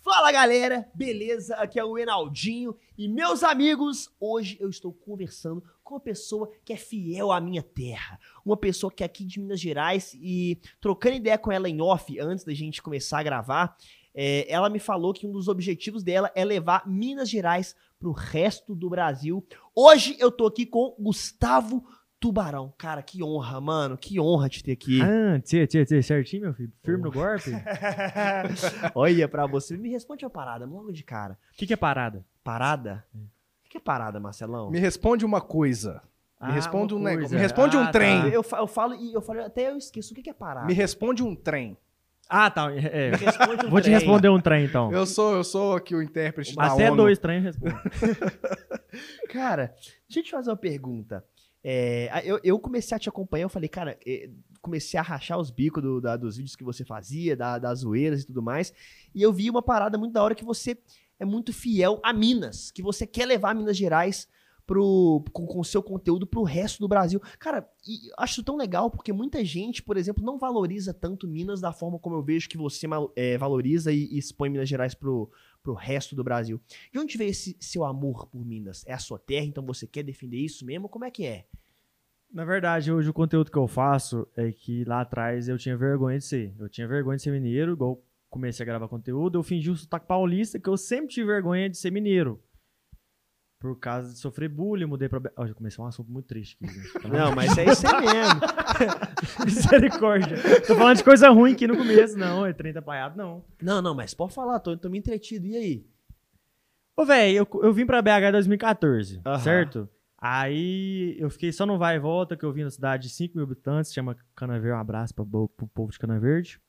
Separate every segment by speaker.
Speaker 1: Fala galera, beleza? Aqui é o Enaldinho e meus amigos, hoje eu estou conversando com uma pessoa que é fiel à minha terra, uma pessoa que é aqui de Minas Gerais e trocando ideia com ela em off antes da gente começar a gravar, é, ela me falou que um dos objetivos dela é levar Minas Gerais pro resto do Brasil. Hoje eu tô aqui com Gustavo Tubarão. Cara, que honra, mano, que honra te ter aqui.
Speaker 2: Ah, tchê, tchê, tchê, certinho, meu filho? Firme no golpe? O
Speaker 1: Olha pra você, me responde uma parada logo de cara.
Speaker 2: que, que é parada?
Speaker 1: Parada?
Speaker 2: Hum.
Speaker 1: O que é parada, Marcelão?
Speaker 3: Me responde uma coisa. Me
Speaker 2: Ah,
Speaker 3: responde
Speaker 2: uma
Speaker 3: um negócio.
Speaker 2: coisa.
Speaker 3: Me responde um
Speaker 2: Ah,
Speaker 3: trem.
Speaker 2: tá.
Speaker 1: Eu, fa- eu falo e eu falo, até eu esqueço. O que que é parada?
Speaker 3: Me responde um trem.
Speaker 2: Ah, tá. é, é.
Speaker 1: responde um
Speaker 2: Vou te
Speaker 1: trem.
Speaker 2: responder um trem, então.
Speaker 3: Eu sou, eu sou aqui o intérprete da
Speaker 2: Até
Speaker 3: ONU.
Speaker 2: é dois trem eu respondo.
Speaker 1: Cara, deixa eu te fazer uma pergunta. É, a- eu, eu comecei a te acompanhar, eu falei, cara, é, comecei a rachar os bicos do- da- dos vídeos que você fazia, da- das zoeiras e tudo mais. E eu vi uma parada muito da hora que você é muito fiel a Minas, que você quer levar Minas Gerais pro, com, com seu conteúdo pro resto do Brasil. Cara, e eu acho isso tão legal, porque muita gente, por exemplo, não valoriza tanto Minas da forma como eu vejo que você mal- é, valoriza e, e expõe Minas Gerais pro, pro resto do Brasil. De onde veio esse seu amor por Minas? É a sua terra, então você quer defender isso mesmo? Como é que é?
Speaker 2: Na verdade, hoje o conteúdo que eu faço é que lá atrás eu tinha vergonha de ser. Eu tinha vergonha de ser mineiro, igual eu comecei a gravar conteúdo, eu fingi um sotaque paulista, que eu sempre tive vergonha de ser mineiro. Por causa de sofrer bullying, eu mudei pra... Be- Ó, já comecei um assunto muito triste aqui, gente. Pelo amor
Speaker 1: Não, mas é isso aí mesmo.
Speaker 2: Misericórdia. Tô falando de coisa ruim aqui no começo, não. É 30 apaiado, não.
Speaker 1: Não, não, mas pode falar, tô, tô me entretido. E aí?
Speaker 2: Ô, velho, eu, eu vim pra BH em 2014,
Speaker 1: Aham.
Speaker 2: certo? Aí eu fiquei só no vai e volta, que eu vim na cidade de 5 mil habitantes, chama Canaverde, um abraço pra, bo- pro povo de Canaverde.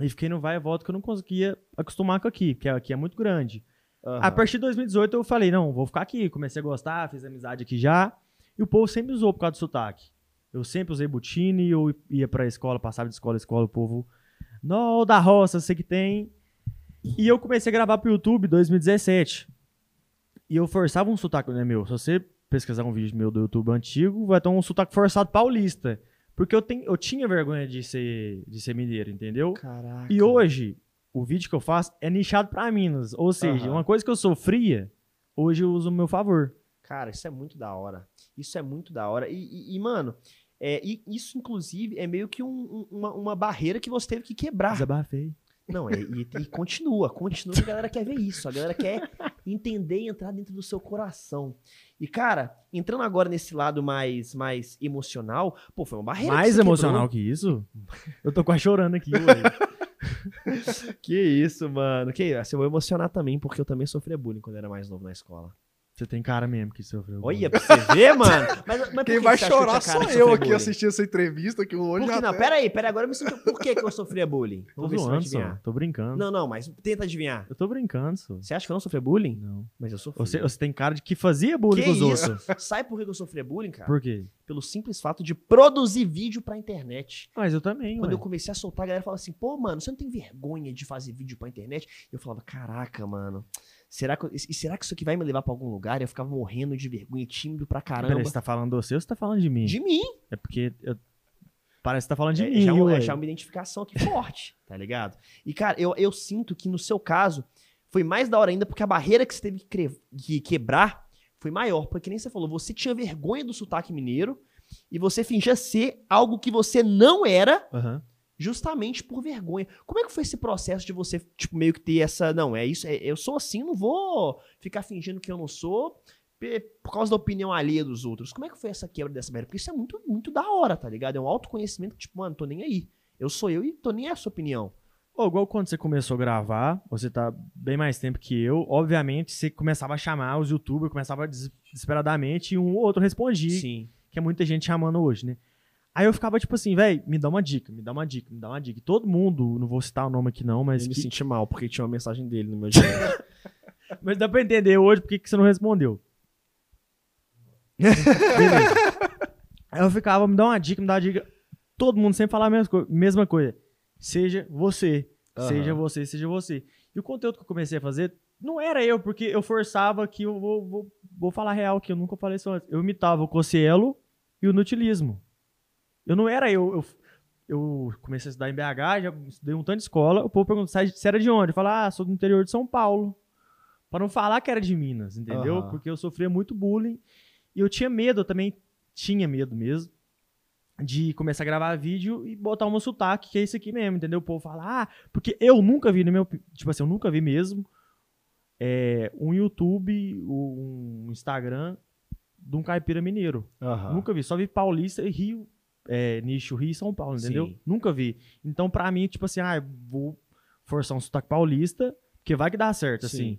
Speaker 2: E fiquei no vai e volta que eu não conseguia acostumar com aqui, porque aqui é muito grande. A partir de 2018 eu falei, não, vou ficar aqui. Comecei a gostar, fiz amizade aqui já. E o povo sempre usou por causa do sotaque. Eu sempre usei botine, eu ia pra escola, passava de escola a escola, o povo... Não, da roça, sei que tem. E eu comecei a gravar pro YouTube em 2017. E eu forçava um sotaque, né, meu? Se você pesquisar um vídeo meu do YouTube antigo, vai ter um sotaque forçado paulista. Porque eu, tenho, eu tinha vergonha de ser, de ser mineiro, entendeu?
Speaker 1: Caraca.
Speaker 2: E hoje, o vídeo que eu faço é nichado pra Minas. Ou seja,
Speaker 1: Aham.
Speaker 2: uma coisa que eu sofria, hoje eu uso no meu favor.
Speaker 1: Cara, isso é muito da hora. Isso é muito da hora. E, e- e, mano, é, e isso, inclusive, é meio que um- um- uma, uma barreira que você teve que quebrar.
Speaker 2: Desabafei.
Speaker 1: Não, é- e, e continua, continua. que A galera quer ver isso, a galera quer entender e entrar dentro do seu coração. E, cara, entrando agora nesse lado mais, mais emocional, pô, foi uma barreira. que
Speaker 2: Mais
Speaker 1: você
Speaker 2: emocional que isso? Eu tô quase chorando aqui hoje.
Speaker 1: quebrou. Que isso, mano. Que isso, eu vou emocionar também, porque eu também sofria bullying quando era mais novo na escola.
Speaker 2: Você tem cara mesmo que sofreu.
Speaker 1: Olha, pra você ver, mano. Mas, mas por
Speaker 3: Quem
Speaker 1: que
Speaker 3: vai
Speaker 1: você acha que
Speaker 3: chorar
Speaker 1: eu tinha
Speaker 3: sou
Speaker 1: cara de
Speaker 3: eu
Speaker 1: sofrer
Speaker 3: aqui
Speaker 1: bullying?
Speaker 3: assistindo essa entrevista que o
Speaker 1: Por
Speaker 3: Lone
Speaker 1: que
Speaker 3: já
Speaker 1: não?
Speaker 3: até-
Speaker 1: Pera aí, pera aí. Agora eu me sinto... Por que que eu sofria bullying?
Speaker 2: tô
Speaker 1: Vamos ver se você vai
Speaker 2: zoando, só.
Speaker 1: adivinhar.
Speaker 2: Tô brincando.
Speaker 1: Não, não, mas tenta adivinhar.
Speaker 2: Eu tô brincando, só.
Speaker 1: Você acha que eu não sofri bullying?
Speaker 2: Não.
Speaker 1: Mas eu sofri.
Speaker 3: é
Speaker 2: Você, você tem cara de que fazia bullying
Speaker 1: Que
Speaker 2: com os
Speaker 1: isso?
Speaker 2: outros.
Speaker 1: Sabe por que que eu sofri bullying, cara?
Speaker 2: Por quê?
Speaker 1: pelo simples fato de produzir vídeo pra internet.
Speaker 2: Mas eu também,
Speaker 1: Quando
Speaker 2: ué.
Speaker 1: eu comecei a soltar, a galera falava assim: pô, mano, você não tem vergonha de fazer vídeo pra internet? Eu falava: caraca, mano, será que, eu- e será que isso aqui vai me levar pra algum lugar? Eu ficava morrendo de vergonha, tímido pra caramba.
Speaker 2: Peraí, você tá falando do seu ou você tá falando de mim?
Speaker 1: De mim.
Speaker 2: É porque eu- parece que tá falando de
Speaker 1: é,
Speaker 2: mim,
Speaker 1: já, é
Speaker 2: ué.
Speaker 1: já uma identificação aqui forte, tá ligado? E, cara, eu, eu sinto que no seu caso foi mais da hora ainda porque a barreira que você teve que, cre- que quebrar foi maior. Porque que nem você falou, você tinha vergonha do sotaque mineiro e você fingia ser algo que você não era
Speaker 2: Aham.
Speaker 1: justamente por vergonha. Como é que foi esse processo de você, tipo, meio que ter essa, não, é isso, é- eu sou assim, não vou ficar fingindo que eu não sou pe- por causa da opinião alheia dos outros. Como é que foi essa quebra dessa merda? Porque isso é muito, muito da hora, tá ligado? É um autoconhecimento, tipo, mano, tô nem aí. Eu sou eu e tô nem aí a sua opinião.
Speaker 2: Ô, igual quando você começou a gravar, você tá bem mais tempo que eu, obviamente você começava a chamar os youtubers, começava des- desesperadamente e um ou outro respondia,
Speaker 1: Sim.
Speaker 2: que é muita gente chamando hoje, né? Aí eu ficava tipo assim, velho, me dá uma dica, me dá uma dica, me dá uma dica. E todo mundo, não vou citar o nome aqui não, mas,
Speaker 1: eu me
Speaker 2: que-
Speaker 1: senti mal, porque tinha uma mensagem dele no meu dia.
Speaker 2: mas dá pra entender hoje por que que você não respondeu. Beleza. Aí eu ficava, me dá uma dica, me dá uma dica. Todo mundo sempre falava a mesma coisa. Mesma coisa. Seja você.
Speaker 1: Aham.
Speaker 2: Seja você, seja você. E o conteúdo que eu comecei a fazer não era eu, porque eu forçava que eu vou, vou, vou falar real, que eu nunca falei isso antes. Eu imitava o Cocielo e o Nutilismo. Eu não era eu. eu eu comecei a estudar em BH, já estudei um tanto de escola. O povo perguntou "Sai- se era de onde. Eu falava, ah, sou do interior de São Paulo. Pra não falar que era de Minas, entendeu?
Speaker 1: Aham.
Speaker 2: Porque eu sofria muito bullying. E eu tinha medo, eu também tinha medo mesmo, de começar a gravar vídeo e botar um sotaque, que é isso aqui mesmo, entendeu? O povo fala, ah, porque eu nunca vi no meu. Tipo assim, eu nunca vi mesmo é, um YouTube, um Instagram de um caipira mineiro.
Speaker 1: Ah.
Speaker 2: Nunca vi. Só vi Paulista e Rio, é, nicho Rio e São Paulo, entendeu?
Speaker 1: Sim.
Speaker 2: Nunca vi. Então, pra mim, tipo assim, ah, eu vou forçar um sotaque paulista, porque vai que dá certo,
Speaker 1: Sim.
Speaker 2: assim.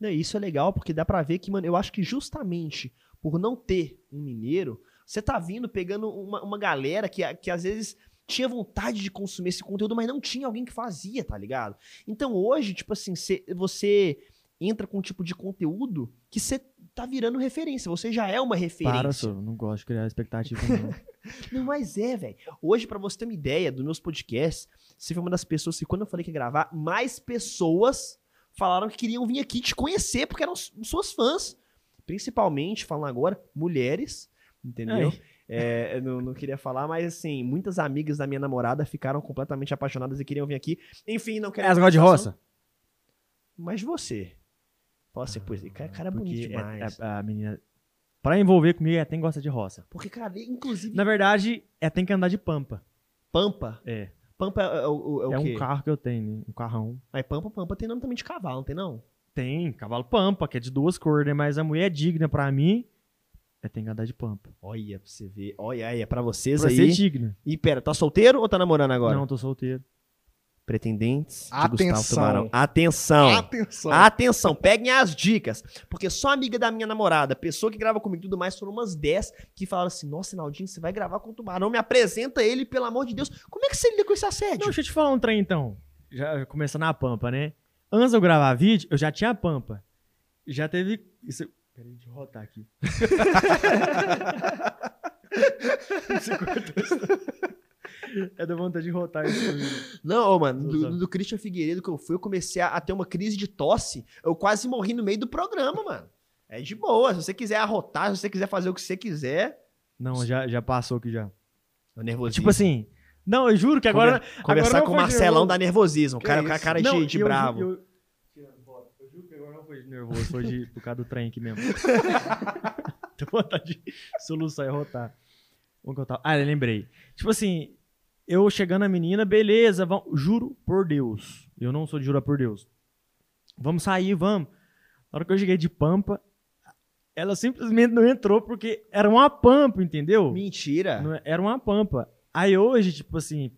Speaker 1: Não, e isso é legal porque dá pra ver que, mano, eu acho que justamente por não ter um mineiro, você tá vindo pegando uma, uma galera que, a- que às vezes tinha vontade de consumir esse conteúdo, mas não tinha alguém que fazia, tá ligado? Então hoje, tipo assim, cê- você entra com um tipo de conteúdo que você tá virando referência, você já é uma referência.
Speaker 2: Para, senhor, não gosto de criar expectativa, não.
Speaker 1: Não, mas é, velho. Hoje, pra você ter uma ideia dos meus podcasts, você foi uma das pessoas que, quando eu falei que ia gravar, mais pessoas falaram que queriam vir aqui te conhecer, porque eram su- suas fãs. Principalmente, falando agora, mulheres, entendeu? É, eu não, não queria falar, mas assim, muitas amigas da minha namorada ficaram completamente apaixonadas e queriam vir aqui. Enfim, não quero.
Speaker 2: Elas gostam É, de roça?
Speaker 1: Mas você. Fala assim, pois, cara, cara é bonito
Speaker 2: Porque é-
Speaker 1: demais.
Speaker 2: é- a menina... Pra envolver comigo, ela tem que gostar de roça.
Speaker 1: Porque, cara, inclusive,
Speaker 2: Na verdade, ela tem que andar de pampa.
Speaker 1: Pampa.
Speaker 2: É.
Speaker 1: Pampa é, é o, é o
Speaker 2: É
Speaker 1: quê?
Speaker 2: um carro que eu tenho, né? um carrão.
Speaker 1: Mas Pampa, Pampa tem nome também de cavalo, não tem não?
Speaker 2: Tem, cavalo pampa, que é de duas cores, né? Mas a mulher é digna pra mim, ela tem que andar de pampa.
Speaker 1: Olha pra você ver. Olha aí, é pra vocês
Speaker 2: Pra
Speaker 1: aí.
Speaker 2: ser digna.
Speaker 1: E pera, tá solteiro ou tá namorando agora?
Speaker 2: Não, tô solteiro.
Speaker 1: Pretendentes de Gustavo
Speaker 3: Atenção.
Speaker 1: Tubarão. Atenção.
Speaker 3: Atenção.
Speaker 1: Ah, Atenção, peguem as dicas. Porque só amiga da minha namorada, pessoa que grava comigo e tudo mais, foram umas 10 que falaram assim: Nossa, Naldinho, você vai gravar com o Tubarão, me apresenta ele, pelo amor de Deus. Como é que você lida com esse assédio?
Speaker 2: Não, deixa eu te falar um trem então. Já começando a pampa, né? Antes de eu gravar vídeo, eu já tinha a pampa. Já teve. Isso... Peraí, deixa eu rotar aqui. Você cortou isso. É da vontade de rotar isso. comigo.
Speaker 1: Não, ô, mano,
Speaker 2: Exato.
Speaker 1: do, do Christian Figueiredo que eu fui, eu comecei a, a ter uma crise de tosse. Eu quase morri no meio do programa, mano. É de boa. Se você quiser arrotar, se você quiser fazer o que você quiser.
Speaker 2: Não, já, já passou aqui já.
Speaker 1: Eu nervosismo.
Speaker 2: Tipo assim. Não, eu juro que agora.
Speaker 1: assim, Conversar
Speaker 2: não
Speaker 1: com o
Speaker 2: foi
Speaker 1: Marcelão
Speaker 2: nervoso.
Speaker 1: dá nervosismo. O
Speaker 3: Que
Speaker 1: cara,
Speaker 3: isso?
Speaker 1: o cara de,
Speaker 2: é
Speaker 1: de
Speaker 2: Não, eu ju-
Speaker 1: bravo.
Speaker 2: Eu... Tirando bola, eu juro que agora não foi de nervoso, foi de, por causa do trem aqui mesmo. Tô com vontade de soluçar e rotar. Vamos contar. Ah, eu lembrei. Tipo assim, eu chegando a menina, beleza, vamos, juro por Deus. Eu não sou de jurar por Deus. Vamos sair, vamos. Na hora que eu cheguei de pampa, ela simplesmente não entrou porque era uma pampa, entendeu?
Speaker 1: Mentira.
Speaker 2: Não é- Era uma pampa. Aí hoje, tipo assim,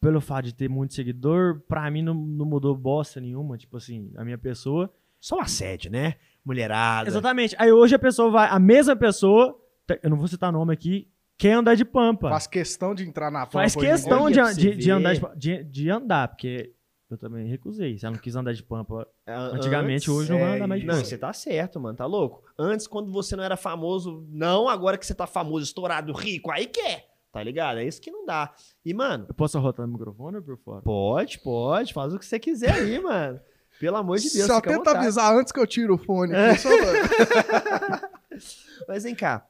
Speaker 2: pelo fato de ter muito seguidor, pra mim não, não mudou bosta nenhuma, tipo assim, a minha pessoa.
Speaker 1: Só o assédio, né? Mulherada.
Speaker 2: Exatamente. Aí hoje a pessoa vai, a mesma pessoa, te- eu não vou citar nome aqui, quer andar de pampa. Faz,
Speaker 3: Faz questão de entrar na aí, né?
Speaker 2: questão
Speaker 1: olha
Speaker 2: de,
Speaker 1: pra você
Speaker 2: de- de andar de,
Speaker 1: ver.
Speaker 2: pa- de- de andar, porque eu também recusei. Se ela não quis andar de pampa
Speaker 1: A-
Speaker 2: antigamente,
Speaker 1: Ah, antes-
Speaker 2: hoje não vai andar
Speaker 3: é
Speaker 2: mais de
Speaker 1: Não,
Speaker 2: pampa.
Speaker 1: você tá certo, mano. Tá louco? Antes, quando você não era famoso, não. Agora que você tá famoso, estourado, rico, aí quer. Tá ligado? É isso que não dá. E, mano,
Speaker 2: Eu posso arrotar no microfone ou por fora?
Speaker 1: pode, pode. Faz o que você quiser aí, mano. Pelo amor de Deus.
Speaker 3: Só
Speaker 1: fica à
Speaker 3: tenta
Speaker 1: vontade.
Speaker 3: avisar antes que eu tiro o fone. aqui, só-
Speaker 1: Mas vem cá.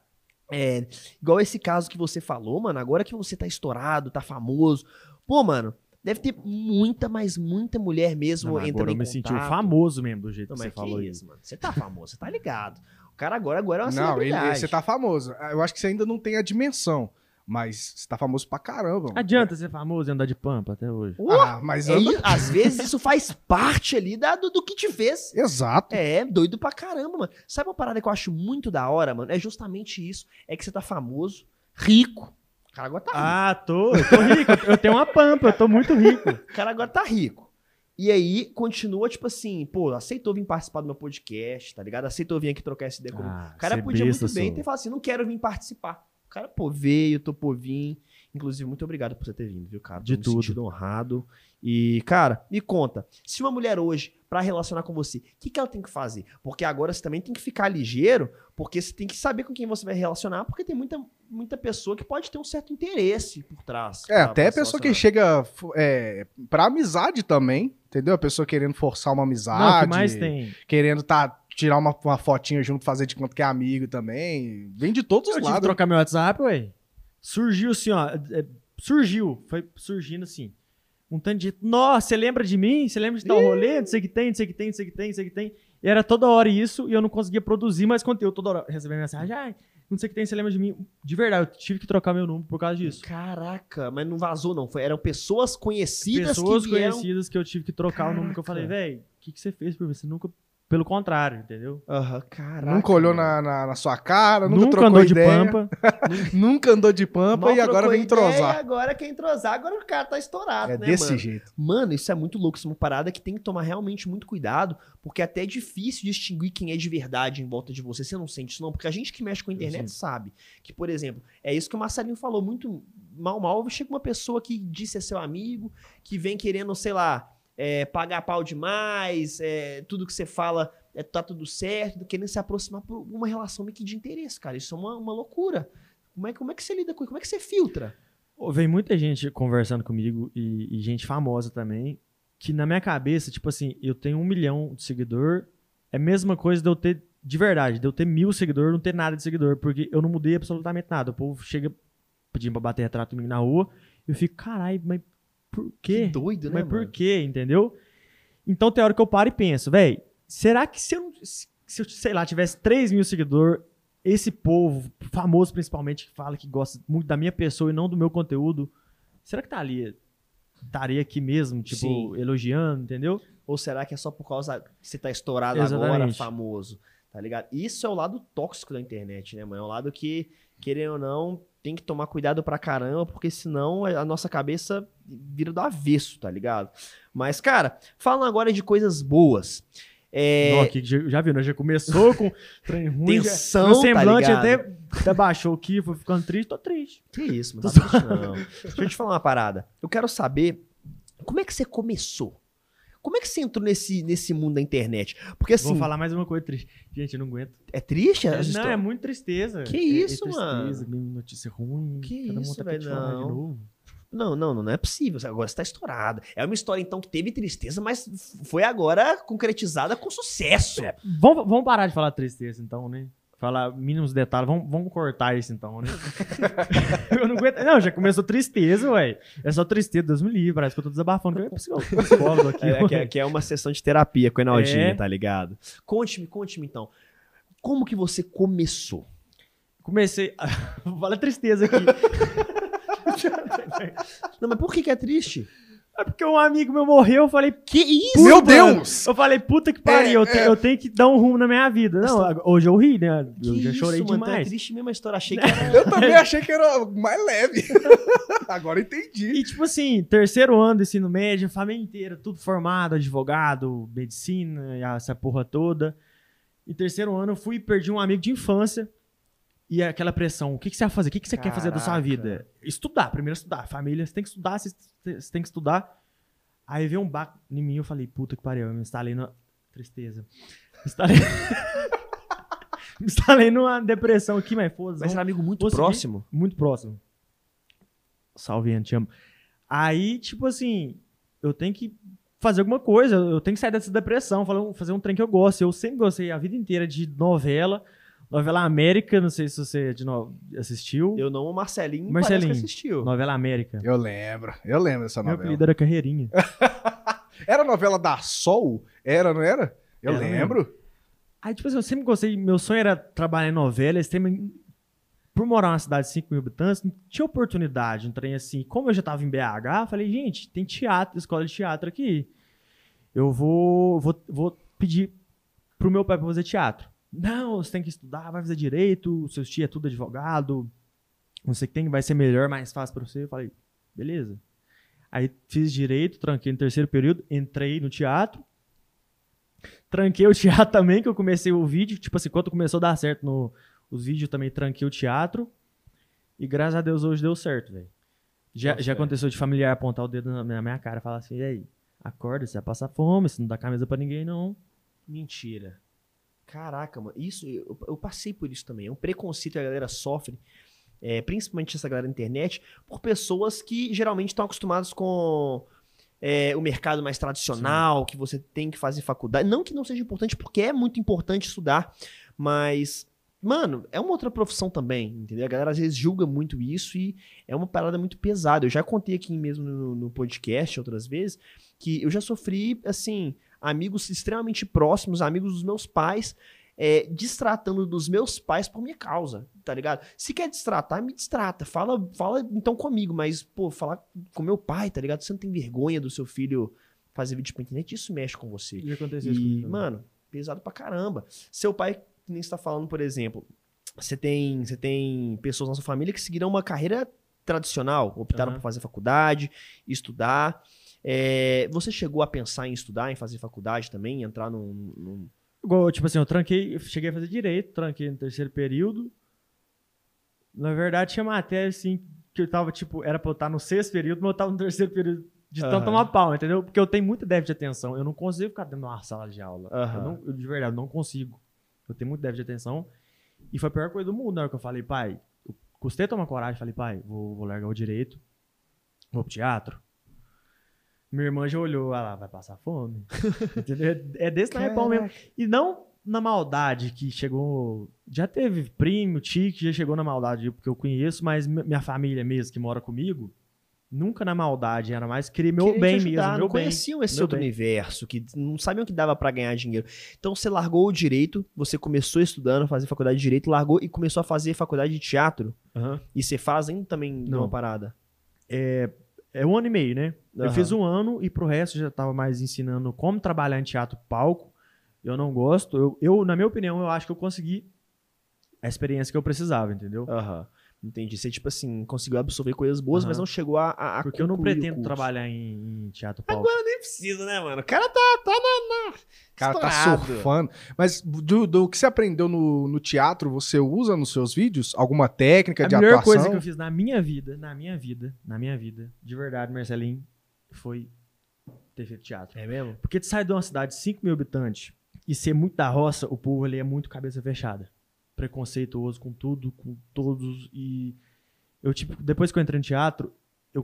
Speaker 1: É, igual esse caso que você falou, mano, agora que você tá estourado, tá famoso. Pô, mano, deve ter muita, mas muita mulher mesmo
Speaker 2: Não,
Speaker 1: entrando
Speaker 2: agora
Speaker 1: em
Speaker 2: eu me senti
Speaker 1: contato.
Speaker 2: famoso mesmo do jeito
Speaker 1: Não,
Speaker 2: que
Speaker 1: mas
Speaker 2: você
Speaker 1: que
Speaker 2: falou isso.
Speaker 1: isso, mano. Você tá famoso, você tá ligado. O cara agora, agora é uma
Speaker 3: não, ele,
Speaker 1: celebridade.
Speaker 3: você tá famoso. Eu acho que você ainda não tem a dimensão. Mas você tá famoso pra caramba. mano.
Speaker 2: Adianta ser famoso e andar de pampa até hoje.
Speaker 1: Pô,
Speaker 3: Ah, mas
Speaker 1: é
Speaker 3: anda...
Speaker 1: isso, às vezes isso faz parte ali da- do, do que te fez.
Speaker 3: Exato.
Speaker 1: É, doido pra caramba, mano. Sabe uma parada que eu acho muito da hora, mano? É justamente isso. É que você tá famoso, rico. O cara agora tá rico.
Speaker 2: Ah, tô, eu tô rico. Eu tenho uma pampa, eu tô muito rico.
Speaker 1: O cara agora tá rico. E aí, continua, tipo assim, pô, aceitou vir participar do meu podcast, tá ligado? Aceitou vir aqui trocar essa ideia comigo.
Speaker 2: Ah,
Speaker 1: O cara
Speaker 2: ser
Speaker 1: podia
Speaker 2: besta,
Speaker 1: muito bem
Speaker 2: sou.
Speaker 1: ter falado assim, não quero vir participar. O cara, pô, veio, topou vir. Inclusive, muito obrigado por você ter vindo, viu, cara?
Speaker 2: De
Speaker 1: me
Speaker 2: tudo.
Speaker 1: sentindo honrado. E, cara, me conta, se uma mulher hoje, pra relacionar com você, o que, que ela tem que fazer? Porque agora você também tem que ficar ligeiro, porque você tem que saber com quem você vai relacionar, porque tem muita, muita pessoa que pode ter um certo interesse por trás.
Speaker 3: É,
Speaker 1: pra-
Speaker 3: até a
Speaker 1: pra se
Speaker 3: pessoa que
Speaker 1: relacionar.
Speaker 3: chega fo- é, pra amizade também, entendeu? A pessoa querendo forçar uma amizade.
Speaker 2: Não, o que mais tem?
Speaker 3: Querendo tá, tirar uma, uma fotinha junto, fazer de conta que é amigo também. Vem de todos
Speaker 2: Eu
Speaker 3: os
Speaker 2: tive que
Speaker 3: lados.
Speaker 2: trocar meu WhatsApp, ué. Surgiu assim, ó. é, surgiu, foi surgindo assim. Um tanto de. Nossa, você lembra de mim? Você lembra de tal rolê? Não sei o que tem, não sei o que tem, não sei o que tem, não sei o que tem. E era toda hora isso, e eu não conseguia produzir mais conteúdo. Toda hora recebendo mensagem, ai, não sei o que tem, você lembra de mim? De verdade, eu tive que trocar meu número por causa disso.
Speaker 1: Caraca, mas não vazou, não. Foi, eram pessoas conhecidas
Speaker 2: Pessoas
Speaker 1: que vieram.
Speaker 2: conhecidas que eu tive que trocar o número que eu
Speaker 1: Caraca.
Speaker 2: falei, velho, o que, que você fez por mim? Você nunca. Pelo contrário, entendeu?
Speaker 1: Aham, caraca.
Speaker 3: nunca olhou
Speaker 1: mano.
Speaker 3: na, na, na sua cara, nunca,
Speaker 2: nunca
Speaker 3: trocou
Speaker 2: andou
Speaker 3: ideia,
Speaker 2: de pampa.
Speaker 3: nunca andou de pampa
Speaker 1: Mal
Speaker 3: e agora
Speaker 1: trocou
Speaker 3: vem
Speaker 1: ideia,
Speaker 3: entrosar.
Speaker 1: Agora quem entrosar, agora o cara tá estourado,
Speaker 3: É
Speaker 1: né,
Speaker 3: desse
Speaker 1: mano?
Speaker 3: jeito.
Speaker 1: Mano, isso é muito louco, isso é uma parada que tem que tomar realmente muito cuidado, porque até é difícil distinguir quem é de verdade em volta de você. Você não sente isso, não, porque a gente que mexe com a internet sabe que, por exemplo, é isso que o Marcelinho falou muito mal, mal. Chega uma pessoa que diz ser seu amigo, que vem querendo, sei lá, é, pagar pau demais, é, tudo que você fala é, tá tudo certo, querendo se aproximar por uma relação meio que de interesse, cara. Isso é uma, uma loucura. Como é, que- como é que você lida com isso? Como é que você filtra?
Speaker 2: Ô, Vem muita gente conversando comigo e, e gente famosa também, que na minha cabeça, tipo assim, eu tenho um milhão de seguidor, é a mesma coisa de eu ter, de verdade, de eu ter mil seguidor, não ter nada de seguidor, porque eu não mudei absolutamente nada. O povo chega pedindo pra bater retrato comigo na rua, eu fico, caralho, mas por quê?
Speaker 1: doido, né,
Speaker 2: mas por
Speaker 1: mano?
Speaker 2: quê, entendeu? Então tem hora que eu paro e penso, velho, será que se eu, não- se se eu, sei lá, tivesse 3 mil seguidores, esse povo, famoso principalmente, que fala que gosta muito da minha pessoa e não do meu conteúdo, será que tá ali, estaria aqui mesmo, tipo,
Speaker 1: Sim.
Speaker 2: elogiando, entendeu?
Speaker 1: Ou será que é só por causa que você tá estourado agora,
Speaker 2: Exatamente.
Speaker 1: famoso? Tá ligado? Isso é o lado tóxico da internet, né, mano? É o lado que, querendo ou não, tem que tomar cuidado pra caramba, porque senão a nossa cabeça vira do avesso, tá ligado? Mas, cara, falando agora de coisas boas. É,
Speaker 2: Ó, aqui, já, já viu, né? Já começou com trem ruim, já,
Speaker 1: Tensão,
Speaker 2: meu
Speaker 1: tá
Speaker 2: semblante
Speaker 1: ligado?
Speaker 2: até, até baixou aqui, foi ficando triste, tô triste.
Speaker 1: Que isso, mano. Tá triste, não. Deixa eu te falar uma parada. Eu quero saber como é que você começou? Como é que você entrou nesse, nesse mundo da internet? Porque assim,
Speaker 2: Vou falar mais uma coisa triste. Gente, eu não aguento.
Speaker 1: é triste
Speaker 2: não,
Speaker 1: as
Speaker 2: é
Speaker 1: histórias?
Speaker 2: muito tristeza.
Speaker 1: Que
Speaker 2: É- é
Speaker 1: isso,
Speaker 2: tristeza, mano. Notícia ruim.
Speaker 1: Que
Speaker 2: cada
Speaker 1: isso,
Speaker 2: mundo tá querendo
Speaker 1: velho,
Speaker 2: falar de
Speaker 1: não.
Speaker 2: novo.
Speaker 1: Não, não, não, não é possível. Agora você tá estourada. É uma história, então, que teve tristeza, mas f- foi agora concretizada com sucesso.
Speaker 2: Vamos, vamos parar de falar tristeza, então, né? Falar mínimos detalhes. Vamos, vamos cortar isso, então, né? eu não aguento. Não, já começou tristeza, ué. É só tristeza, Deus me livre. Parece que eu tô desabafando. que Eu é psicólogo aqui.
Speaker 1: É, que,
Speaker 2: ué.
Speaker 1: é, que é uma sessão de terapia com o Enaldinho,
Speaker 2: É.
Speaker 1: tá ligado? Conte-me, conte-me, então. Como que você começou?
Speaker 2: Comecei. a- Fala tristeza aqui.
Speaker 1: Não, mas por que que é triste?
Speaker 2: É porque um amigo meu morreu. Eu falei,
Speaker 1: Que isso?
Speaker 3: Meu
Speaker 2: Puta, mano.
Speaker 3: Deus!
Speaker 2: eu falei, puta que pariu. eu, te- eu tenho que dar um rumo na minha vida. Não, ag- hoje eu ri, né? Eu
Speaker 1: tá- Que
Speaker 2: já chorei
Speaker 1: isso, mano? Então É
Speaker 2: demais.
Speaker 1: triste mesmo a história. Achei que era...
Speaker 3: Eu também achei que era mais leve. Agora entendi.
Speaker 2: E, tipo assim, terceiro ano do ensino médio, família inteira, tudo formado, advogado, medicina, e essa porra toda. E terceiro ano eu fui e perdi um amigo de infância. E aquela pressão, o que, que você vai fazer? O que, que você quer fazer da sua
Speaker 1: Caraca.
Speaker 2: vida? Estudar, primeiro estudar. Família, você tem que estudar, você, você tem que estudar. Aí veio um baco em mim, eu falei, puta que pariu, eu me instalei na... Tristeza. Me instalei... me instalei numa depressão aqui, mas foda-se.
Speaker 1: Mas
Speaker 2: vamos-
Speaker 1: era um amigo muito
Speaker 2: Consegui.
Speaker 1: próximo.
Speaker 2: muito próximo. Salve, Ian, te amo. Aí, tipo assim, eu tenho que fazer alguma coisa, eu tenho que sair dessa depressão, falar- fazer um trem que eu gosto. Eu sempre gostei a vida inteira de novela, novela América, não sei se você de no- assistiu.
Speaker 1: Eu não, o Marcelinho,
Speaker 2: Marcelinho.
Speaker 1: parece que assistiu.
Speaker 2: Novela América.
Speaker 3: Eu lembro, eu lembro dessa
Speaker 2: Meu
Speaker 3: novela.
Speaker 2: apelido era Carreirinha.
Speaker 3: Era a novela da Sol? Era, não era? Eu
Speaker 2: Era, né?
Speaker 3: lembro.
Speaker 2: Aí, tipo assim, eu sempre gostei, meu sonho era trabalhar em novela, esse tema, por morar numa cidade de 5 mil habitantes, não tinha oportunidade, um trem assim, como eu já tava em BH, eu falei, gente, tem teatro, escola de teatro aqui, eu vou, vou, vou pedir pro meu pai pra fazer teatro. Não, você tem que estudar, vai fazer direito, seus tios é tudo advogado, não sei o que tem, vai ser melhor, mais fácil pra você. Eu falei, beleza. Aí fiz direito, tranquei no terceiro período, entrei no teatro, tranquei o teatro também, que eu comecei o vídeo. Tipo assim, quando começou a dar certo no, os vídeos, eu também tranquei o teatro. E graças a Deus hoje deu certo, velho. Já,
Speaker 1: Nossa,
Speaker 2: já
Speaker 1: velho.
Speaker 2: aconteceu de familiar apontar o dedo na minha, na minha cara e falar assim: e aí, acorda, você vai passar fome, você não dá camisa pra ninguém, não.
Speaker 1: Mentira. Caraca, mano, isso eu, eu passei por isso também. É um preconceito que a galera sofre, é, principalmente essa galera da internet, por pessoas que geralmente estão acostumadas com é, o mercado mais tradicional, que você tem que fazer faculdade. Não que não seja importante, porque é muito importante estudar, mas Mano, é uma outra profissão também, entendeu? A galera às vezes julga muito isso e é uma parada muito pesada. Eu já contei aqui mesmo no, no podcast outras vezes que eu já sofri, assim, amigos extremamente próximos, amigos dos meus pais, é, distratando dos meus pais por minha causa, tá ligado? Se quer distratar, me distrata. Fala, fala então comigo, mas, pô, falar com meu pai, tá ligado? Você não tem vergonha do seu filho fazer vídeo pra internet? Isso mexe com você.
Speaker 2: Já aconteceu isso
Speaker 1: E,
Speaker 2: comigo. também.
Speaker 1: mano, pesado pra caramba. Seu pai, que nem está falando, por exemplo, você tem, você tem pessoas na sua família que seguiram uma carreira tradicional, optaram
Speaker 2: Aham.
Speaker 1: por fazer faculdade, estudar. É, você chegou a pensar em estudar, em fazer faculdade também, entrar num. num-
Speaker 2: Igual, tipo assim, eu tranquei, eu cheguei a fazer direito, tranquei no terceiro período. Na verdade, tinha matéria, assim, que eu tava, tipo, era pra eu estar no sexto período, mas eu tava no terceiro período de tanto
Speaker 1: Aham.
Speaker 2: tomar pau, entendeu? Porque eu tenho muito déficit de atenção. Eu não consigo ficar dentro de uma sala de aula.
Speaker 1: Aham.
Speaker 2: Eu, não- eu, de verdade, não consigo. Eu tenho muito déficit de atenção. E foi a pior coisa do mundo, na hora que eu falei, pai, eu custei a tomar coragem, falei, pai, vou, vou largar o direito, vou pro teatro. Minha irmã já olhou, ah lá, vai passar fome. Entendeu? É desse naipão mesmo. E não na maldade que chegou. Já teve primo, tio, que já chegou na maldade, porque eu conheço, mas mi- minha família mesmo, que mora comigo, nunca na maldade, era mais querer meu
Speaker 1: Queria te
Speaker 2: bem
Speaker 1: ajudar,
Speaker 2: mesmo,
Speaker 1: não
Speaker 2: meu bem.
Speaker 1: conheciam esse
Speaker 2: meu
Speaker 1: outro
Speaker 2: bem.
Speaker 1: universo, que não sabiam que dava pra ganhar dinheiro. Então você largou o direito, você começou estudando, fazer faculdade de direito, largou e começou a fazer faculdade de teatro.
Speaker 2: Aham.
Speaker 1: E você faz ainda também
Speaker 2: Não.
Speaker 1: uma parada.
Speaker 2: É um ano e meio, né? Eu
Speaker 1: Aham.
Speaker 2: fiz um ano e pro resto eu já tava mais ensinando como trabalhar em teatro palco. Eu não gosto. Eu, eu, na minha opinião, eu acho que eu consegui a experiência que eu precisava, entendeu?
Speaker 1: Aham. Entendi. Você, tipo assim, conseguiu absorver coisas boas,
Speaker 2: Aham.
Speaker 1: mas não chegou a. a a
Speaker 2: Porque eu não
Speaker 1: concluir Ah, o
Speaker 2: pretendo
Speaker 1: curso.
Speaker 2: trabalhar em, em teatro palco.
Speaker 1: Agora nem precisa, né, mano? O cara tá, tá na. na
Speaker 3: O cara tá
Speaker 1: estourado.
Speaker 3: surfando. Mas do, do que você aprendeu no, no teatro, você usa nos seus vídeos? Alguma técnica
Speaker 2: a
Speaker 3: de
Speaker 2: melhor
Speaker 3: atuação?
Speaker 2: coisa que eu fiz na minha vida, na minha vida, na minha vida, de verdade, Marcelinho, foi ter feito teatro.
Speaker 1: É mesmo?
Speaker 2: Porque tu sai de uma cidade de 5 mil habitantes e ser muito da roça, o povo ali é muito cabeça fechada. Preconceituoso com tudo, com todos. E eu, tipo, depois que eu entrei no teatro, eu,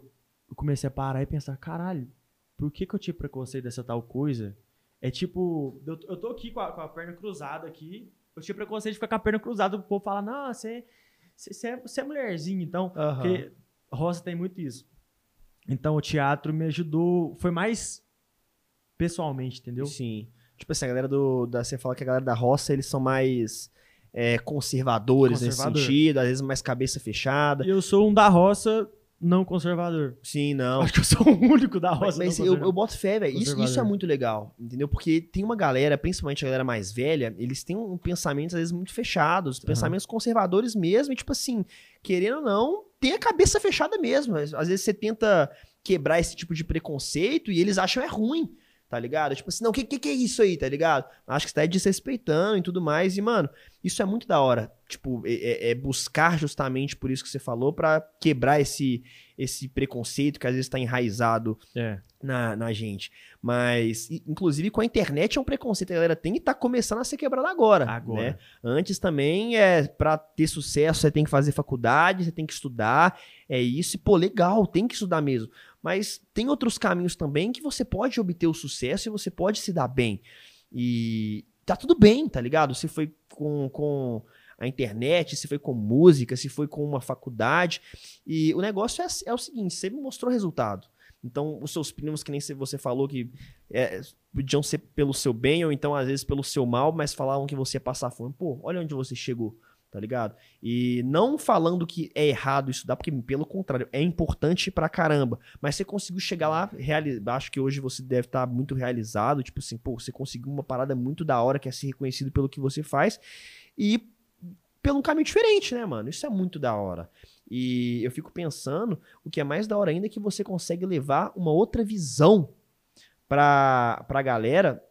Speaker 2: eu comecei a parar e pensar, caralho, por que, que eu tive preconceito dessa tal coisa? É tipo, eu, eu tô aqui com a, com a perna cruzada aqui, eu tive preconceito de ficar com a perna cruzada, o povo fala, não, você, você, você é, você é mulherzinha, então.
Speaker 1: Aham.
Speaker 2: Porque roça tem muito isso. Então o teatro me ajudou, foi mais pessoalmente, entendeu?
Speaker 1: Sim. Tipo assim, a galera do. Da, você fala que a galera da roça, eles são mais é, conservadores nesse
Speaker 2: Conservador.
Speaker 1: sentido, às vezes mais cabeça fechada.
Speaker 2: E Eu sou um da roça não conservador.
Speaker 1: Sim, não.
Speaker 2: Acho que eu sou o único da roça
Speaker 1: mas
Speaker 2: não
Speaker 1: eu, eu
Speaker 2: conservador.
Speaker 1: boto fé, velho. Isso, isso é
Speaker 2: Conservador.
Speaker 1: muito legal, entendeu? Porque tem uma galera, principalmente a galera mais velha, eles têm um pensamento, às vezes, muito fechados, pensamentos conservadores mesmo, e tipo assim, querendo ou não, tem a cabeça fechada mesmo. Às às vezes você tenta quebrar esse tipo de preconceito e eles acham é ruim, tá ligado? Tipo assim, não, o que, que, que é isso aí, tá ligado? Acho que você tá desrespeitando e tudo mais, e, mano, isso é muito da hora. Tipo, é, é- é buscar justamente por isso que você falou, pra quebrar esse, esse preconceito que às vezes tá enraizado
Speaker 2: É.
Speaker 1: na, na gente. Mas, i- inclusive, com a internet é um preconceito que a galera tem e tá começando a ser quebrado agora.
Speaker 2: Agora.
Speaker 1: né? Antes também, é para ter sucesso, você tem que fazer faculdade, você tem que estudar. É isso, e pô, legal, tem que estudar mesmo. Mas tem outros caminhos também que você pode obter o sucesso e você pode se dar bem. E tá tudo bem, tá ligado? Você foi com. com a internet, se foi com música, se foi com uma faculdade. E o negócio é, é o seguinte: você me mostrou resultado. Então, os seus primos, que nem se- você falou que é, podiam ser pelo seu bem ou então às vezes pelo seu mal, mas falavam que você ia passar fome. Pô, olha onde você chegou, tá ligado? E não falando que é errado estudar, porque pelo contrário, é importante pra caramba. Mas você conseguiu chegar lá, reali- acho que hoje você deve estar muito realizado, tipo assim, pô, você conseguiu uma parada muito da hora que é ser reconhecido pelo que você faz e pelo um caminho diferente, né, mano? Isso é muito da hora. E eu fico pensando, o que é mais da hora ainda é que você consegue levar uma outra visão pra, pra galera,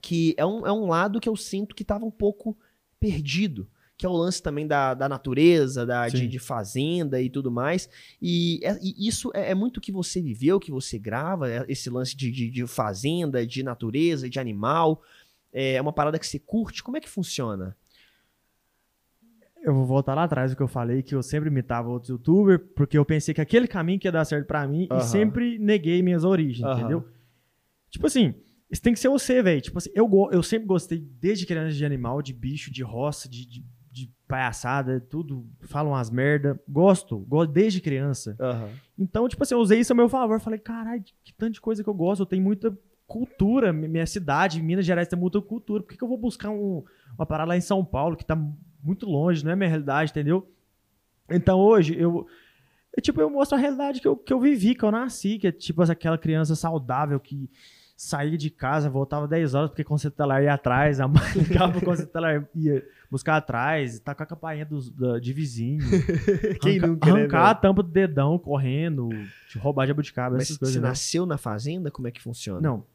Speaker 1: que é um, é um lado que eu sinto que tava um pouco perdido. Que é o lance também da, da natureza, da, de,
Speaker 2: Sim.
Speaker 1: de fazenda e tudo mais. E, é- e isso é, é muito que você viveu, que você grava, é esse lance de, de, de fazenda, de natureza, de animal. É uma parada que você curte. Como é que funciona?
Speaker 2: Eu vou voltar lá atrás do que eu falei, que eu sempre imitava outros youtubers, porque eu pensei que aquele caminho que ia dar certo pra mim
Speaker 1: Aham.
Speaker 2: e sempre neguei minhas origens,
Speaker 1: Aham.
Speaker 2: entendeu? Tipo assim, isso tem que ser você, velho. Tipo assim, eu, go- eu sempre gostei, desde criança, de animal, de bicho, de roça, de, de de palhaçada, tudo, falam umas merda. Gosto, gosto desde criança.
Speaker 1: Aham.
Speaker 2: Então, tipo assim, eu usei isso a meu favor. Falei, caralho, que tanto de coisa que eu gosto. Eu tenho muita cultura. Mi- Minha cidade, Minas Gerais, tem muita cultura. Por que, que eu vou buscar um- uma parada lá em São Paulo, que tá muito longe, não é minha realidade, entendeu? Então, hoje, eu. eu, tipo, eu mostro a realidade que eu, que eu vivi, que eu nasci, que é tipo aquela criança saudável que saía de casa, voltava 10 horas, porque quando você tá lá ia atrás, a mãe ligava quando você tá lá ia buscar atrás, tacar a campainha dos, da- de vizinho.
Speaker 1: Quem
Speaker 2: Arranca-
Speaker 1: nunca, né,
Speaker 2: arrancar
Speaker 1: velho?
Speaker 2: a tampa do dedão correndo, te roubar jabuticaba,
Speaker 1: Mas
Speaker 2: essas
Speaker 1: você
Speaker 2: coisas. né?
Speaker 1: nasceu na fazenda? Como é que funciona?
Speaker 2: Não.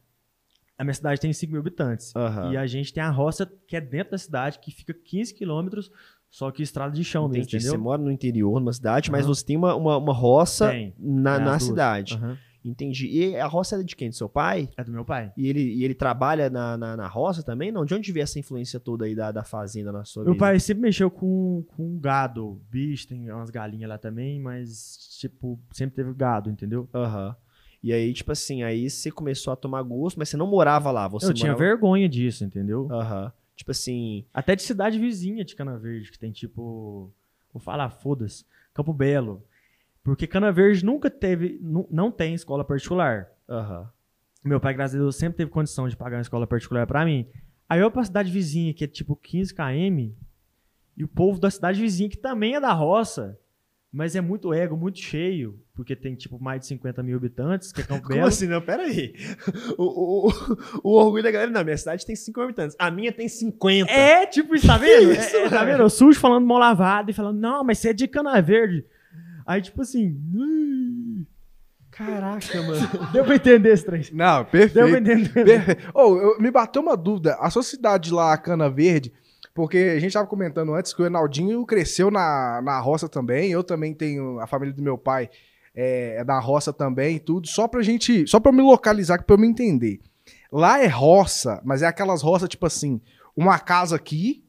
Speaker 2: A minha cidade tem 5 mil habitantes.
Speaker 1: Aham.
Speaker 2: E a gente tem a roça que é dentro da cidade, que fica 15 quilômetros, só que estrada de chão mesmo,
Speaker 1: Entendi. Você
Speaker 2: entendeu?
Speaker 1: mora no interior, numa cidade, mas
Speaker 2: Aham.
Speaker 1: você tem uma, uma, uma roça
Speaker 2: Tem.
Speaker 1: na,
Speaker 2: É, as
Speaker 1: na
Speaker 2: duas.
Speaker 1: cidade.
Speaker 2: Aham.
Speaker 1: Entendi. E a roça é de quem? Do seu pai?
Speaker 2: É do meu pai.
Speaker 1: E ele, e ele trabalha na, na, na roça também? Não? De onde veio essa influência toda aí da, da fazenda na sua
Speaker 2: Meu
Speaker 1: vida?
Speaker 2: pai sempre mexeu com, com gado, bicho, tem umas galinhas lá também, mas, tipo, sempre teve gado, entendeu?
Speaker 1: Aham. E aí, tipo assim, aí você começou a tomar gosto, mas você não morava lá. Você
Speaker 2: eu tinha
Speaker 1: morava...
Speaker 2: vergonha disso, entendeu?
Speaker 1: Aham. Tipo assim,
Speaker 2: Até de cidade vizinha de Cana Verde, que tem tipo. Vou falar, foda-se. Campo Belo. Porque Cana Verde nunca teve. nu- Não tem escola particular.
Speaker 1: aham.
Speaker 2: Meu pai, graças a Deus, sempre teve condição de pagar uma escola particular pra mim. Aí eu pra cidade vizinha, que é tipo 15 km, e o povo da cidade vizinha, que também é da roça, mas é muito ego, muito cheio, porque tem tipo mais de 50 mil habitantes, que é Campo
Speaker 1: Como
Speaker 2: Belo.
Speaker 1: assim? Não, peraí. O, o, o, o orgulho da galera, não, minha cidade tem 5 mil habitantes. A minha tem 50.
Speaker 2: É, tipo isso, tá vendo?
Speaker 1: Que isso,
Speaker 2: É, é, tá
Speaker 1: velho?
Speaker 2: vendo? Eu sujo falando mão lavada e falando, não, mas você é de cana verde. Aí, tipo assim, "Ui".
Speaker 1: Caraca, mano.
Speaker 2: deu pra entender esse trem.
Speaker 3: Não,
Speaker 2: Deu pra
Speaker 3: perfeito.
Speaker 2: entender.
Speaker 3: Perfe- Ô, eu- me bateu uma dúvida. A sua cidade lá, Cana Verde, porque a gente tava comentando antes que o Enaldinho cresceu na, na roça também. Eu também tenho a família do meu pai é, é da roça também e tudo. Só pra gente. Só pra eu me localizar, pra eu me entender. Lá é roça, mas é aquelas roças tipo assim: uma casa aqui,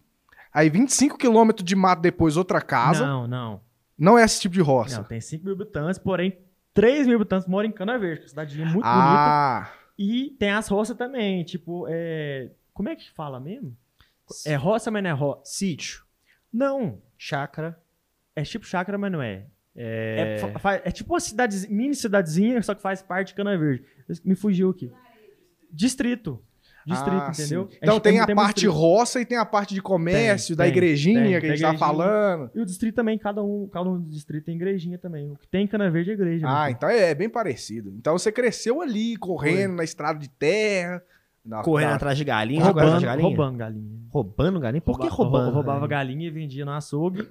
Speaker 3: aí 25 quilômetros de mato depois outra casa. Não.
Speaker 2: Não, não.
Speaker 3: é esse tipo de roça.
Speaker 2: Não, tem 5 mil habitantes, porém 3 mil habitantes moram em Cana Verde, que é uma cidadezinha muito bonita.
Speaker 3: ah,
Speaker 2: E tem as roças também, tipo, é... Como é que fala mesmo? É roça, mas não é roça.
Speaker 1: Sítio,
Speaker 2: Não,
Speaker 1: chácara.
Speaker 2: é tipo chácara, mas não é.
Speaker 1: É...
Speaker 2: É, fa- fa- é tipo uma cidadezinha, mini cidadezinha, só que faz parte de Cana Verde. Me fugiu aqui. Distrito. Distrito,
Speaker 3: Ah, sim.
Speaker 2: entendeu?
Speaker 3: Então
Speaker 2: gente
Speaker 3: tem, a
Speaker 2: muito
Speaker 3: parte
Speaker 2: distrito.
Speaker 3: roça e tem a parte de comércio, da
Speaker 2: tem,
Speaker 3: igrejinha
Speaker 2: tem,
Speaker 3: que a
Speaker 2: da
Speaker 3: gente tá
Speaker 2: igrejinha.
Speaker 3: falando.
Speaker 2: E o distrito também, cada um, cada um do distrito tem igrejinha também. O que tem em Cana Verde é igreja.
Speaker 3: Ah,
Speaker 2: né?
Speaker 3: então é, é bem parecido. Então você cresceu ali, correndo na estrada de terra. na-
Speaker 1: Correndo
Speaker 3: na-
Speaker 1: atrás de galinha, jogando atrás
Speaker 2: Ah, tá. roubando,
Speaker 1: de galinha.
Speaker 2: roubando galinha.
Speaker 1: Roubando galinha? Por que
Speaker 2: Rouba- rou-
Speaker 1: roubando? né?
Speaker 2: Roubava
Speaker 1: velho?
Speaker 2: galinha e vendia no açougue.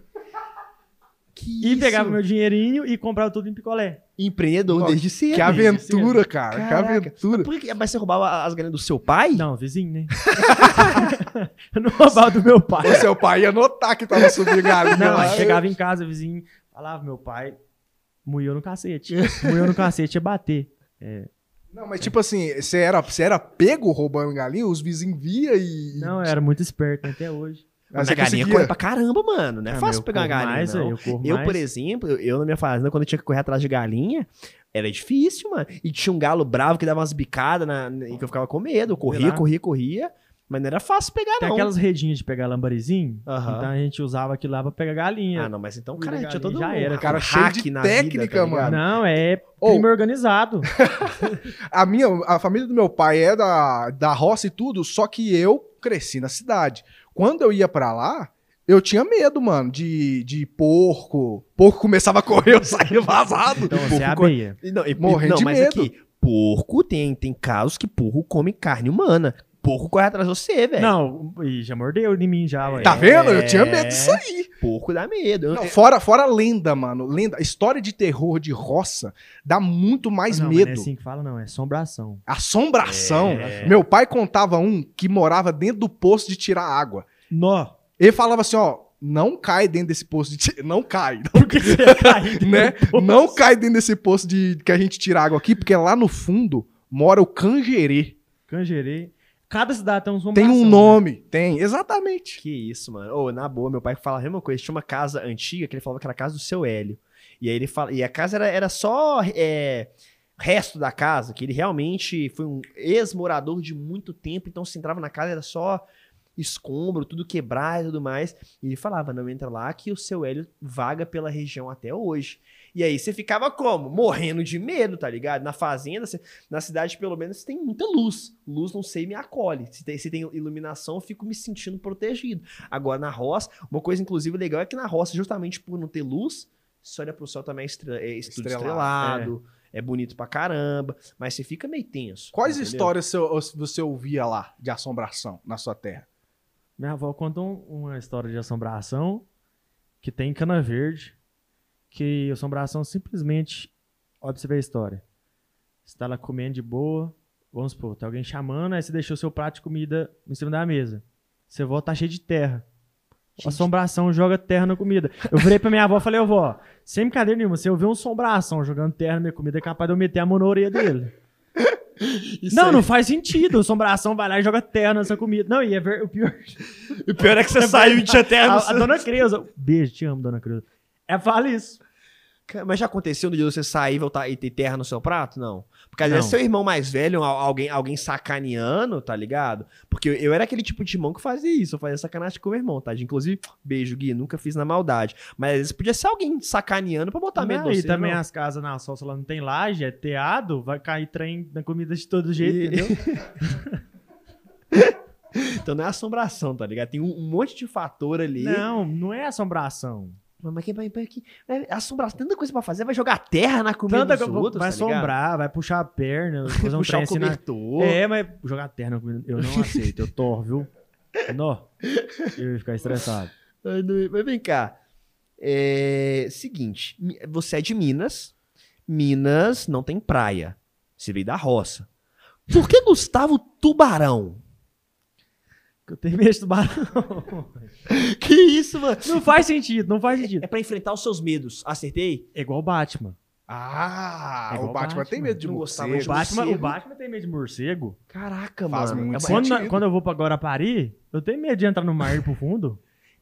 Speaker 1: Que
Speaker 2: E
Speaker 1: isso?
Speaker 2: pegava meu dinheirinho e comprava tudo em picolé.
Speaker 1: Empreendedor
Speaker 3: Nossa,
Speaker 1: desde cedo.
Speaker 3: Que aventura, cara.
Speaker 1: Caraca.
Speaker 3: Que aventura.
Speaker 1: Por que, mas você roubava as galinhas do seu pai?
Speaker 2: Não, vizinho, né? Eu não roubava do meu pai.
Speaker 3: O seu pai ia notar que tava subindo galinha
Speaker 2: Não,
Speaker 3: lá.
Speaker 2: aí chegava em casa, o vizinho falava, meu pai moeu no cacete. moeu no cacete é bater.
Speaker 3: Não, mas tipo assim, você era, você era pego roubando galinha, os vizinhos via e.
Speaker 2: Não, eu era muito esperto né, até hoje.
Speaker 1: Mas
Speaker 3: você
Speaker 1: a galinha
Speaker 3: conseguia.
Speaker 1: corre pra caramba, mano. Não é
Speaker 2: Ah,
Speaker 1: fácil
Speaker 2: meu,
Speaker 1: pegar uma
Speaker 2: corro
Speaker 1: galinha,
Speaker 2: mais,
Speaker 1: não.
Speaker 2: Eu, corro
Speaker 1: Eu,
Speaker 2: mais.
Speaker 1: por exemplo, eu- eu na minha fazenda, quando eu tinha que correr atrás de galinha, era difícil, mano. E tinha um galo bravo que dava umas bicadas na- na- e que eu ficava com medo. Eu corria,
Speaker 2: Sei lá.
Speaker 1: corria, corria. Mas não era fácil pegar,
Speaker 2: Tem
Speaker 1: não.
Speaker 2: aquelas redinhas de pegar lambarizinho.
Speaker 1: Aham.
Speaker 2: Então a gente usava aquilo lá pra pegar
Speaker 1: Ah,
Speaker 2: galinha.
Speaker 1: não, mas então o
Speaker 2: Cuida
Speaker 1: cara
Speaker 2: da
Speaker 1: tinha
Speaker 2: galinha,
Speaker 1: todo
Speaker 2: já
Speaker 1: um
Speaker 2: era.
Speaker 3: Cara, cheio
Speaker 1: hack
Speaker 3: de
Speaker 1: na
Speaker 3: técnica,
Speaker 1: vida, tá ligado?
Speaker 3: mano.
Speaker 2: não, é
Speaker 3: Ou-
Speaker 2: crime organizado.
Speaker 3: A minha, a família do meu pai é da, da roça e tudo, só que eu cresci na cidade. Quando eu ia pra lá, eu tinha medo, mano, de, de porco. Porco começava a correr, eu saía vazado.
Speaker 2: Então você é a
Speaker 3: Porco corre-
Speaker 2: beia.
Speaker 1: E Não, e,
Speaker 3: Morrendo
Speaker 1: não
Speaker 3: de
Speaker 1: mas
Speaker 3: medo.
Speaker 1: aqui, porco tem, tem casos que porco come carne humana. Porco corre atrás de você, velho.
Speaker 2: Não, e já mordeu em mim já, ué.
Speaker 3: Tá vendo? Eu tinha
Speaker 1: É.
Speaker 3: medo disso aí.
Speaker 1: Porco dá medo. Eu-
Speaker 3: Não, fora, fora a lenda, mano. Lenda, história de terror de roça dá muito mais
Speaker 2: não, mas
Speaker 3: medo.
Speaker 2: Não é assim que fala, não. É assombração.
Speaker 3: Assombração.
Speaker 1: É.
Speaker 3: Meu pai contava um que morava dentro do poço de tirar água.
Speaker 2: Nó.
Speaker 3: Ele falava assim, ó, não cai dentro desse poço de tirar... Não cai,
Speaker 2: Por que você é ia cair?
Speaker 3: né? Não cai dentro desse poço de que a gente tira água aqui, porque lá no fundo mora o canjerê.
Speaker 2: Canjerê. Cada cidade tem um nome.
Speaker 3: Tem um nome, tem, exatamente.
Speaker 1: Que isso, mano. Ô, na boa, meu pai falava a mesma coisa. Tinha uma casa antiga que ele falava que era a casa do seu Hélio. E aí ele fala. E a casa era, era só é, resto da casa, que ele realmente foi um ex-morador de muito tempo, então se entrava na casa, era só escombro, tudo quebrado e tudo mais. E ele falava: não entra lá que o seu Hélio vaga pela região até hoje. E aí você ficava como? Morrendo de medo, tá ligado? Na fazenda, você- na cidade, pelo menos, tem muita luz. Luz não sei me acolhe. Se tem, se tem iluminação, eu fico me sentindo protegido. Agora, na roça, uma coisa, inclusive, legal é que na roça, justamente por não ter luz, você olha pro céu também é, estre- é estrelado.
Speaker 3: Estrelado,
Speaker 1: estrelado é. bonito pra caramba, mas você fica meio tenso.
Speaker 3: Quais
Speaker 1: entendeu?
Speaker 3: histórias seu- você ouvia lá de assombração na sua terra?
Speaker 2: Minha avó conta um- uma história de assombração que tem em Cana Verde, que assombração simplesmente, olha pra você ver a história. Você tá lá comendo de boa, vamos supor, tem alguém chamando, aí você deixou seu prato de comida em cima da mesa. Você volta tá cheio de terra.
Speaker 1: Gente.
Speaker 2: Assombração joga terra na comida. Eu virei pra minha avó e falei, ô vó, sem brincadeira nenhuma, se eu ver um assombração jogando terra na minha comida, é capaz de eu meter a mão na orelha dele.
Speaker 1: Isso
Speaker 2: não,
Speaker 1: aí.
Speaker 2: não faz sentido. Assombração vai lá e joga terra na sua comida. Não, e é ver... o pior
Speaker 1: O pior é que você saiu de até.
Speaker 2: a, a dona Creuza. Beijo, te amo, dona Creuza. Ela fala isso.
Speaker 1: Mas já aconteceu no dia de você sair e voltar e ter terra no seu prato? Não. Porque às vezes
Speaker 2: Não.
Speaker 1: seu irmão mais velho, al- alguém, alguém sacaneando, tá ligado? Porque eu, eu era aquele tipo de irmão que fazia isso, eu fazia sacanagem com o meu irmão, tá? Inclusive, beijo, Gui, nunca fiz na maldade. Mas às vezes podia ser alguém sacaneando pra botar medo
Speaker 2: Não, é
Speaker 1: em
Speaker 2: e
Speaker 1: você,
Speaker 2: também
Speaker 1: não.
Speaker 2: as casas na Sócia lá não tem laje, é teado, vai cair trem na comida de todo jeito,
Speaker 1: E-
Speaker 2: entendeu?
Speaker 1: Então não é assombração, tá ligado? Tem um, um monte de fator ali.
Speaker 2: Não, não é assombração.
Speaker 1: Mas, mas, que- mas, mas que- é assombração, tanta coisa pra fazer, vai jogar terra na comida
Speaker 2: Tanta
Speaker 1: dos
Speaker 2: coisa.
Speaker 1: outros,
Speaker 2: vai
Speaker 1: tá ligado?
Speaker 2: assombrar, vai puxar a perna, fazer um
Speaker 1: puxar
Speaker 2: trem
Speaker 1: o
Speaker 2: assim na...
Speaker 1: cobertor.
Speaker 2: É, mas jogar terra na comida, eu não aceito, eu torro, viu? Nó. Eu ia ficar estressado.
Speaker 1: Ai, doeu. Mas vem cá. É, Seguinte, mi- você é de Minas. Minas não tem praia. Você veio da roça. Por que Gustavo Tubarão?
Speaker 2: Eu tenho medo de tubarão.
Speaker 1: Que isso, mano?
Speaker 2: Não faz sentido, não faz sentido.
Speaker 1: É pra enfrentar os seus medos. Acertei?
Speaker 2: É igual o Batman.
Speaker 3: Ah,
Speaker 2: É
Speaker 3: o
Speaker 2: igual
Speaker 3: Batman, tem medo de
Speaker 1: Não gostava
Speaker 3: morcego.
Speaker 2: O Batman, o
Speaker 1: morcego.
Speaker 2: Batman tem medo de morcego.
Speaker 1: Caraca,
Speaker 3: Faz
Speaker 1: mano.
Speaker 3: muito
Speaker 1: É uma-
Speaker 2: Quando,
Speaker 3: sentido.
Speaker 2: quando eu vou pra Guarapari, eu tenho medo de entrar no mar e ir pro fundo.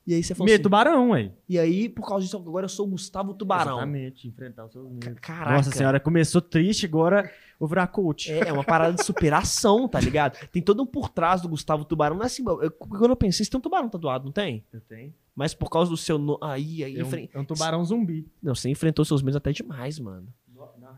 Speaker 1: E aí você falou
Speaker 2: Medo
Speaker 1: assim,
Speaker 2: tubarão, ué.
Speaker 1: E aí, por causa disso, agora eu sou o Gustavo Tubarão.
Speaker 2: Exatamente, enfrentar os seus medos.
Speaker 1: Caraca.
Speaker 2: Nossa senhora, começou triste, agora vou virar coach.
Speaker 1: É, é uma parada de superação, tá ligado? Tem todo um por trás do Gustavo Tubarão. Não é assim, eu- quando eu pensei, você tem um tubarão tatuado, não tem?
Speaker 2: Eu tenho.
Speaker 1: Mas por causa do seu. No... Aí, aí.
Speaker 2: É um,
Speaker 1: enfre-
Speaker 2: é um tubarão zumbi.
Speaker 1: Não, você enfrentou seus medos até demais, mano.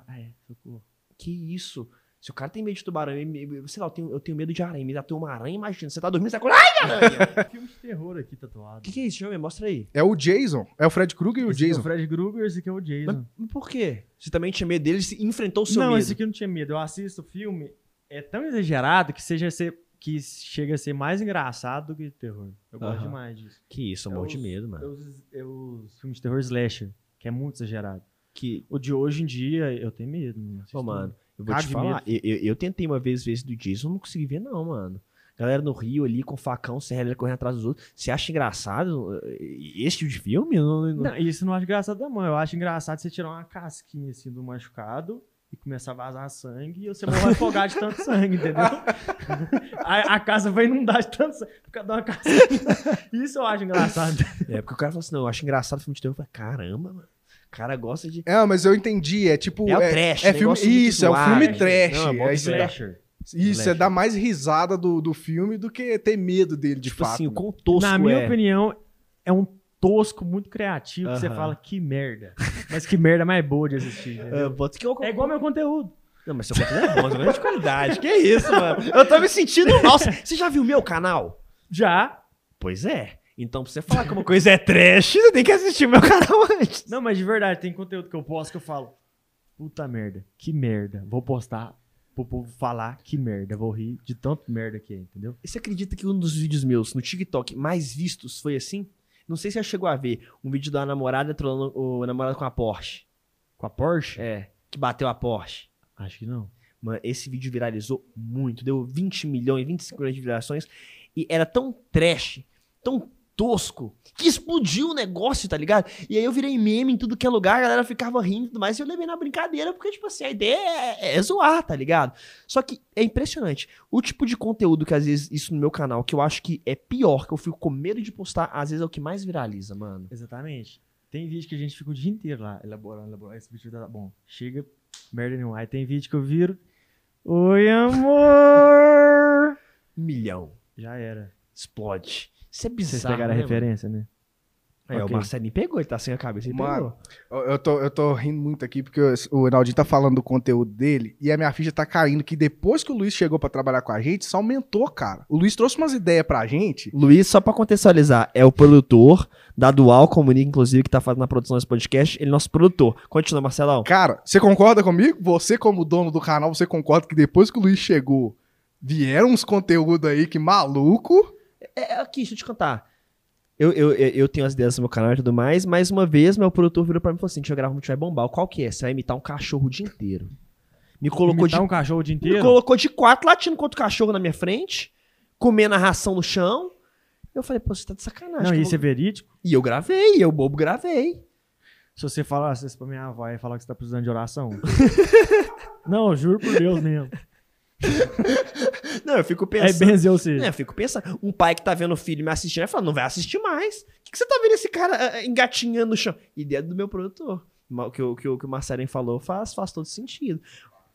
Speaker 2: Ah, é, socorro.
Speaker 1: Que isso? Se o cara tem medo de tubarão, eu- eu- eu- sei lá, eu tenho, eu tenho medo de aranha, me dá uma aranha, imagina. Você tá dormindo, você acorda. Ai, aranha!
Speaker 2: Filme de terror aqui tatuado.
Speaker 1: O que, que é isso, Jovem? Mostra aí.
Speaker 3: É o Jason. É o Fred Krueger e o
Speaker 2: Esse aqui é
Speaker 3: Jason.
Speaker 2: o Fred Krueger, esse aqui é o Jason.
Speaker 1: Mas, mas por quê? é Você também tinha medo dele e enfrentou o seu
Speaker 2: não,
Speaker 1: medo.
Speaker 2: esse aqui eu não tinha medo. Eu assisto o filme, é tão exagerado que seja ser, que chega a ser mais engraçado do que terror. Eu gosto
Speaker 1: Aham.
Speaker 2: demais disso.
Speaker 1: Que isso, eu morro
Speaker 2: É
Speaker 1: de
Speaker 2: os-
Speaker 1: medo,
Speaker 2: É
Speaker 1: mano.
Speaker 2: os, é os filmes de terror slasher, que é muito exagerado.
Speaker 1: Que,
Speaker 2: O de hoje em dia, eu tenho medo. não assisto
Speaker 1: pô, mano, eu vou
Speaker 2: Cago
Speaker 1: te
Speaker 2: de
Speaker 1: falar, eu, eu- eu tentei uma vez ver esse do Jason, não consegui ver não, mano. Galera no Rio ali com facão, serralheiro correndo atrás dos outros. Você acha engraçado eh, esse tipo de filme? Eu Não, não-
Speaker 2: Não, isso eu não acho engraçado não, mano. Eu acho engraçado você tirar uma casquinha assim do machucado e começar a vazar sangue e você morrer afogado de tanto sangue, entendeu? a, a casa vai inundar de tanto sangue por causa de uma casquinha. Isso eu acho engraçado.
Speaker 1: É porque o cara fala assim, não, eu acho engraçado filme de terror. Eu falei, caramba, mano. O cara gosta de.
Speaker 3: É, mas eu entendi. É tipo.
Speaker 1: É o
Speaker 3: é-
Speaker 1: trash,
Speaker 3: é
Speaker 1: um
Speaker 3: filme-
Speaker 1: negócio muito
Speaker 3: isso, é o
Speaker 1: zoado,
Speaker 3: filme
Speaker 1: né?
Speaker 3: trash,
Speaker 1: Não, é bom
Speaker 3: é
Speaker 1: que
Speaker 3: isso
Speaker 1: é.
Speaker 3: aí.
Speaker 2: Slasher.
Speaker 3: Isso, é
Speaker 1: Flash.
Speaker 3: dar mais risada do, do filme do que ter medo dele, de
Speaker 1: Tipo
Speaker 3: fato.
Speaker 1: assim, o
Speaker 3: né?
Speaker 1: quão tosco
Speaker 2: Na minha
Speaker 1: é.
Speaker 2: opinião, é um tosco muito criativo que você
Speaker 1: Aham.
Speaker 2: fala que merda. Mas que merda mais boa de assistir, entendeu?
Speaker 1: É, bota que eu-
Speaker 2: É igual meu conteúdo.
Speaker 1: Não, mas seu conteúdo é bom, seu conteúdo é de qualidade. Que isso, mano? Eu tô me sentindo mal. Você você já viu meu canal?
Speaker 2: Já.
Speaker 1: Pois é. Então, pra você falar que uma coisa é trash, você tem que assistir meu canal antes.
Speaker 2: Não, mas de verdade, tem conteúdo que eu posto que eu falo. Puta merda, que merda. Vou postar pro povo falar que merda. Vou rir de tanto merda que é, entendeu?
Speaker 1: E Você acredita que um dos vídeos meus no TikTok mais vistos foi assim? Não sei se você chegou a ver um vídeo da namorada trolando o namorado com a Porsche.
Speaker 2: Com a Porsche?
Speaker 1: É, que bateu a Porsche.
Speaker 2: Acho que não.
Speaker 1: Mano, esse vídeo viralizou muito. Deu 20 milhões, 25 milhões de visualizações. E era tão trash, tão tosco, que explodiu o negócio, tá ligado? E aí eu virei meme em tudo que é lugar, a galera ficava rindo e tudo mais. E eu levei na brincadeira, porque, tipo assim, a ideia é, é zoar, tá ligado? Só que é impressionante. O tipo de conteúdo que, às vezes, isso no meu canal, que eu acho que é pior, que eu fico com medo de postar, às vezes é o que mais viraliza, mano.
Speaker 2: Exatamente. Tem vídeo que a gente fica o dia inteiro lá, elaborando, elaborando. Esse vídeo tá bom. Chega, merda nenhuma. Aí tem vídeo que eu viro. Oi, amor!
Speaker 1: Um Milhão.
Speaker 2: Já era.
Speaker 1: explode. Isso é bizarro.
Speaker 2: Vocês pegaram a
Speaker 1: né,
Speaker 2: referência, né?
Speaker 1: mano? É,
Speaker 2: Ok.
Speaker 1: o Marcelinho pegou, ele tá sem a cabeça. Ele
Speaker 3: Mano,
Speaker 1: pegou.
Speaker 3: Eu- Eu tô, eu tô rindo muito aqui porque o- o Reinaldinho tá falando do conteúdo dele e a minha ficha tá caindo que depois que o Luiz chegou pra trabalhar com a gente, isso aumentou, cara. O Luiz trouxe umas ideias pra gente.
Speaker 1: Luiz, só pra contextualizar, é o produtor da Dual Comunica, inclusive, que tá fazendo a produção desse podcast. Ele é nosso produtor. Continua, Marcelão.
Speaker 3: Cara, você concorda comigo? Você como dono do canal, você concorda que depois que o Luiz chegou, vieram uns conteúdos aí que maluco?
Speaker 1: É, aqui, deixa eu te contar. Eu, eu, eu eu tenho as ideias no meu canal e tudo mais, mas uma vez meu produtor virou pra mim e falou assim: Deixa eu gravar um vai bombar. Qual que é? Você vai imitar um cachorro o dia inteiro. Me colocou, de,
Speaker 2: Imitar um cachorro o dia
Speaker 1: me
Speaker 2: inteiro?
Speaker 1: colocou de quatro latindo contra o cachorro na minha frente, comendo a ração no chão. Eu falei, pô, você tá de sacanagem.
Speaker 2: Não,
Speaker 1: que eu
Speaker 2: isso é
Speaker 1: vou-
Speaker 2: verídico.
Speaker 1: E eu gravei, eu bobo gravei.
Speaker 2: Se você falar se você pra minha avó e falar que você tá precisando de oração. não, eu juro por Deus mesmo.
Speaker 1: Não, eu fico
Speaker 2: É
Speaker 1: pensando.
Speaker 2: benzer você.
Speaker 1: É, eu fico pensando, um pai que tá vendo o filho me assistindo, ele fala, não vai assistir mais. O que, que você tá vendo esse cara ah, ah, engatinhando no chão? Ideia do meu produtor. Ma- O que, o- que o que o Marcelinho falou faz, faz todo sentido.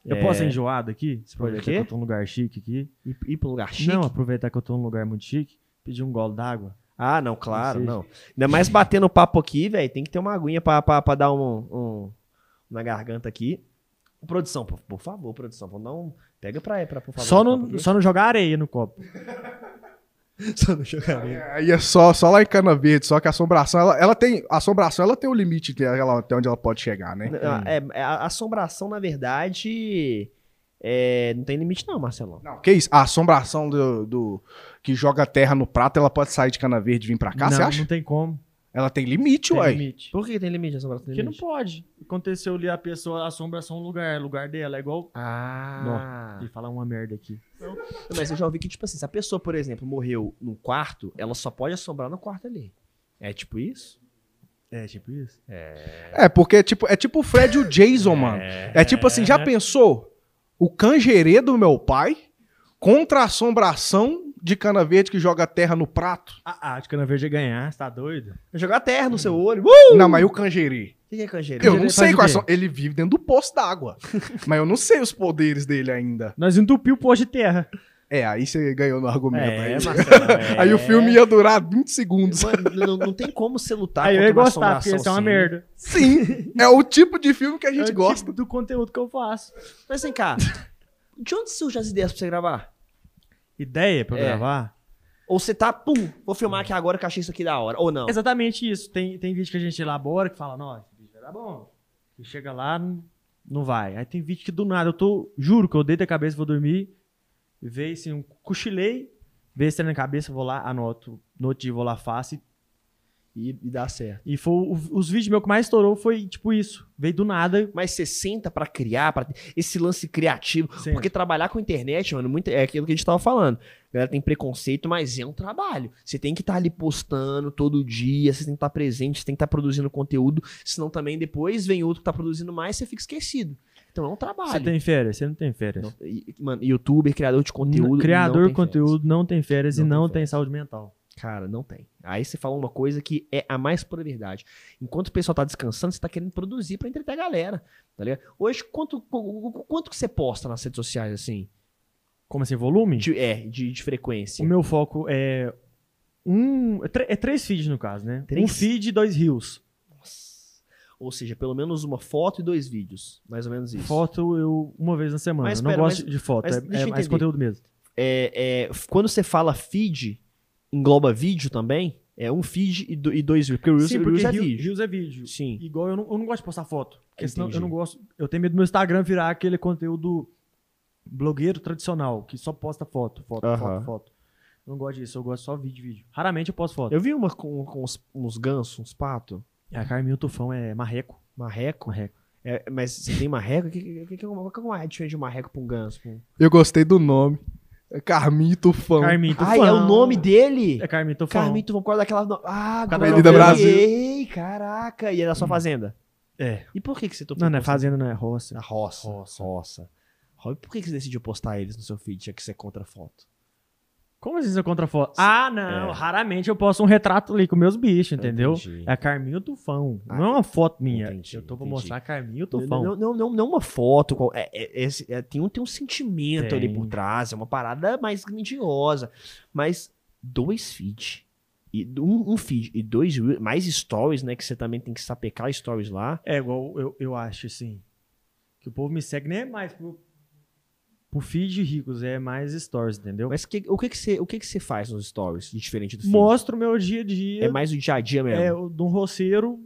Speaker 2: Eu posso ser enjoado aqui? Se
Speaker 1: Pode o
Speaker 2: É. aproveitar
Speaker 1: quê?
Speaker 2: que eu tô num lugar chique aqui.
Speaker 1: Ir, ir pra um lugar chique?
Speaker 2: Não, aproveitar que eu tô num lugar muito chique, pedir um gole d'água.
Speaker 1: Ah, não, claro,
Speaker 2: Não sei.
Speaker 1: não. Ainda mais batendo papo aqui, velho, tem que ter uma aguinha pra, pra, pra dar um, um- na garganta aqui. Produção, por, por favor, produção, vamos dar um... Pega pra, pra por favor.
Speaker 2: Só
Speaker 1: um
Speaker 2: não,
Speaker 1: copo aqui.
Speaker 2: só não jogar areia no copo.
Speaker 1: Só no jogar.
Speaker 3: Aí é só, só lá em Cana Verde, só que a assombração, ela, ela tem. A assombração ela tem um limite que ela- até onde ela pode chegar, né?
Speaker 1: Não, é, é, a assombração, na verdade, é, não tem limite não, Marcelão.
Speaker 3: Não, que isso? A assombração do, do- que joga terra no prato, ela pode sair de Cana Verde e vir pra cá,
Speaker 2: não,
Speaker 3: você acha?
Speaker 2: não tem como.
Speaker 3: Ela tem limite,
Speaker 2: Tem
Speaker 3: ué.
Speaker 2: limite.
Speaker 1: Por que tem limite a assombração? Tem
Speaker 2: Porque não
Speaker 1: limite?
Speaker 2: pode. Aconteceu ali a pessoa, assombra só um lugar, é lugar dela. É igual.
Speaker 1: Ah,
Speaker 2: E falar uma merda aqui.
Speaker 1: mas eu já ouvi que, tipo assim, se a pessoa, por exemplo, morreu num quarto, ela só pode assombrar no quarto ali. É tipo isso?
Speaker 2: É tipo isso?
Speaker 3: É, porque é tipo, é tipo o Fred e o Jason, mano. É tipo assim, já pensou? O canjerê do meu pai contra a assombração de cana verde que joga terra no prato?
Speaker 2: A, a de cana verde ia ganhar, você tá doido?
Speaker 1: É Jogar terra no seu olho. Uh!
Speaker 3: Não, mas e o canjerê?
Speaker 1: O que que é canjeiro?
Speaker 3: Eu
Speaker 2: Canjerê faz
Speaker 3: não sei
Speaker 2: o
Speaker 3: quais
Speaker 2: quê?
Speaker 3: são. Ele vive dentro do poço d'água. mas eu não sei os poderes dele ainda.
Speaker 2: Nós entupiu o poço de terra.
Speaker 3: É, aí você ganhou no argumento.
Speaker 2: É,
Speaker 3: aí
Speaker 1: Marcelo,
Speaker 3: aí
Speaker 1: é.
Speaker 3: o filme ia durar 20 segundos.
Speaker 1: Mano, não, não tem como você lutar
Speaker 2: Aí eu
Speaker 1: contra
Speaker 2: ia
Speaker 1: uma
Speaker 2: gostar, porque
Speaker 1: assombração
Speaker 2: isso é uma
Speaker 1: assim.
Speaker 2: merda.
Speaker 3: Sim, é o tipo de filme que a
Speaker 2: É o
Speaker 3: gente
Speaker 2: tipo
Speaker 3: gosta.
Speaker 2: do conteúdo que eu faço.
Speaker 1: Mas vem cá, de onde surgem as ideias pra você gravar?
Speaker 2: Ideia pra eu
Speaker 1: É.
Speaker 2: gravar?
Speaker 1: Ou você tá, pum, vou filmar aqui agora que eu achei isso aqui da hora. Ou não?
Speaker 2: Exatamente isso. Tem, tem vídeo que a gente elabora que fala, nossa, esse vídeo vai dar bom. E chega lá, n- não vai. Aí tem vídeo que do nada eu tô, juro que eu deito a cabeça, vou dormir, veio assim, um cochilei, veio esse trem na cabeça, vou lá, anoto, no outro dia vou lá, faço. E,
Speaker 1: E, e dá certo.
Speaker 2: e foi, o- os vídeos meus que mais estourou foi tipo isso. Veio do nada.
Speaker 1: Mas você senta pra criar, pra esse lance criativo.
Speaker 2: Sim.
Speaker 1: Porque trabalhar com internet, mano, muito, é aquilo que a gente tava falando. A galera tem preconceito, mas é um trabalho. Você tem que estar ali postando todo dia, você tem que estar presente, você tem que estar produzindo conteúdo, senão também depois vem outro que tá produzindo mais, você fica esquecido. Então é um trabalho.
Speaker 2: Você tem férias, você não tem férias.
Speaker 1: Não- e- e- mano, youtuber, criador de
Speaker 2: N-
Speaker 1: conteúdo.
Speaker 2: Criador
Speaker 1: não
Speaker 2: de
Speaker 1: tem
Speaker 2: conteúdo não tem férias
Speaker 1: Não
Speaker 2: e
Speaker 1: tem
Speaker 2: não tem
Speaker 1: férias.
Speaker 2: saúde mental.
Speaker 1: férias. Cara, não tem. Aí você fala uma coisa que é a mais pura verdade. Enquanto o pessoal tá descansando, você tá querendo produzir pra entreter a galera. Tá ligado? Hoje, quanto, qu- qu- quanto que você posta nas redes sociais, assim?
Speaker 2: Como assim, volume?
Speaker 1: De- é, de, de
Speaker 2: O
Speaker 1: frequência.
Speaker 2: meu foco é um. É, tre- é três feeds, no caso, né?
Speaker 1: Três?
Speaker 2: Um feed e dois rios.
Speaker 1: Nossa. Ou seja, pelo menos uma foto e dois vídeos. Mais ou menos isso.
Speaker 2: Foto eu uma vez na semana.
Speaker 1: Mas
Speaker 2: eu não
Speaker 1: pera,
Speaker 2: gosto de foto,
Speaker 1: mas
Speaker 2: é,
Speaker 1: deixa eu
Speaker 2: é mais
Speaker 1: entender.
Speaker 2: conteúdo mesmo.
Speaker 1: É, é, f- quando você fala feed, engloba vídeo também? É um feed e, do- e dois vídeos. Porque o Reels,
Speaker 2: Sim,
Speaker 1: o
Speaker 2: porque
Speaker 1: Reels é
Speaker 2: rio-
Speaker 1: vídeo.
Speaker 2: rios é vídeo.
Speaker 1: Sim.
Speaker 2: Igual eu não, eu não gosto de postar foto. Porque senão eu
Speaker 1: Entendi.
Speaker 2: não gosto. Eu tenho medo do meu Instagram virar aquele conteúdo blogueiro tradicional, que só posta foto, foto,
Speaker 1: Aham.
Speaker 2: foto, foto. Eu não gosto disso, eu gosto só vídeo, vídeo. Raramente eu posto foto.
Speaker 1: Eu vi uma com, com uns, uns gansos, uns patos,
Speaker 2: A Carminho Tufão é marreco.
Speaker 1: marreco.
Speaker 2: Marreco.
Speaker 1: É, mas você tem marreco? O que, que, que, qual que é a diferença de um marreco pra um ganso? Pra um-
Speaker 3: Eu gostei do nome. É Carminho Tufão.
Speaker 2: Carminho Tufão.
Speaker 1: Ai, é o nome dele?
Speaker 2: É Carminho Tufão.
Speaker 1: Carmito, vamos colocar daquela... no- Ah,
Speaker 2: Cada
Speaker 1: agora
Speaker 2: Avenida
Speaker 1: eu
Speaker 3: Brasil.
Speaker 1: peguei, caraca. E é da sua fazenda?
Speaker 2: É.
Speaker 1: E por que, que você topou?
Speaker 2: Não, não é
Speaker 1: postar?
Speaker 2: fazenda, não é roça.
Speaker 1: Na roça.
Speaker 2: Roça.
Speaker 1: Roça. Rob, por que que você decidiu postar eles no seu feed, já que você é contra a foto?
Speaker 2: Como assim você contra foto? Ah, não.
Speaker 1: É.
Speaker 2: Raramente eu posto um retrato ali com meus bichos, entendeu?
Speaker 1: Entendi.
Speaker 2: É a Carminho Tufão.
Speaker 1: Ah,
Speaker 2: não é uma foto minha.
Speaker 1: entendi,
Speaker 2: eu tô pra
Speaker 1: entendi.
Speaker 2: mostrar a Carminho
Speaker 1: Não,
Speaker 2: Tufão.
Speaker 1: não, não, não, não uma foto. qual- é- é- esse- é- tem, um, tem um sentimento ali
Speaker 2: Tem.
Speaker 1: por trás. É uma parada mais grandiosa. Mas dois feeds. E um, um feed e dois reels, mais stories, né? Que você também tem que sapecar stories lá.
Speaker 2: É igual eu, eu acho, assim. Que o povo me segue nem é mais pro, pro feed de ricos, é mais stories, entendeu?
Speaker 1: Mas que- o, que que você, o que que você faz nos stories de diferente do feed?
Speaker 2: Mostra o meu dia a dia.
Speaker 1: É mais o dia a dia mesmo.
Speaker 2: É, o- de um roceiro.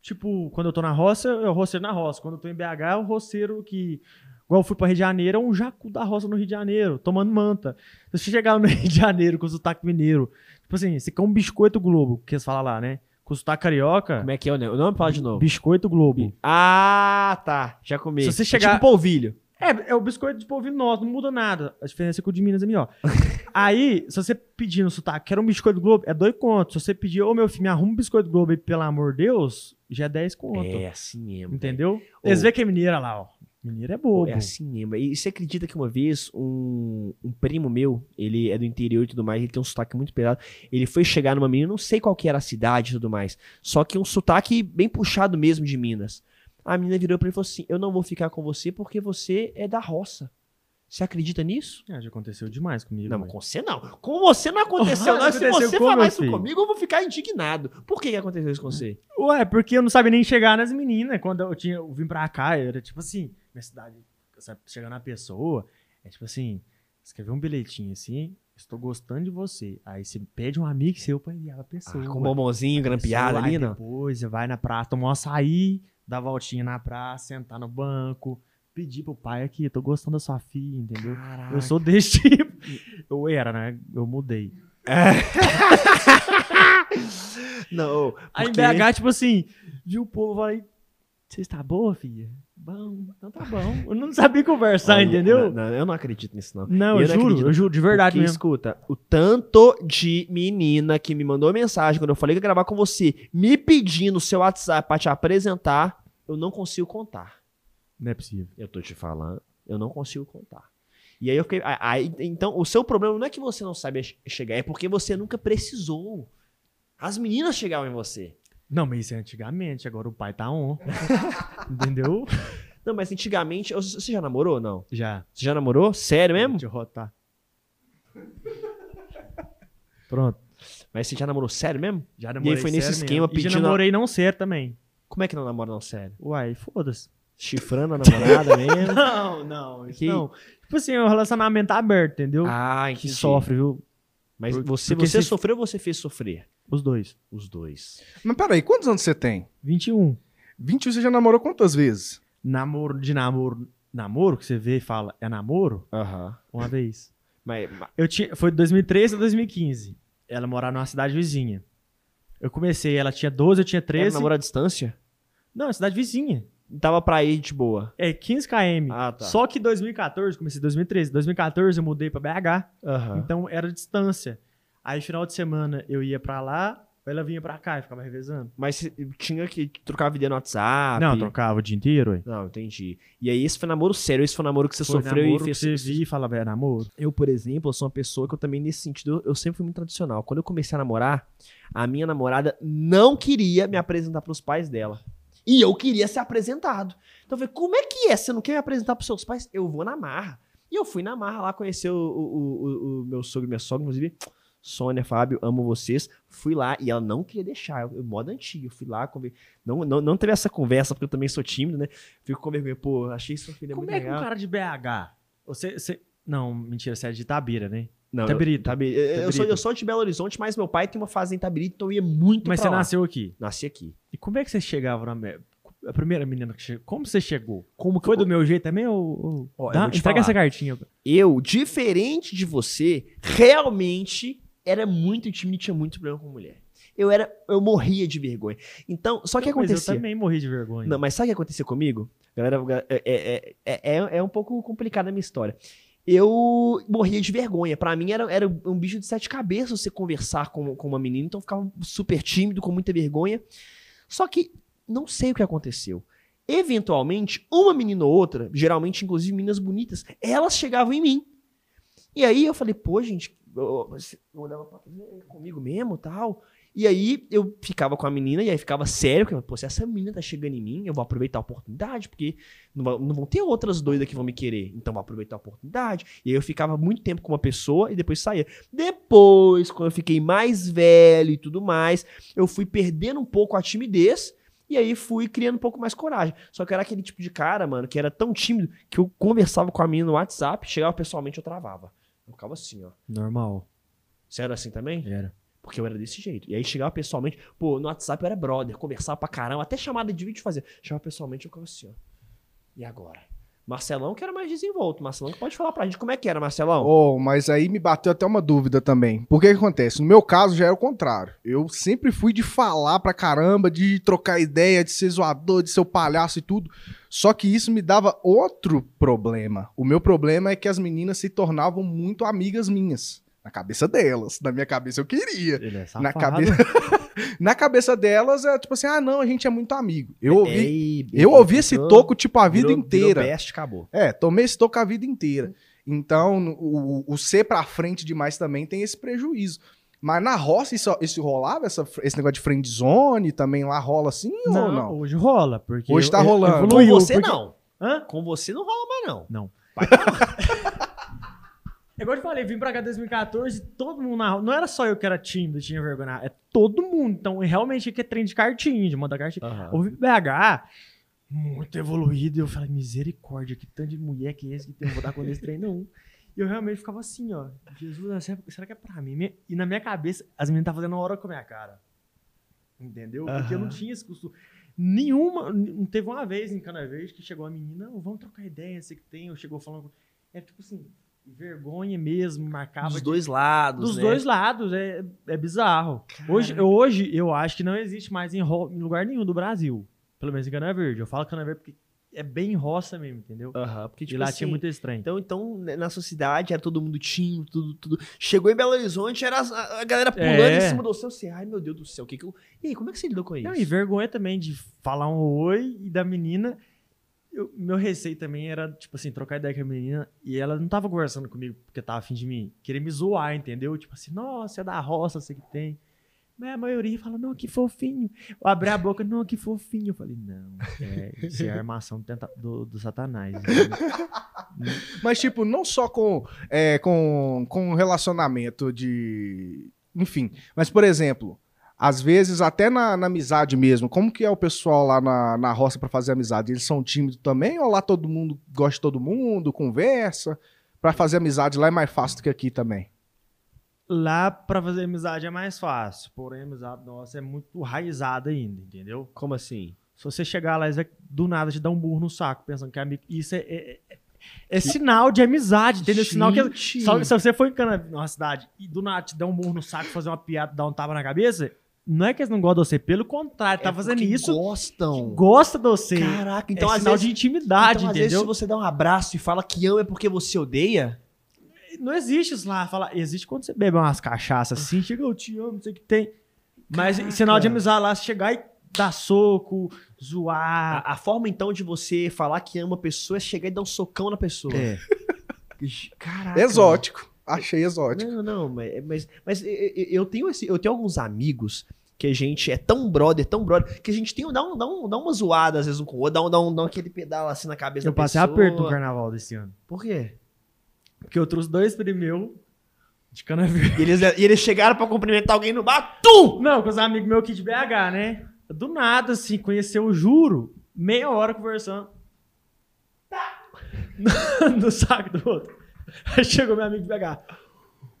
Speaker 2: Tipo, quando eu tô na roça, é o roceiro na roça. Quando eu tô em BH, é o roceiro que. Igual eu fui pra Rio de Janeiro, é um jacu da roça no Rio de Janeiro, tomando manta. Se você chegar no Rio de Janeiro com o sotaque mineiro, tipo assim, você quer um biscoito globo, que eles falam lá, né? Com o sotaque carioca,
Speaker 1: Como é que é o nome? O nome fala de novo.
Speaker 2: biscoito globo.
Speaker 1: Ah, tá. Já comi.
Speaker 2: Se você
Speaker 1: É
Speaker 2: chegar-
Speaker 1: tipo polvilho.
Speaker 2: É, é o biscoito de polvilho nosso, não muda nada. A diferença é que o de Minas é melhor. aí, se você pedir no sotaque, quero um biscoito globo, é dois contos. Se você pedir, ô meu filho, me arruma um biscoito globo aí, pelo amor de Deus, já é dez conto.
Speaker 1: É assim mesmo.
Speaker 2: Entendeu?
Speaker 1: Ou-
Speaker 2: Eles veem que é mineira lá, ó. Mineira é bobo.
Speaker 1: É assim mesmo. E você acredita que uma vez um, um primo meu, ele é do interior e tudo mais, ele tem um sotaque muito pesado. Ele foi chegar numa menina, não sei qual que era a cidade e tudo mais, só que um sotaque bem puxado mesmo de Minas. A menina virou pra ele e falou assim: Eu não vou ficar com você porque você é da roça. Você acredita nisso?
Speaker 2: Ah, já aconteceu demais comigo.
Speaker 1: Não,
Speaker 2: velho.
Speaker 1: com você não. Com você não aconteceu, não. Se
Speaker 2: Aconteceu
Speaker 1: você
Speaker 2: com
Speaker 1: falar
Speaker 2: meu
Speaker 1: isso
Speaker 2: filho.
Speaker 1: comigo, eu vou ficar indignado. Por que, que aconteceu isso com você?
Speaker 2: Ué, porque eu não sabia nem chegar nas meninas. Quando eu, tinha, eu vim pra cá, eu era tipo assim, minha cidade, sabe, chegar na pessoa, é tipo assim, escrever um bilhetinho assim, estou gostando de você. Aí você pede um amigo seu pra enviar pra pessoa.
Speaker 1: Ah, com um bombonzinho, grampeado
Speaker 2: Pessoa,
Speaker 1: ali,
Speaker 2: aí
Speaker 1: não?
Speaker 2: Depois você vai na praça, tomar um açaí, dar voltinha na praça, sentar no banco, pedir pro pai aqui, tô gostando da sua filha, entendeu?
Speaker 1: Caraca.
Speaker 2: Eu sou desse tipo. Eu era, né? Eu mudei.
Speaker 1: Não,
Speaker 2: Aí em
Speaker 1: porque-
Speaker 2: BH, tipo assim, viu o povo falei, você está boa, filha? Bom, então tá bom. Eu não sabia conversar,
Speaker 1: Olha,
Speaker 2: entendeu? Não,
Speaker 1: não, não, eu não acredito nisso, não.
Speaker 2: eu,
Speaker 1: eu não
Speaker 2: juro,
Speaker 1: acredito.
Speaker 2: eu juro, de verdade
Speaker 1: Porque,
Speaker 2: mesmo.
Speaker 1: escuta, o tanto de menina que me mandou mensagem quando eu falei que ia gravar com você, me pedindo o seu WhatsApp pra te apresentar, eu não consigo contar.
Speaker 2: Não é possível.
Speaker 1: Eu tô te falando, eu não consigo contar. E aí eu fiquei. a- Aí, então, o seu problema não é que você não sabe che- chegar, é porque você nunca precisou. As meninas chegavam em você.
Speaker 2: Não, mas isso é antigamente, agora o pai tá on. entendeu?
Speaker 1: Não, mas antigamente. Você você já namorou ou não?
Speaker 2: Já.
Speaker 1: Você já namorou? Sério mesmo?
Speaker 2: Deixa eu rotar. Pronto.
Speaker 1: Mas você já namorou sério mesmo?
Speaker 2: Já
Speaker 1: aí foi nesse
Speaker 2: sério
Speaker 1: esquema,
Speaker 2: mesmo. E já
Speaker 1: pedindo a-
Speaker 2: namorei não ser também.
Speaker 1: Como é que não namora não sério?
Speaker 2: Uai, foda-se.
Speaker 1: Chifrando a namorada mesmo?
Speaker 2: Não, não, isso
Speaker 1: Que-
Speaker 2: não. Tipo assim, o relacionamento tá aberto, entendeu?
Speaker 1: Ah,
Speaker 2: que
Speaker 1: entendi.
Speaker 2: sofre, viu?
Speaker 1: Mas
Speaker 2: Por-
Speaker 1: você,
Speaker 2: porque
Speaker 1: você
Speaker 2: se-
Speaker 1: sofreu ou você fez sofrer?
Speaker 2: Os dois.
Speaker 1: Os dois.
Speaker 3: Mas peraí, quantos anos você tem?
Speaker 2: 21.
Speaker 3: 21 você já namorou quantas vezes?
Speaker 2: Namoro de namoro. Namoro que você vê e fala, é namoro?
Speaker 1: Aham.
Speaker 2: Uma vez.
Speaker 1: Mas, mas-
Speaker 2: Eu tinha, foi de 2013 a 2015. Ela morava numa cidade vizinha. Eu comecei, ela tinha 12, eu tinha
Speaker 1: era
Speaker 2: 13.
Speaker 1: namoro à distância?
Speaker 2: Não, é cidade vizinha.
Speaker 1: Dava pra ir de boa.
Speaker 2: É 15 km.
Speaker 1: Ah, tá.
Speaker 2: Só que 2014, comecei em 2013. 2014 eu mudei pra BH.
Speaker 1: Aham.
Speaker 2: Então era distância. Aí final de semana eu ia pra lá, ela vinha pra cá e ficava revezando.
Speaker 1: Mas cê tinha que trocar vídeo no WhatsApp.
Speaker 2: não, trocava o dia inteiro, ué.
Speaker 1: Não, entendi. E aí, esse foi namoro sério, esse foi namoro que você
Speaker 2: Foi
Speaker 1: sofreu
Speaker 2: namoro
Speaker 1: e fez.
Speaker 2: que você via e falava, é namoro.
Speaker 1: Eu, por exemplo, eu sou uma pessoa que eu também, nesse sentido, eu- eu sempre fui muito tradicional. Quando eu comecei a namorar, a minha namorada não queria me apresentar pros pais dela. E eu queria ser apresentado. Então eu falei, como é que é? Você não quer me apresentar pros seus pais? Eu vou na marra. E eu fui na marra lá conhecer o, o- o- o meu sogro e minha sogra, inclusive. Sônia, Fábio, amo vocês. Fui lá e ela não queria deixar. Eu, eu modo antigo, eu fui lá. Conver... Não, não, não teve essa conversa, porque eu também sou tímido, né? Fico com vergonha. Pô, achei sua filha
Speaker 2: Como
Speaker 1: muito
Speaker 2: é que
Speaker 1: legal.
Speaker 2: um cara de BH? Você, você- Não, mentira, você é de Itabira, né?
Speaker 1: Não,
Speaker 2: Itabirito.
Speaker 1: Itabirito. Eu, eu sou,
Speaker 2: Itabirito.
Speaker 1: eu sou de Belo Horizonte, mas meu pai tem uma fazenda em Itabirito, então eu ia muito
Speaker 2: Mas
Speaker 1: pra
Speaker 2: você
Speaker 1: lá.
Speaker 2: nasceu aqui.
Speaker 1: Nasci aqui.
Speaker 2: E como é que você chegava na. me- A primeira menina que chegou. Como você chegou?
Speaker 1: Como que
Speaker 2: Foi
Speaker 1: eu,
Speaker 2: do meu jeito também ou. ou...
Speaker 1: Ó, eu
Speaker 2: Dá-
Speaker 1: vou te falar.
Speaker 2: entrega essa cartinha.
Speaker 1: eu, diferente de você, realmente era muito tímido e tinha muito problema com mulher. Eu era, eu morria de vergonha. Então, só que
Speaker 2: Não, mas Eu
Speaker 1: acontecia.
Speaker 2: também morri de vergonha.
Speaker 1: Não, mas sabe o que aconteceu comigo? Galera, é, é, é, é, é um pouco complicada a minha história. Eu morria de vergonha. Pra mim era, era um bicho de sete cabeças você conversar com, com uma menina, então eu ficava super tímido, com muita vergonha. Só que não sei o que aconteceu. Eventualmente, uma menina ou outra, geralmente inclusive meninas bonitas, elas chegavam em mim. E aí eu falei, pô, gente, eu, eu, eu olhava pra comigo é, mesmo tal. E aí eu ficava com a menina e aí ficava sério, porque, pô, se essa menina tá chegando em mim, eu vou aproveitar a oportunidade, porque não, va- não vão ter outras doidas que vão me querer. Então vou aproveitar a oportunidade. E aí eu ficava muito tempo com uma pessoa e depois saía. Depois, quando eu fiquei mais velho e tudo mais, eu fui perdendo um pouco a timidez. E aí fui criando um pouco mais coragem. Só que eu era aquele tipo de cara, mano, que era tão tímido que eu conversava com a menina no WhatsApp, chegava pessoalmente eu travava. Eu ficava assim, ó.
Speaker 2: Normal.
Speaker 1: Você era assim também?
Speaker 2: Era.
Speaker 1: Porque eu era desse jeito. E aí chegava pessoalmente, pô, no WhatsApp eu era brother, conversava pra caramba, até chamada de vídeo fazia. Chegava pessoalmente, eu ficava assim, ó. E agora? Marcelão que era mais desenvolto. Marcelão que pode falar pra gente como é que era, Marcelão.
Speaker 3: Oh, mas aí me bateu até uma dúvida também. Por que que acontece? No meu caso já era o contrário. Eu sempre fui de falar pra caramba, de trocar ideia, de ser zoador, de ser o palhaço e tudo. Só que isso me dava outro problema. O meu problema é que as meninas se tornavam muito amigas minhas. Na cabeça delas. Na minha cabeça eu queria.
Speaker 2: Ele é safado.
Speaker 3: Na cabeça... Na cabeça delas é tipo assim: ah, não, a gente é muito amigo. Eu
Speaker 1: é,
Speaker 3: ouvi, eu ouvi esse toco tipo a vida inteira.
Speaker 1: Best, acabou.
Speaker 3: É, tomei esse toco a vida inteira. Então, o, o ser pra frente demais também tem esse prejuízo. Mas na roça, isso, isso rolava? Essa- esse negócio de friend zone também lá rola assim ou
Speaker 2: Não,
Speaker 3: não?
Speaker 2: hoje rola, porque...
Speaker 3: Hoje tá
Speaker 2: eu- eu-
Speaker 3: rolando.
Speaker 1: Com
Speaker 2: evoluiu,
Speaker 1: você
Speaker 2: porque-
Speaker 1: não.
Speaker 2: Hã?
Speaker 1: Com você não rola mais, não.
Speaker 2: É igual eu te falei, vim pra cá em 2014 todo mundo na rua. Não era só eu que era tímido, tinha vergonha. É todo mundo. Então, realmente, aqui é trem de cartinha, de mandar cartinha.
Speaker 1: Aham.
Speaker 2: Ouvi BH muito evoluído. E eu falei, misericórdia, que tanto de mulher que é esse que tem, eu vou dar conta desse trem, não. E eu realmente ficava assim, ó. Jesus, será- será que é pra mim? Minha- E na minha cabeça, as meninas estavam fazendo hora com a minha cara. Entendeu? Porque eu não
Speaker 1: Aham.
Speaker 2: tinha esse costume. Nenhuma. n- Não teve uma vez em Cana Verde que chegou a menina, "Não, vamos trocar ideia, sei que tem, ou chegou falando. com- É tipo assim, vergonha mesmo, marcava.
Speaker 1: Dos
Speaker 2: de-
Speaker 1: dois lados,
Speaker 2: dos
Speaker 1: né?
Speaker 2: dois lados, é, é bizarro. Hoje, eu- hoje eu acho que não existe mais em, ro- em lugar nenhum do Brasil. Pelo menos em Cana Verde. Eu falo Cana Verde porque é bem roça mesmo, entendeu?
Speaker 1: Aham, porque
Speaker 2: e
Speaker 1: tipo
Speaker 2: lá
Speaker 1: assim,
Speaker 2: tinha muito estranho.
Speaker 1: Então, então, né, na sociedade era todo mundo tímido, tudo, tudo. Chegou em Belo Horizonte, era as- a, a galera pulando
Speaker 2: É.
Speaker 1: em cima do seu. Assim, Ai, meu Deus do céu, o que que eu... E aí, como é que você lidou com isso?
Speaker 2: Não, e vergonha também de falar um oi e da menina. eu- meu receio também era, tipo assim, trocar ideia com a menina e ela não tava conversando comigo porque tava afim de mim. Queria me zoar, entendeu? Tipo assim, nossa, é da roça, sei que tem. Mas a maioria fala, não, que fofinho. Eu abri a boca, não, que fofinho. Eu falei, não, é, isso é a armação do, tenta- do- do satanás. entendeu?
Speaker 3: Mas, tipo, não só com, é, com, com relacionamento de. Enfim. Mas, por exemplo, às vezes, até na, na amizade mesmo, como que é o pessoal lá na, na roça pra fazer amizade? Eles são tímidos também? Ou lá todo mundo gosta de todo mundo, conversa? Pra fazer amizade lá é mais fácil do que aqui também.
Speaker 2: Lá, pra fazer amizade é mais fácil. Porém, a amizade nossa é muito raizada ainda, entendeu?
Speaker 1: Como assim?
Speaker 2: Se você chegar lá e do nada te dar um burro no saco, pensando que é amigo. Isso é, é- é- é sinal de amizade, entendeu? É Sinal que.
Speaker 1: Gente!
Speaker 2: Só- se você for em Cana, numa cidade e do nada te dar um burro no saco, fazer uma piada, dar um tapa na cabeça, não é que eles não gostam de você, pelo contrário, tá
Speaker 1: É
Speaker 2: fazendo
Speaker 1: porque
Speaker 2: isso,
Speaker 1: gostam.
Speaker 2: gosta de você.
Speaker 1: Caraca,
Speaker 2: então
Speaker 1: então
Speaker 2: é
Speaker 1: às
Speaker 2: sinal
Speaker 1: vezes...
Speaker 2: de intimidade,
Speaker 1: então, às vezes,
Speaker 2: entendeu?
Speaker 1: se você dá um abraço e fala que ama é porque você odeia...
Speaker 2: Não existe isso lá. Fala, existe quando você bebe umas cachaças assim, chega, eu te amo, não sei o que tem. Mas
Speaker 1: Ah. Caraca.
Speaker 2: sinal de amizade lá, você chegar e dar soco, zoar.
Speaker 1: A, a forma, então, de você falar que ama a pessoa é chegar e dar um socão na pessoa. Caraca.
Speaker 3: Exótico. Achei exótico.
Speaker 1: Não, não, mas, é, mas, mas eu- eu eu tenho, esse, eu tenho alguns amigos que a gente é tão brother, tão brother, que a gente tem, um- dá, um, dá, um, dá uma zoada às vezes um com o outro, dá, um, dá, um, dá um aquele pedal assim na cabeça
Speaker 2: Eu
Speaker 1: da
Speaker 2: passei
Speaker 1: pessoa.
Speaker 2: aperto no carnaval desse ano.
Speaker 1: Por quê?
Speaker 2: Porque eu trouxe dois primeiros de cana verde.
Speaker 1: E eles, e eles chegaram pra cumprimentar alguém no bar, TUM!
Speaker 2: Não, com os amigos meus aqui de BH, né? Do nada, assim, conheceu o Juro, meia hora conversando. Tá. no saco do outro. Aí chegou meu amigo de BH.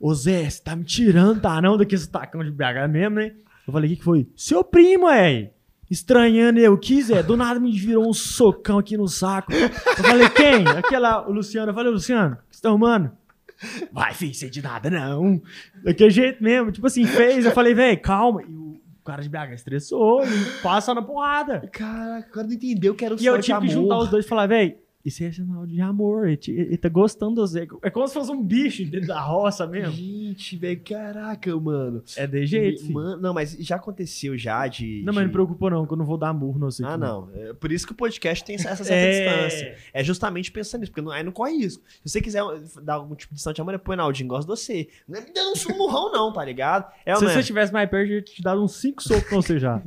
Speaker 2: Ô Zé, você tá me tirando, tá não? Daqui esse tacão de BH mesmo, né? Eu falei, o que, que foi? Seu primo, aí. Estranhando eu, que Zé? Do nada me virou um socão aqui no saco. Eu falei, quem? Aquela, o Luciano. Eu falei, Luciano, o que você tá arrumando? Vai, filho, sei de nada, não. Daquele jeito mesmo. Tipo assim, fez. Eu falei, velho, calma. E o cara de BH estressou e passa na porrada.
Speaker 1: Caraca, o cara não entendeu que era o
Speaker 2: E
Speaker 1: sinal
Speaker 2: eu
Speaker 1: de
Speaker 2: tive que
Speaker 1: amor.
Speaker 2: juntar os dois e falar, velho, Isso é sinal de amor. Ele, te- ele tá gostando do Zé. É como se fosse um bicho dentro da roça mesmo.
Speaker 1: Gente, velho, caraca, mano.
Speaker 2: É de jeito. filho.
Speaker 1: Mano, não, mas já aconteceu já de.
Speaker 2: Não, mas não
Speaker 1: de-
Speaker 2: preocupa não, que eu não vou dar murro, não sei.
Speaker 1: Ah, não. É por isso que o podcast tem essa certa
Speaker 2: É...
Speaker 1: distância. É justamente pensando nisso, porque não- aí não corre risco. Se você quiser dar algum tipo de distância de amor, é põe Naldinho, gosto de você. Não é- Eu não sou murrão, não, tá ligado? É,
Speaker 2: Se
Speaker 1: né?
Speaker 2: você estivesse mais perto, eu ia te dar uns 5 socos pra você já.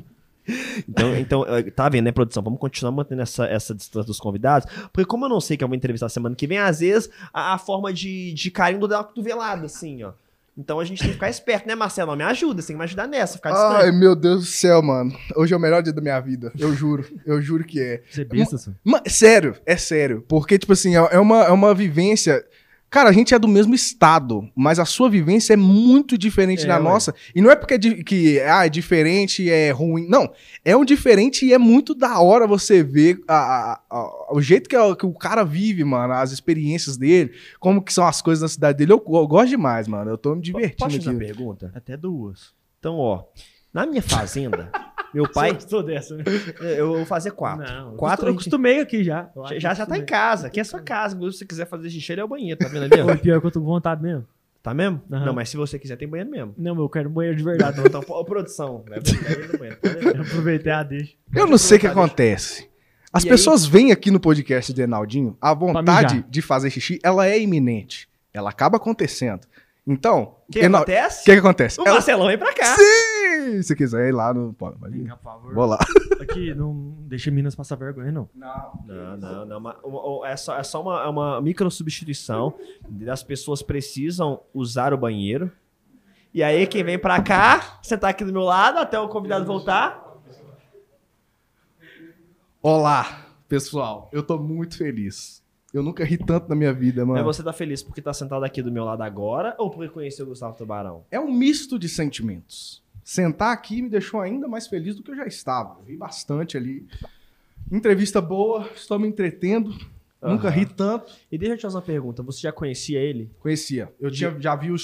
Speaker 1: Então, então, eh, tá vendo, né, produção? Vamos continuar mantendo essa, essa distância dos convidados. Porque como eu não sei que eu vou entrevistar semana que vem, às vezes a, a forma de, de carinho do dar uma cotovelada, assim, ó. Então a gente tem que ficar esperto, né, Marcelo? Me ajuda, você tem que me ajudar nessa, ficar distante.
Speaker 3: Ai, meu Deus do céu, mano. Hoje é o melhor dia da minha vida. Eu juro. Eu juro que é.
Speaker 2: Você é besta, assim.
Speaker 3: Ma- sério, é sério. Porque, tipo assim, é é uma, é uma vivência. Cara, a gente é do mesmo estado, mas a sua vivência é muito diferente
Speaker 2: É,
Speaker 3: da
Speaker 2: ué.
Speaker 3: nossa. E não é porque é di- que ah, é diferente, é ruim. Não. É um diferente e é muito da hora você ver a- a- a- o jeito que, a- que o cara vive, mano, as experiências dele, como que são as coisas na cidade dele. Eu, eu gosto demais, mano. Eu tô me
Speaker 1: Posso
Speaker 3: divertindo
Speaker 1: fazer uma
Speaker 3: aqui.
Speaker 1: pergunta?
Speaker 2: Até duas.
Speaker 1: Então, ó, na minha fazenda, meu
Speaker 2: Pai,
Speaker 1: pai, eh,
Speaker 2: gostou dessa, né?
Speaker 1: eu vou fazer quatro.
Speaker 2: Não,
Speaker 1: Quatro
Speaker 2: eu
Speaker 1: a
Speaker 2: costu-
Speaker 1: gente-
Speaker 2: acostumei aqui já. Eu
Speaker 1: Já, já, já tá em
Speaker 2: acostumei.
Speaker 1: casa, aqui é sua casa. Inclusive, se você quiser fazer xixi, ele é o banheiro, tá vendo ali? ó?
Speaker 2: Ô, pior que eu tô com vontade mesmo.
Speaker 1: Tá mesmo?
Speaker 2: Aham.
Speaker 1: Não, mas se você quiser, tem banheiro mesmo.
Speaker 2: Não, eu quero um banheiro de verdade.
Speaker 1: Então, pô, produção, né?
Speaker 2: Eu Aproveitei a deixa.
Speaker 3: Eu não sei o que acontece. As
Speaker 1: E aí?
Speaker 3: pessoas vêm aqui no podcast do Enaldinho, a vontade
Speaker 2: mijar.
Speaker 3: de fazer xixi, ela é iminente. Ela acaba acontecendo. Então,
Speaker 1: O que
Speaker 3: Enal- o
Speaker 1: acontece?
Speaker 3: que, que acontece?
Speaker 1: O
Speaker 3: Ela,
Speaker 1: Marcelão vem pra cá.
Speaker 3: se você quiser ir lá no... pô, pode ir.
Speaker 2: cá, por favor.
Speaker 3: Vou lá.
Speaker 2: Aqui, não deixa Minas passar vergonha, não.
Speaker 1: Não, não, não. mas, o- o- É só, é só uma, é uma micro substituição. As pessoas precisam usar o banheiro. E aí, quem vem pra cá, sentar aqui do meu lado até o convidado voltar.
Speaker 3: Olá, pessoal. Eu tô muito feliz. Eu nunca ri tanto na minha vida,
Speaker 2: É.
Speaker 1: Mas
Speaker 3: mano.
Speaker 1: você tá feliz porque tá sentado aqui do meu lado agora ou porque conheceu o Gustavo Tubarão?
Speaker 3: É um misto de sentimentos. Sentar aqui me deixou ainda mais feliz do que eu já estava. Eu vi bastante ali. Entrevista boa, estou me entretendo. Nunca
Speaker 1: Aham.
Speaker 3: ri tanto.
Speaker 1: E deixa eu te fazer uma pergunta. Você já conhecia ele?
Speaker 3: Conhecia. Eu
Speaker 1: De-
Speaker 3: tinha, já vi os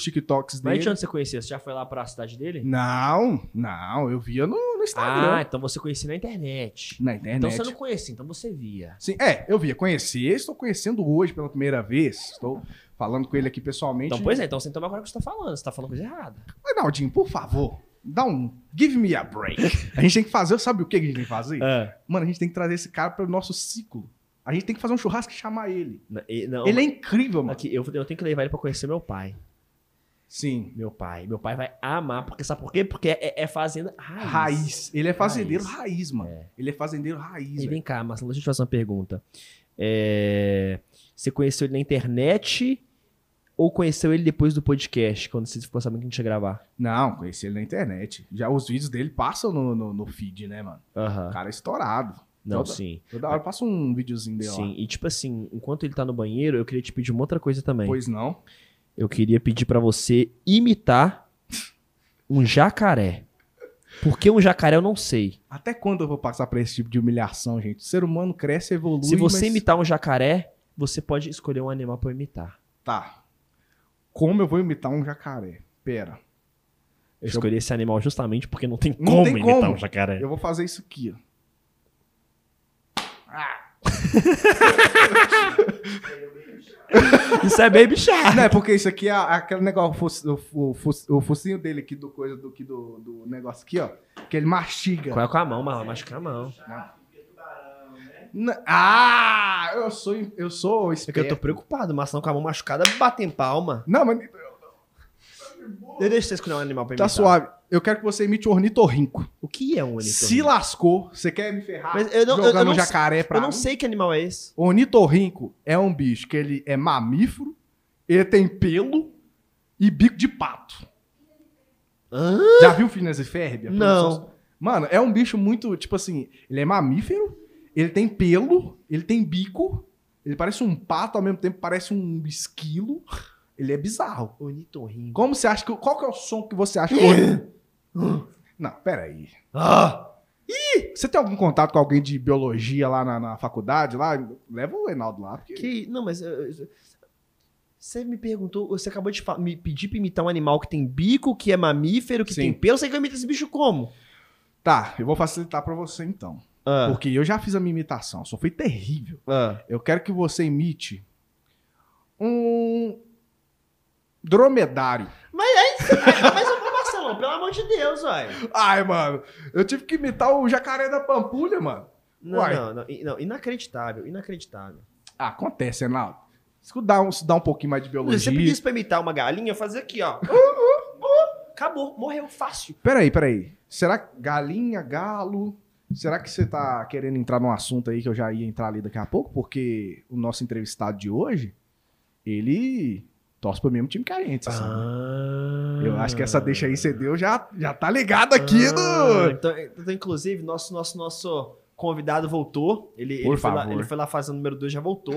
Speaker 1: Mas
Speaker 3: TikToks
Speaker 1: de
Speaker 3: dele.
Speaker 1: onde é você conhecia? Você já foi lá pra cidade dele?
Speaker 3: Não, não, eu via no, no
Speaker 1: Ah,
Speaker 3: Instagram.
Speaker 1: então você conhecia na internet.
Speaker 3: na internet.
Speaker 1: Então você não conhecia, então você via.
Speaker 3: Sim, é, eu via, conheci, estou conhecendo hoje pela primeira vez. Estou falando com ele aqui pessoalmente.
Speaker 1: Então, pois é, então você tem que tomar cuidado com o que você tá falando. Você tá falando coisa errada.
Speaker 3: Arnaldinho, por favor, dá um. Give me a break. A gente tem que fazer, sabe o que a gente tem que fazer?
Speaker 1: Ah.
Speaker 3: Mano, a gente tem que trazer esse cara para o nosso ciclo. A gente tem que fazer um churrasco e chamar ele.
Speaker 1: Não, e- não,
Speaker 3: ele é
Speaker 1: Então, mas-
Speaker 3: incrível, mano.
Speaker 1: aqui, eu, eu tenho que levar ele pra conhecer meu pai.
Speaker 3: Sim.
Speaker 1: Meu pai. Meu pai vai amar. Porque, sabe por quê? Porque é, é fazenda raiz.
Speaker 3: Raiz. Ele é fazendeiro raiz, mano.
Speaker 1: É.
Speaker 3: Ele é fazendeiro raiz.
Speaker 1: E
Speaker 3: velho.
Speaker 1: vem cá, Marcelo, deixa eu te fazer uma pergunta. É, Você conheceu ele na internet ou conheceu ele depois do podcast, quando você ficou sabendo que a gente ia gravar?
Speaker 3: Não, conheci ele na internet. Já os vídeos dele passam no, no, no feed, né, mano?
Speaker 1: Aham.
Speaker 3: O cara é estourado.
Speaker 1: Não,
Speaker 3: toda-
Speaker 1: sim.
Speaker 3: Toda hora passa um videozinho dele
Speaker 1: Sim.
Speaker 3: lá.
Speaker 1: E tipo assim, enquanto ele tá no banheiro, eu queria te pedir uma outra coisa também.
Speaker 3: Pois não.
Speaker 1: Eu queria pedir pra você imitar um jacaré. Por que um jacaré eu não sei.
Speaker 3: Até quando eu vou passar por esse tipo de humilhação, gente? O ser humano cresce, evolui,
Speaker 1: Se você
Speaker 3: mas-
Speaker 1: imitar um jacaré, você pode escolher um animal pra eu imitar.
Speaker 3: Tá. Como eu vou imitar um jacaré? Pera.
Speaker 1: Eu
Speaker 3: Deixa eu-
Speaker 1: escolhi esse animal justamente porque não tem
Speaker 3: Não
Speaker 1: como
Speaker 3: tem
Speaker 1: imitar
Speaker 3: como.
Speaker 1: um jacaré.
Speaker 3: Eu vou fazer isso aqui, ó.
Speaker 1: Isso é baby shark.
Speaker 3: Não, é porque isso aqui é a- aquele negócio, o foc- o, fo- o, foc- o focinho dele aqui do coisa do, que do, do negócio aqui, ó. Que ele mastiga.
Speaker 1: Qual é com a mão, Marlon? Machuca a mão.
Speaker 3: Na- Ah! Eu sou, eu sou
Speaker 1: É que eu tô
Speaker 3: esperto.
Speaker 1: preocupado. Maçã com a mão machucada, batem palma.
Speaker 3: Não, mas
Speaker 1: Eu deixo você escolher um animal pra
Speaker 3: Tá
Speaker 1: imitar.
Speaker 3: suave. Eu quero que você imite o ornitorrinco.
Speaker 1: O que é um ornitorrinco?
Speaker 3: Se lascou, você quer me ferrar
Speaker 1: Mas eu não- eu-
Speaker 3: jogando
Speaker 1: eu não
Speaker 3: um jacaré pra
Speaker 1: Eu não
Speaker 3: mim?
Speaker 1: sei que animal é esse.
Speaker 3: Ornitorrinco é um bicho que ele é mamífero, ele tem pelo e bico de pato.
Speaker 1: Hã?
Speaker 3: Já viu Phineas e Ferb? A
Speaker 1: Não.
Speaker 3: produção- Mano, é um bicho muito, tipo assim, ele é mamífero, ele tem pelo, ele tem bico, ele parece um pato, ao mesmo tempo parece um esquilo. Ele é bizarro.
Speaker 1: Ornitorrinco.
Speaker 3: Como você acha que... Qual que é o som que você acha que... o- não, peraí.
Speaker 1: Ah!
Speaker 3: Você tem algum contato com alguém de biologia lá na, na faculdade? Lá? Leva o Reinaldo lá. Porque...
Speaker 1: Que... Não, mas... eu- eu- Você me perguntou, você acabou de fa- me pedir pra imitar um animal que tem bico, que é mamífero, que
Speaker 3: Sim.
Speaker 1: tem pelo. Você quer imitar esse bicho como?
Speaker 3: Tá, eu vou facilitar pra você então.
Speaker 1: Ah,
Speaker 3: Porque eu já fiz a minha imitação, só foi terrível.
Speaker 1: ah.
Speaker 3: Eu quero que você imite um dromedário.
Speaker 1: Ah, Mas ô, ô, Marcelão, pelo amor de Deus, uai.
Speaker 3: Ai, mano, eu tive que imitar o jacaré da Pampulha, mano.
Speaker 1: Não,
Speaker 3: Uai.
Speaker 1: não, não, i- não, inacreditável, inacreditável.
Speaker 3: Ah, acontece, Reinaldo. Estudar um, estudar um pouquinho mais de biologia. Uh,
Speaker 1: Você pedisse pra imitar uma galinha, eu fazia aqui, ó. Acabou, morreu, fácil.
Speaker 3: Peraí, peraí. Será que galinha, galo? Será que você tá querendo entrar num assunto aí que eu já ia entrar ali daqui a pouco? Porque o nosso entrevistado de hoje, ele torce pro mesmo time que a gente, assim.
Speaker 1: Ah.
Speaker 3: Eu acho que essa deixa aí você deu já, já tá ligado Ah. aqui
Speaker 1: Ah,
Speaker 3: no...
Speaker 1: Então, então, inclusive, nosso, nosso, nosso convidado voltou. Ele, ele
Speaker 3: Por
Speaker 1: foi lá,
Speaker 3: favor.
Speaker 1: ele foi lá fazer o número 2, já voltou.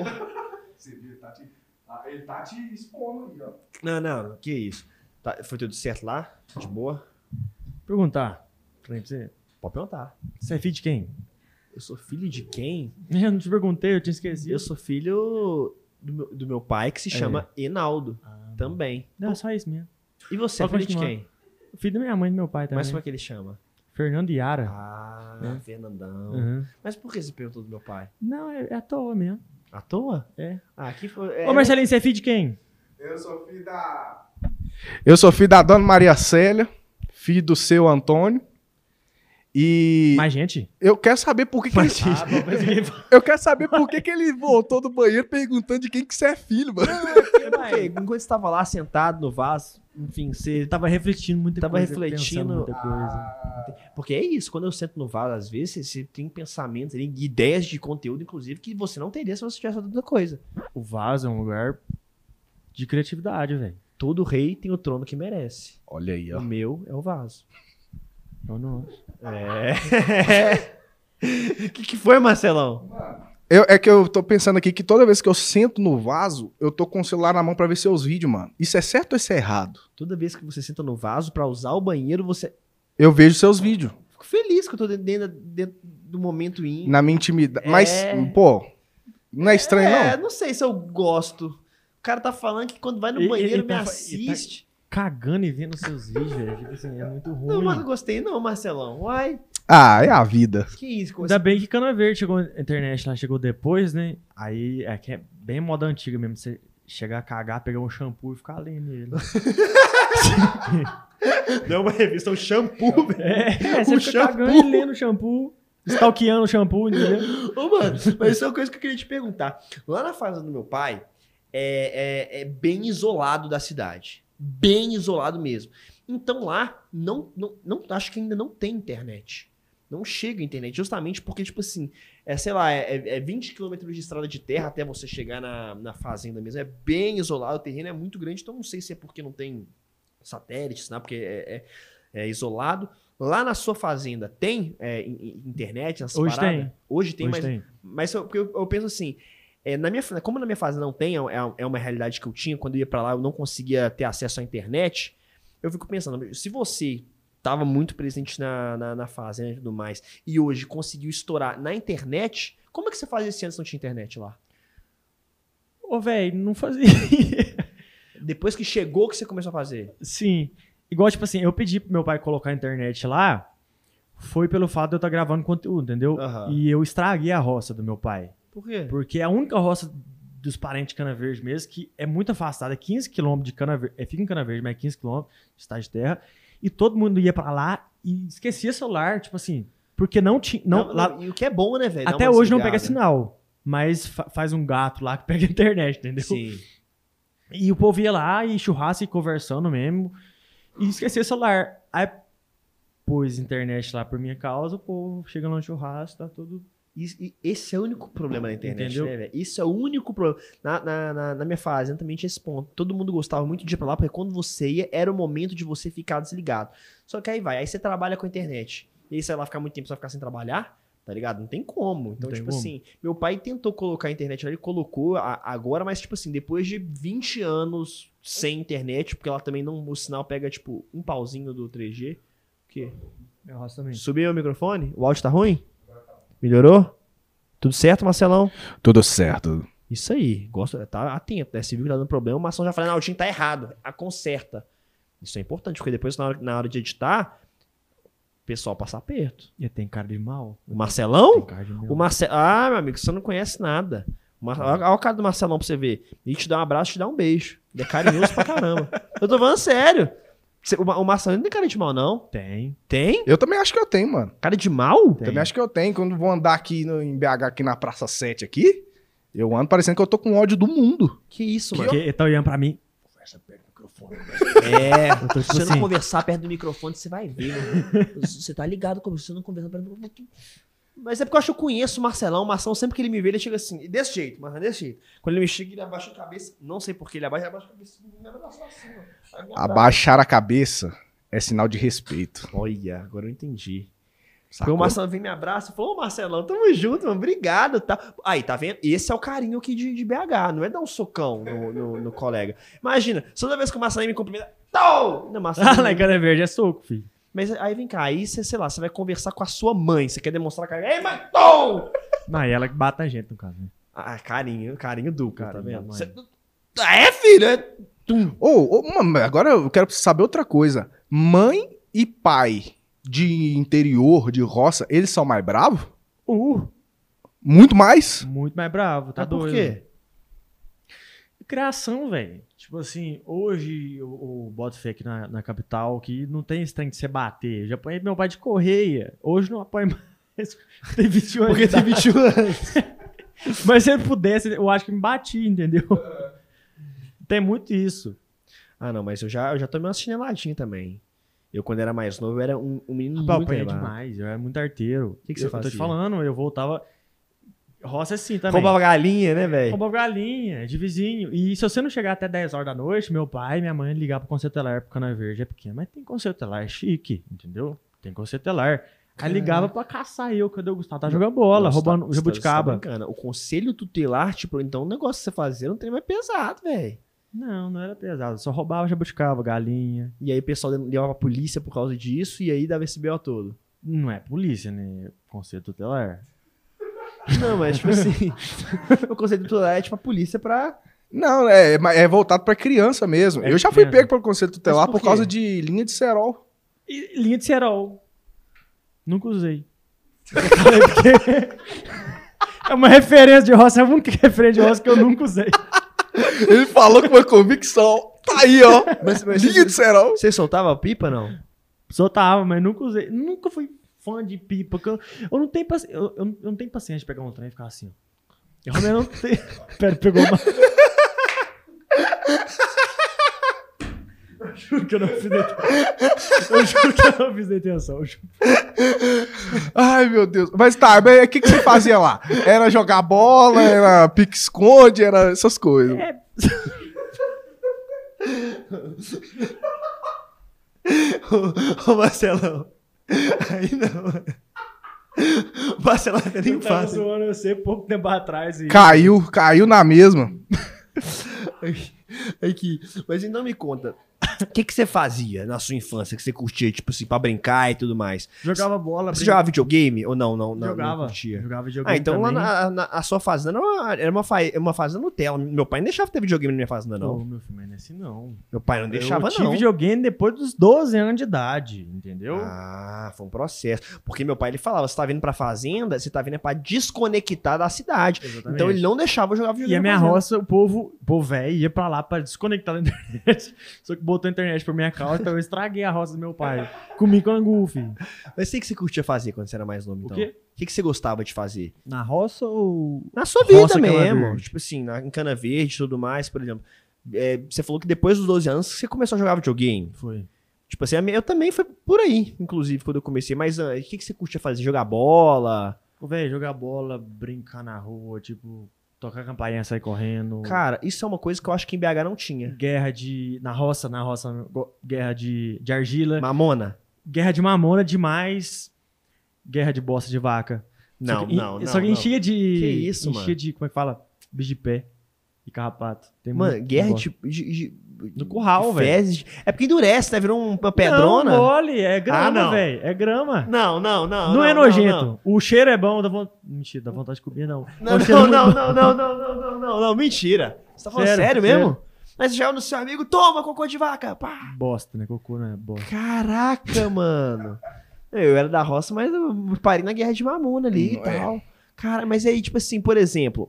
Speaker 3: Ele tá te, ele tá te expondo aí, ó.
Speaker 1: Não, não, que isso. Tá, foi tudo certo lá? De boa?
Speaker 2: Perguntar. pra Você
Speaker 1: Pode perguntar.
Speaker 2: Você é filho de quem?
Speaker 1: Eu sou filho de quem?
Speaker 2: Eu não te perguntei, eu tinha esquecido.
Speaker 1: Eu sou filho do meu, do meu pai,
Speaker 3: É.
Speaker 1: que se chama Enaldo.
Speaker 3: Ah.
Speaker 1: Também.
Speaker 2: Não, é só isso mesmo.
Speaker 1: E você, é
Speaker 2: Pode
Speaker 1: filho de
Speaker 2: continuar.
Speaker 1: quem?
Speaker 2: Filho da minha mãe e do meu pai também.
Speaker 1: Mas como é que ele chama?
Speaker 2: Fernando Yara.
Speaker 1: Ah,
Speaker 2: É.
Speaker 1: Fernandão.
Speaker 2: Uhum.
Speaker 1: Mas por que você perguntou do meu pai?
Speaker 2: Não, é, é à toa mesmo.
Speaker 1: À toa?
Speaker 2: É.
Speaker 1: Ah, aqui foi. é-
Speaker 2: Ô Marcelinho, você é filho de quem?
Speaker 3: Eu sou filho da. dona Maria Célia, filho do seu Antônio. E
Speaker 2: Mais gente?
Speaker 3: eu quero saber por que, que ele, tá
Speaker 1: é
Speaker 2: Ah, bom, mas ninguém fala.
Speaker 3: eu quero saber por que, que ele voltou do banheiro perguntando de quem que você é filho, mano.
Speaker 1: é Porque enquanto você estava lá sentado no vaso, enfim, você.
Speaker 2: Ele tava refletindo muita
Speaker 1: Tava
Speaker 2: coisa.
Speaker 1: refletindo.
Speaker 2: pensando Muita coisa.
Speaker 1: Porque é isso, quando eu sento no vaso, às vezes você tem pensamentos, ali, ideias de conteúdo, inclusive, que você não teria se você tivesse outra coisa.
Speaker 2: O vaso é um lugar de criatividade, velho.
Speaker 1: Todo rei tem o trono que merece.
Speaker 3: Olha aí,
Speaker 1: O meu é o vaso.
Speaker 2: Eu não acho.
Speaker 1: É. O que, que foi, Marcelão?
Speaker 3: Eu- é que eu tô pensando aqui que toda vez que eu sento no vaso, eu tô com o celular na mão pra ver seus vídeos, mano. Isso é certo ou isso é errado?
Speaker 1: Toda vez que você senta no vaso pra usar o banheiro, você.
Speaker 3: Eu vejo seus vídeos
Speaker 1: Fico feliz que eu tô dentro, dentro- dentro do momento íntimo.
Speaker 3: na minha intimidade. Mas,
Speaker 1: É.
Speaker 3: pô, não é estranho,
Speaker 1: É,
Speaker 3: não?
Speaker 1: não sei se eu gosto. O cara tá falando que quando vai no
Speaker 2: Ele-
Speaker 1: banheiro
Speaker 2: ele
Speaker 1: me
Speaker 2: tá- ele tá-
Speaker 1: assiste.
Speaker 2: Cagando e vendo seus vídeos, velho. Tipo assim, é muito ruim.
Speaker 1: Não, mas não gostei não, Marcelão. Uai,
Speaker 3: Ah, é a vida.
Speaker 1: que isso?
Speaker 2: Ainda bem que Cana Verde chegou na internet, lá chegou depois, né? Aí é que é bem moda antiga mesmo. Você chegar a cagar, pegar um shampoo e ficar lendo ele.
Speaker 1: Não, uma revista, um shampoo, velho.
Speaker 2: É,
Speaker 1: O Um
Speaker 2: você fica
Speaker 1: shampoo.
Speaker 2: cagando e lendo o shampoo, stalkeando o shampoo, entendeu?
Speaker 1: Ô, mano, mas isso é uma coisa que eu queria te perguntar. Lá na fazenda do meu pai, é, é- é bem isolado da cidade. Bem isolado mesmo. Então lá, não, não, não acho que ainda não tem internet. Não chega a internet, justamente porque, tipo assim, é, sei lá, é, é- é 20 km de estrada de terra até você chegar na, na fazenda mesmo. É bem isolado, o terreno é muito grande, então não sei se é porque não tem satélites, né? Porque é, é- é isolado. Lá na sua fazenda tem é, in- in- internet, essas
Speaker 2: Hoje
Speaker 1: paradas?
Speaker 2: tem.
Speaker 1: Hoje tem,
Speaker 2: Hoje
Speaker 1: mas
Speaker 2: tem.
Speaker 1: mas eu, porque eu, eu penso assim, é, na minha, fa- como na minha fase não tem, é, é uma realidade que eu tinha, quando eu ia pra lá eu não conseguia ter acesso à internet, eu fico pensando, se você tava muito presente na, na, na fazenda e tudo mais, e hoje conseguiu estourar na internet, como é que você fazia esse antes não tinha internet lá?
Speaker 2: Ô, velho, não fazia.
Speaker 1: Depois que chegou, o que você começou a fazer?
Speaker 2: Sim. Igual, tipo assim, eu pedi pro meu pai colocar a internet lá, foi pelo fato de eu estar gravando conteúdo, entendeu?
Speaker 1: Aham.
Speaker 2: E eu estraguei a roça do meu pai.
Speaker 1: Por quê?
Speaker 2: Porque é a única roça dos parentes de Cana Verde mesmo, que é muito afastada, é 15 quilômetros de Cana Verde, é, fica em Cana Verde, mas é 15 quilômetros de estado de terra, e todo mundo ia pra lá e esquecia celular, tipo assim, porque não tinha, não, lá-
Speaker 1: e o que é bom, né, velho? Dá
Speaker 2: até
Speaker 1: uma
Speaker 2: hoje não pega
Speaker 1: desligada.
Speaker 2: sinal, mas fa- faz um gato lá que pega a internet, entendeu?
Speaker 1: Sim.
Speaker 2: E o povo ia lá e churrasco e conversando mesmo, e esquecia celular. Aí pôs internet lá por minha causa, o povo chega lá no churrasco, tá tudo
Speaker 1: E- e esse é o único problema da internet,
Speaker 2: Entendeu?
Speaker 1: né, velho? Isso é o único problema. Na, na, na, na minha fazenda também tinha esse ponto. Todo mundo gostava muito de ir pra lá, porque quando você ia, era o momento de você ficar desligado. Só que aí vai, aí você trabalha com a internet. E aí você vai lá ficar muito tempo, você vai ficar sem trabalhar, tá ligado? Não tem como. Então,
Speaker 2: Não tem
Speaker 1: tipo
Speaker 2: como.
Speaker 1: assim, meu pai tentou colocar a internet lá, ele colocou a- agora, mas, tipo assim, depois de 20 anos sem internet, porque lá também não, o sinal pega, tipo, um pauzinho do 3G. O quê?
Speaker 2: minha é roça também.
Speaker 1: Subiu o microfone? O áudio tá ruim? Melhorou? Tudo certo, Marcelão?
Speaker 3: Tudo certo.
Speaker 1: Isso aí. Gosta, tá atento, né? Se viu que tá dando problema, o Marcelão já fala, não, o time tá errado. A conserta. Isso é importante, porque depois na hora, na hora de editar, pessoal passa aperto.
Speaker 2: E tem cara de mal.
Speaker 1: O Marcelão?
Speaker 2: Tem cara de mal.
Speaker 1: O Marce... Ah, meu amigo, você não conhece nada. O Mar- Olha o cara do Marcelão pra você ver. Ele te dá um abraço, te dá um beijo. Ele é carinhoso pra caramba. Eu tô falando sério. Você- O Ma- o Marcelão não tem cara de mal, não.
Speaker 2: Tem.
Speaker 1: Tem?
Speaker 3: Eu também acho que eu tenho, mano.
Speaker 1: Cara de mal?
Speaker 2: Tem.
Speaker 3: Também acho que eu tenho. Quando vou andar aqui no, em BH, aqui na Praça 7 aqui, eu ando parecendo que eu tô com ódio do mundo.
Speaker 1: Que isso, mano.
Speaker 2: Porque ele tá olhando pra mim.
Speaker 3: Conversa perto do microfone.
Speaker 1: É.
Speaker 2: Eu
Speaker 1: Se
Speaker 2: tô tipo
Speaker 1: você não
Speaker 2: assim.
Speaker 1: conversar perto do microfone, você vai ver, mano. Você tá ligado como se você não conversar perto do microfone. Mas é porque eu acho que eu conheço o Marcelão. O Marcelão, sempre que ele me vê, ele chega assim, e desse jeito, mas desse jeito. Quando ele me chega, ele abaixa a cabeça. Não sei por que ele abaixa, ele abaixa a cabeça. e me abraça assim, ó. Aí
Speaker 3: Tá.
Speaker 1: me abraça.
Speaker 3: Abaixar a cabeça é sinal de respeito.
Speaker 1: Olha, agora eu entendi. Porque
Speaker 3: Sacou?
Speaker 1: o Marcelão vem me abraça e falou, ô Marcelão, tamo junto, mano. Obrigado, tá? Aí, tá vendo? Esse é o carinho aqui de, de BH, não é dar um socão no, no- no colega. Imagina, toda vez que o Marcelão me cumprimenta, Tô! Não, Marcelão,
Speaker 2: Ah, lá em Cana Verde é soco, filho.
Speaker 1: Mas aí vem cá, aí você, sei lá, você vai conversar com a sua mãe, você quer demonstrar carinho. Ei, mãe, tom!
Speaker 2: Não, e ela que bate a gente, no caso. né?
Speaker 1: Ah, carinho, carinho duplo, tá
Speaker 2: Carinho da
Speaker 1: vendo?
Speaker 2: mãe.
Speaker 1: Cê- Ah, é, filho? É... Tum.
Speaker 3: Ou, ou, mano, agora eu quero saber outra coisa. Mãe e pai de interior, de roça, eles são mais bravos?
Speaker 2: Uh,
Speaker 3: Muito mais?
Speaker 2: muito mais bravo, tá
Speaker 1: Mas por
Speaker 2: doido.
Speaker 1: quê?
Speaker 2: Criação, velho. Tipo assim, hoje eu, eu boto fé aqui na, na capital que não tem esse trem de você bater. Eu já apanhei meu pai de correia. Hoje não apanho mais. tem 21 anos.
Speaker 1: Porque tá tem 21 anos.
Speaker 2: Mas se ele pudesse, eu acho que me bati, entendeu? Tem muito isso.
Speaker 1: Ah, não, mas eu já, eu já tomei umas chineladinhas também. Eu, quando era mais novo, era um, um menino
Speaker 2: Rapaz, eu
Speaker 1: muito
Speaker 2: apanhei
Speaker 1: levado.
Speaker 2: então é demais. Eu era muito arteiro.
Speaker 1: Que que você
Speaker 2: eu, eu tô te
Speaker 1: fazia?
Speaker 2: falando, eu voltava. Roça é assim também.
Speaker 1: Roubava galinha, né, velho?
Speaker 2: Roubava galinha de vizinho. E se você não chegar até 10 horas da noite, meu pai e minha mãe ligavam pro conselho telar, porque Cana Verde é pequena, mas tem conselho telar é chique, entendeu? Tem conselho telar. Aí ligava pra caçar eu, cadê o Gustavo? Tá jogando bola,
Speaker 1: Nossa,
Speaker 2: roubando
Speaker 1: tá- você tá-
Speaker 2: jabuticaba.
Speaker 1: você tá brincando. o conselho tutelar, tipo, então o negócio que você fazia era um trem mais pesado, velho.
Speaker 2: Não, não era pesado, só roubava jabuticaba, galinha.
Speaker 1: E aí o pessoal levava a polícia por causa disso, e aí dava esse B.O. todo.
Speaker 2: Não é polícia, né? Conselho tutelar.
Speaker 1: Não, mas tipo assim, o conceito tutelar é tipo a polícia pra.
Speaker 3: Não, é, mas é voltado pra criança mesmo.
Speaker 2: É
Speaker 3: eu já fui
Speaker 2: criança.
Speaker 3: pego pelo conselho tutelar
Speaker 1: Mas por
Speaker 3: por
Speaker 1: quê?
Speaker 3: causa de linha de cerol.
Speaker 2: E linha de cerol. Nunca usei. Eu falei porque- é uma referência de roça, é a única referência de roça que eu nunca usei.
Speaker 3: Ele falou com uma convicção. Tá aí, ó.
Speaker 1: Mas,
Speaker 3: Linha de cerol.
Speaker 1: Você soltava a pipa, não?
Speaker 2: Soltava, mas nunca usei. Nunca fui fã de pipa. que Eu, eu não tenho paci- eu, eu não- eu não tenho paciência de pegar um trem e ficar assim. ó. Eu realmente não tenho. Pera, pegou uma. Eu juro que eu não fiz intenção. Eu juro que eu não fiz intenção. eu juro.
Speaker 3: Ai, meu Deus. Mas tá, mas o que, que você fazia lá? Era jogar bola, era pique-esconde, era essas coisas.
Speaker 2: É.
Speaker 1: ô, ô, Marcelão. Aí não. O Marcelão até nem
Speaker 2: Eu tava
Speaker 1: fácil.
Speaker 2: zoando você tá pouco tempo atrás. E...
Speaker 3: Caiu, caiu na mesma.
Speaker 1: Aqui. Mas então me conta. O que, que você fazia na sua infância que você curtia, tipo assim, pra brincar e tudo mais?
Speaker 2: Jogava bola.
Speaker 1: Você
Speaker 2: brin-
Speaker 1: jogava videogame ou não? Não, não, não
Speaker 2: Jogava.
Speaker 1: curtia.
Speaker 2: Jogava
Speaker 1: Ah,
Speaker 2: videogame
Speaker 1: então lá
Speaker 2: também.
Speaker 1: na, na- a sua fazenda era uma, era uma, fa- uma fazenda Nutella. Meu pai não deixava ter videogame na minha fazenda, não.
Speaker 2: Ô, meu filho, mas não é assim não.
Speaker 1: Meu pai não deixava,
Speaker 2: eu tive
Speaker 1: não.
Speaker 2: videogame depois dos 12 anos de idade, entendeu?
Speaker 1: Ah, foi um processo. Porque meu pai ele falava: você tá vindo pra fazenda, você tá vindo é pra desconectar da cidade.
Speaker 2: Exatamente.
Speaker 1: Então ele não deixava eu jogar
Speaker 2: E
Speaker 1: videogame.
Speaker 2: a minha
Speaker 1: na fazenda.
Speaker 2: roça, o povo, o povo velho ia pra lá pra desconectar da internet. Só que botou a internet pra minha causa, então eu estraguei a roça do meu pai. Comi cangu, filho.
Speaker 1: Mas o que que você curtia fazer quando você era mais novo,
Speaker 2: O
Speaker 1: então?
Speaker 2: quê?
Speaker 1: O que que você gostava de fazer?
Speaker 2: Na roça ou.
Speaker 1: Na sua vida
Speaker 2: Roça, Cana
Speaker 1: mesmo.
Speaker 2: Verde.
Speaker 1: Tipo assim, na, em Cana Verde e tudo mais, por exemplo. É, você falou que depois dos 12 anos você começou a jogar videogame.
Speaker 2: Foi.
Speaker 1: Tipo assim, a minha- eu também foi por aí, inclusive, quando eu comecei. Mas ah, o que que você curtia fazer? Jogar bola?
Speaker 2: Ô, velho, jogar bola, brincar na rua, tipo, tocar campainha, sair correndo.
Speaker 1: Cara, isso é uma coisa que eu acho que em BH não tinha.
Speaker 2: Guerra de. Na roça, na roça, go- guerra de, de argila.
Speaker 1: Mamona?
Speaker 2: Guerra de mamona demais. Guerra de bosta de vaca.
Speaker 1: Não,
Speaker 2: só que, en-
Speaker 1: não, não.
Speaker 2: Só que
Speaker 1: não.
Speaker 2: enchia de.
Speaker 1: Que isso,
Speaker 2: enchia
Speaker 1: mano.
Speaker 2: de. Como é que fala? Bicho de pé. E carrapato. Tem
Speaker 1: Mano,
Speaker 2: muito
Speaker 1: guerra
Speaker 2: negócio.
Speaker 1: de, de, de-
Speaker 2: No curral,
Speaker 1: de
Speaker 2: velho.
Speaker 1: fezes. É porque endurece, né? Virou uma pedrona.
Speaker 2: Não, mole, é grama,
Speaker 1: Ah, não.
Speaker 2: velho. É grama.
Speaker 1: Não, não, não.
Speaker 2: Não, é nojento.
Speaker 1: Não,
Speaker 2: O cheiro é bom, dá vontade. Mentira, dá vontade de comer, não.
Speaker 1: não,
Speaker 2: O cheiro é
Speaker 1: não,
Speaker 2: muito
Speaker 1: não,
Speaker 2: bom.
Speaker 1: não, não, não, não, não, não, não. Mentira. Você tá falando sério,
Speaker 2: Sério,
Speaker 1: mesmo? Mas já é no seu amigo, toma, cocô de vaca. Pá.
Speaker 2: Bosta, né? Cocô não é bosta.
Speaker 1: Caraca, mano. Eu era da roça, mas eu parei na guerra de mamona ali
Speaker 3: Não
Speaker 1: e
Speaker 3: é.
Speaker 1: tal. Cara, mas aí, tipo assim, por exemplo,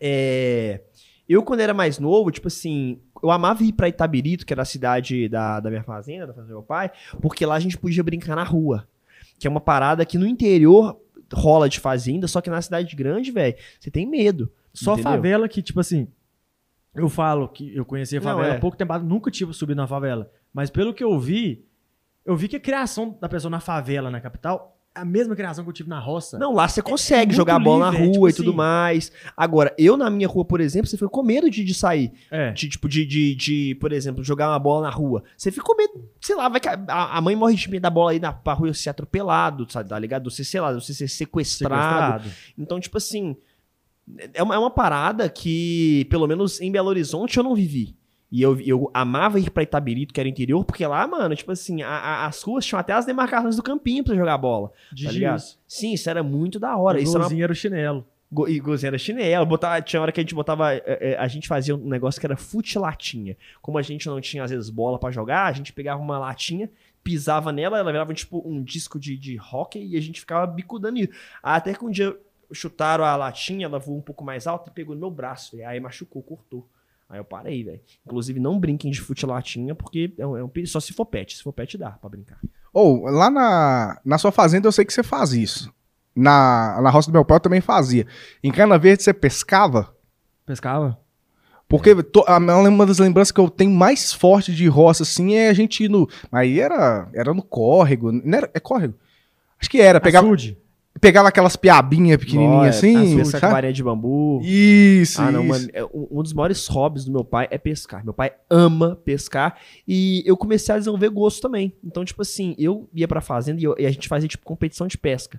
Speaker 1: é, eu quando era mais novo, tipo assim, eu amava ir pra Itabirito, que era a cidade da, da minha fazenda, da fazenda do meu pai, porque lá a gente podia brincar na rua. Que é uma parada que no interior rola de fazenda, só que na cidade grande, velho, você tem medo.
Speaker 2: Só
Speaker 1: entendeu?
Speaker 2: favela que, tipo assim, eu falo que eu conhecia a
Speaker 1: Não,
Speaker 2: favela
Speaker 1: é.
Speaker 2: há pouco tempo, nunca tive subido na favela. Mas pelo que eu vi, eu vi que a criação da pessoa na favela, na capital, é a mesma criação que eu tive na roça.
Speaker 1: Não, lá você consegue
Speaker 2: É, muito
Speaker 1: jogar bola
Speaker 2: livre, é,
Speaker 1: na
Speaker 2: tipo
Speaker 1: rua e tudo
Speaker 2: assim.
Speaker 1: mais. Agora, eu na minha rua, por exemplo, você fica com medo de, de sair.
Speaker 2: É.
Speaker 1: De, tipo, de, de, de, por exemplo, jogar uma bola na rua. Você fica com medo, sei lá, vai que a, a mãe morre de medo da bola aí na pra rua ser atropelado, sabe? Tá ligado? Você, sei lá, você ser sequestrado.
Speaker 2: Sequestrado.
Speaker 1: Então, tipo assim, é uma, é uma parada que, pelo menos em Belo Horizonte, eu não vivi. E eu, eu amava ir pra Itabirito, que era interior, porque lá, mano, tipo assim, a- a- as ruas tinham até as demarcações do campinho pra jogar bola.
Speaker 2: De
Speaker 1: Tá ligado?
Speaker 2: giz.
Speaker 1: Sim, isso era muito da hora.
Speaker 2: O
Speaker 1: Isso era uma
Speaker 2: golzinho era o chinelo.
Speaker 1: Go- E gozeira chinelo, botava, tinha hora que a gente botava. é, é, a gente fazia um negócio que era fute latinha. Como a gente não tinha, às vezes, bola pra jogar, a gente pegava uma latinha, pisava nela, ela virava tipo um disco de, de hockey e a gente ficava bicudando isso. Até que um dia chutaram a latinha, ela voou um pouco mais alta e pegou no meu braço, velho. Aí machucou, cortou. Aí eu parei, velho. Inclusive, não brinquem de fute latinha, porque é um, é um perigo. Só se for pet. Se for pet, dá pra brincar.
Speaker 3: Ou, lá na, na sua fazenda eu sei que você faz isso. Na, na roça do meu pai eu também fazia. Em Cana Verde você pescava?
Speaker 2: Pescava?
Speaker 3: Porque
Speaker 1: É.
Speaker 3: to- a- uma das lembranças que eu tenho mais forte de roça, assim, é a gente ir no. Aí era, era no córrego. Não era, é córrego? Acho que era. Pegava,
Speaker 2: Açude.
Speaker 3: pegava aquelas piabinhas pequenininhas assim.
Speaker 1: Essa
Speaker 3: sabe?
Speaker 1: varinha de bambu.
Speaker 3: Isso,
Speaker 1: Ah, não,
Speaker 3: isso.
Speaker 1: mano. é, um- Um dos maiores hobbies do meu pai é pescar. Meu pai ama pescar. E eu comecei a desenvolver gosto também. Então, tipo assim, eu ia pra fazenda e, eu- e a gente fazia, tipo, competição de pesca.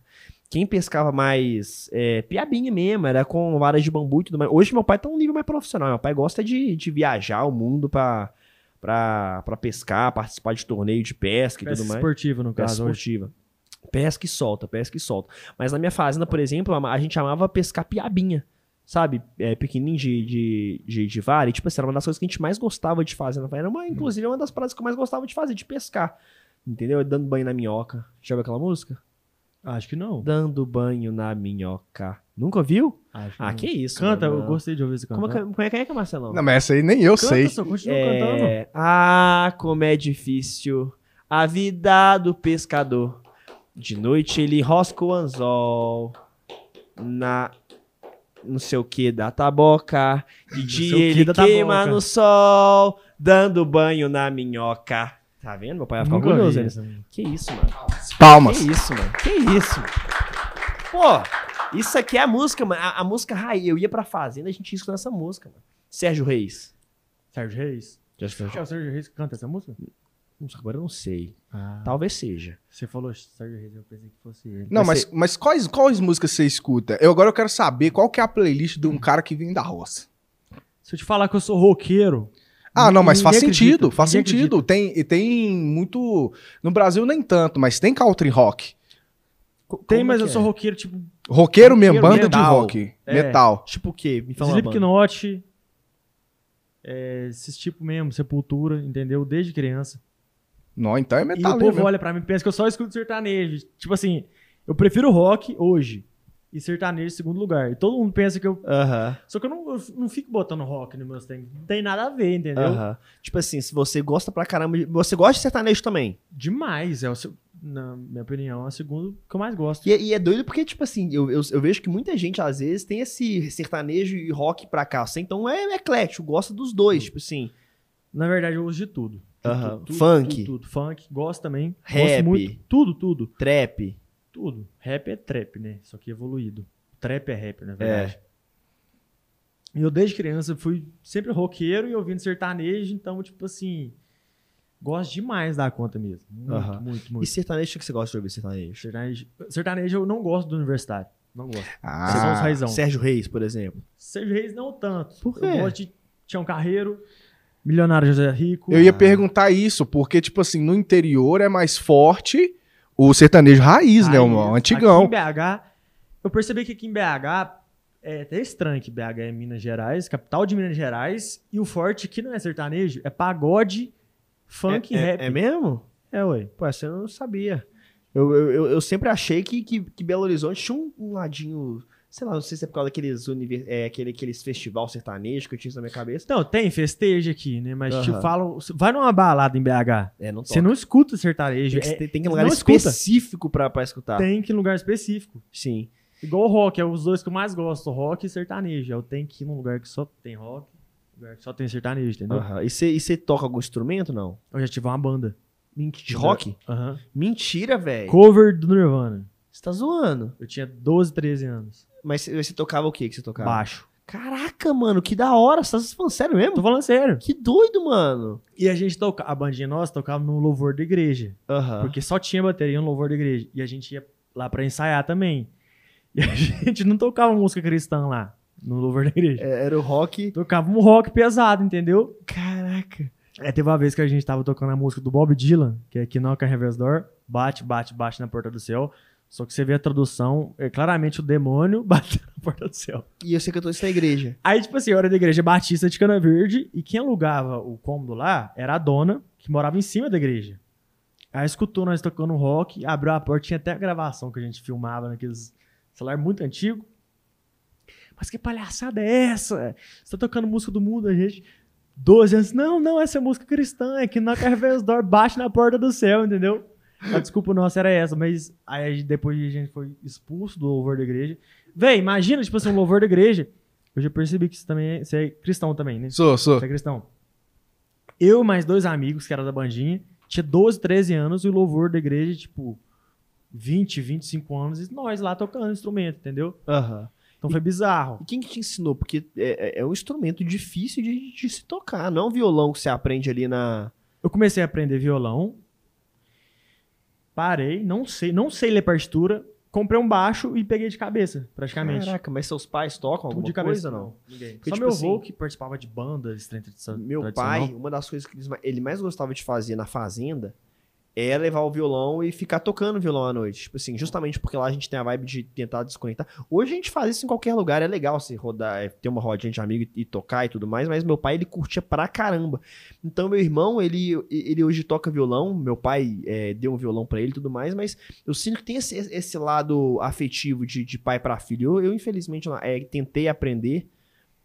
Speaker 1: Quem pescava mais é, piabinha mesmo, era com varas de bambu e tudo mais. Hoje meu pai tá um nível mais profissional. Meu pai gosta de, de viajar o mundo pra, pra, pra pescar, participar de torneio de pesca e
Speaker 2: Pesca
Speaker 1: tudo mais.
Speaker 2: esportiva, no
Speaker 1: Pesca
Speaker 2: caso. hoje.
Speaker 1: esportiva. Pesca e solta, pesca e solta. Mas na minha fazenda, por exemplo, a gente chamava pescar piabinha. Sabe? É, pequenininho de, de, de, de vara. E, tipo assim, era uma das coisas que a gente mais gostava de fazer. na fazenda. Era
Speaker 2: Hum.
Speaker 1: uma, inclusive, é uma das paradas que eu mais gostava de fazer, de pescar. Entendeu? É Dando banho na minhoca. Já ouviu aquela música?
Speaker 2: Acho que não.
Speaker 1: Dando banho na minhoca. Nunca ouviu?
Speaker 2: Acho que
Speaker 1: Ah,
Speaker 2: não.
Speaker 1: que isso.
Speaker 2: Hum. Canta,
Speaker 1: mano.
Speaker 2: eu gostei de ouvir esse canto.
Speaker 1: Como, é que- como é que é, Marcelão?
Speaker 3: Não, mas essa aí nem eu
Speaker 2: Canta,
Speaker 3: sei.
Speaker 2: só continua cantando.
Speaker 1: É... Ah, como é difícil a vida do pescador. De noite ele rosca o anzol na não sei o que da taboca. De
Speaker 2: sei o
Speaker 1: dia
Speaker 2: que
Speaker 1: ele
Speaker 2: da
Speaker 1: queima
Speaker 2: taboca.
Speaker 1: no sol, dando banho na minhoca. Tá vendo? Meu pai vai ficar
Speaker 2: Nunca
Speaker 1: orgulhoso.
Speaker 2: vi
Speaker 1: né?
Speaker 2: essa música.
Speaker 1: Que isso, mano.
Speaker 3: Palmas.
Speaker 1: Que isso, mano. Que isso. mano. Pô, isso aqui é a música, mano. A, a música raiz. Eu ia pra fazenda, a gente ia escutando essa música, mano. Sérgio Reis.
Speaker 2: Sérgio Reis.
Speaker 1: Tá.
Speaker 2: É o Sérgio Reis que canta essa música?
Speaker 1: Nossa, Agora eu não sei.
Speaker 2: Ah.
Speaker 1: Talvez seja.
Speaker 2: Você falou Sérgio Reis, eu pensei que fosse ele.
Speaker 3: Não,
Speaker 1: Vai
Speaker 3: mas, mas quais, quais músicas você escuta? Eu agora eu quero saber qual que é a playlist
Speaker 1: Hum.
Speaker 3: de um cara que vem da roça.
Speaker 2: Se eu te falar que eu sou roqueiro,
Speaker 3: Ah, não, mas
Speaker 2: Ninguém
Speaker 3: faz
Speaker 2: acredita,
Speaker 3: sentido, faz
Speaker 2: ninguém
Speaker 3: sentido. Tem, e tem muito. No Brasil nem tanto, mas tem country rock.
Speaker 2: tem,
Speaker 1: Como
Speaker 2: mas
Speaker 1: que
Speaker 2: eu
Speaker 1: é?
Speaker 2: sou roqueiro tipo
Speaker 3: Roqueiro mesmo,
Speaker 1: Roqueiro,
Speaker 3: banda de
Speaker 1: metal.
Speaker 3: rock.
Speaker 2: É.
Speaker 3: Metal.
Speaker 1: Tipo o quê? Me fala uma banda.
Speaker 2: Slipknot, é, esses tipo mesmo, Sepultura, entendeu? Desde criança.
Speaker 3: Não, então é
Speaker 2: e o
Speaker 3: metal
Speaker 2: povo
Speaker 3: mesmo.
Speaker 2: olha pra mim e pensa que eu só escuto sertanejo. Tipo assim, eu prefiro rock hoje e sertanejo em segundo lugar. E todo mundo pensa que eu...
Speaker 1: Aham,
Speaker 2: Só que eu não, eu não fico botando rock nos meus tempos. Não tem nada a ver, entendeu?
Speaker 1: aham. Tipo assim, se você gosta pra caramba. de- Você gosta de sertanejo também.
Speaker 2: Demais, é o seu... Na minha opinião, é o segundo que eu mais gosto.
Speaker 1: E, é- e é doido porque, tipo assim, eu, eu, eu vejo que muita gente, às vezes, tem esse sertanejo e rock pra cá. assim, Então é eclético, gosta dos dois, tipo assim.
Speaker 2: Na verdade, eu uso de tudo. De
Speaker 1: Aham.
Speaker 2: tudo, tudo,
Speaker 1: Ah, Funk.
Speaker 2: Tudo, tudo. Funk, gosto também.
Speaker 1: Rap.
Speaker 2: Gosto muito. Tudo, tudo.
Speaker 1: Trap.
Speaker 2: Tudo. Rap é trap, né? Só que evoluído. Trap é rap, na verdade. E eu, desde criança, fui sempre roqueiro e ouvindo sertanejo. Então, tipo assim, gosto demais da conta mesmo. Muito,
Speaker 1: Aham.
Speaker 2: muito,
Speaker 1: E
Speaker 2: muito.
Speaker 1: sertanejo, o que você gosta de ouvir sertanejo?
Speaker 2: Sertanejo, sertanejo eu não gosto do universitário. Não gosto. Vocês são os
Speaker 3: Ah,
Speaker 2: raizão.
Speaker 1: Sérgio Reis, por exemplo.
Speaker 2: Sérgio Reis não tanto.
Speaker 1: Por
Speaker 2: Eu
Speaker 1: quê?
Speaker 2: gosto de Tião Carreiro, Milionário José Rico.
Speaker 3: eu ia perguntar isso, porque, tipo assim, no interior é mais forte o sertanejo raiz, né? O antigão.
Speaker 2: Aqui em BH, eu percebi que aqui em BH é até estranho que BH é Minas Gerais, capital de Minas Gerais, e o forte que não é sertanejo, é pagode, funk e
Speaker 1: é,
Speaker 2: rap.
Speaker 1: é mesmo?
Speaker 2: É, ué.
Speaker 1: Pô, essa eu não sabia. Eu, eu, eu- eu sempre achei que, que, que Belo Horizonte tinha um, um ladinho, sei lá, não sei se é por causa daqueles univer, é, aquele, aqueles festival sertanejo que eu tinha isso na minha cabeça.
Speaker 2: Então, tem festejo aqui, né? Mas te
Speaker 1: Aham.
Speaker 2: falam. Vai numa balada em BH.
Speaker 1: É, não
Speaker 2: Você
Speaker 1: toca.
Speaker 2: não escuta sertanejo.
Speaker 1: tem, que,
Speaker 2: é-
Speaker 1: tem- tem que ir em lugar
Speaker 2: não escuta.
Speaker 1: específico pra, pra escutar.
Speaker 2: tem que ir em lugar específico.
Speaker 1: Sim.
Speaker 2: Igual o rock, é os dois que eu mais gosto, rock e sertanejo. Eu tenho que ir num lugar que só tem rock, lugar que só tem sertanejo, entendeu?
Speaker 1: Aham. E você e você toca algum instrumento, não?
Speaker 2: Eu já tive uma banda.
Speaker 1: De rock?
Speaker 2: Aham.
Speaker 1: Mentira, velho.
Speaker 2: Cover do Nirvana.
Speaker 1: Você tá zoando.
Speaker 2: Eu tinha 12, 13 anos.
Speaker 1: Mas você você tocava o que que você tocava?
Speaker 2: Baixo.
Speaker 1: Caraca, mano, que da hora. Você tá falando sério mesmo?
Speaker 2: Tô falando sério.
Speaker 1: Que doido, mano.
Speaker 2: E a gente tocava, a bandinha nossa tocava no louvor da igreja.
Speaker 1: Aham.
Speaker 2: Porque só tinha bateria no louvor da igreja. E a gente ia lá pra ensaiar também. E a gente não tocava música cristã lá, no louvor da igreja.
Speaker 1: É, Era o rock.
Speaker 2: Tocava um rock pesado, entendeu?
Speaker 1: Caraca.
Speaker 2: É, teve uma vez que a gente tava tocando a música do Bob Dylan, que é Que Knock on Heaven's Door, bate, bate, bate na porta do céu. Só que você vê a tradução, é claramente o demônio batendo na porta do céu.
Speaker 1: E eu sei que eu tô isso na igreja.
Speaker 2: Aí, tipo assim, eu era da igreja batista de Cana Verde, e quem alugava o cômodo lá era a dona, que morava em cima da igreja. Aí escutou nós tocando rock, abriu a porta, tinha até a gravação que a gente filmava naqueles celular muito antigo. Mas que palhaçada é essa? Você tá tocando música do mundo, a gente. 12 anos, não, não, essa é música cristã, é que na Carvel's Door bate na porta do céu, entendeu? A desculpa nossa era essa, mas aí a gente- depois a gente foi expulso do louvor da igreja. Véi, imagina, tipo assim, um louvor da igreja. Eu já percebi que você também é, você é cristão também, né?
Speaker 3: Sou, sou.
Speaker 2: Você é cristão. Eu e mais dois amigos que eram da bandinha, tinha 12, 13 anos e o louvor da igreja, tipo, 20, 25 anos, e nós lá tocando instrumento, entendeu?
Speaker 1: Aham.
Speaker 2: Então foi bizarro.
Speaker 1: E quem que te ensinou? Porque é, é- é um instrumento difícil de, de se tocar, não é um violão que você aprende ali na.
Speaker 2: Eu comecei a aprender violão, parei, não sei, não sei ler partitura, comprei um baixo e peguei de cabeça, praticamente.
Speaker 1: Caraca, mas seus pais tocam
Speaker 2: Tudo
Speaker 1: alguma
Speaker 2: de
Speaker 1: coisa
Speaker 2: cabeça,
Speaker 1: não?
Speaker 2: Ninguém.
Speaker 1: Porque,
Speaker 2: Só
Speaker 1: tipo
Speaker 2: meu
Speaker 1: assim,
Speaker 2: avô que participava de bandas tradicional.
Speaker 1: Meu pai, uma das coisas que eles ma- ele mais gostava de fazer na fazenda é levar o violão e ficar tocando violão à noite. Tipo assim, justamente porque lá a gente tem a vibe de tentar desconectar. Hoje a gente faz isso em qualquer lugar, é legal você rodar, é, ter uma rodinha de amigo e, e tocar e tudo mais, mas meu pai ele curtia pra caramba. Então meu irmão, ele, ele hoje toca violão, meu pai é, deu um violão pra ele e tudo mais, mas eu sinto que tem esse, esse lado afetivo de, de pai pra filho. Eu, eu, infelizmente, não- é, tentei aprender,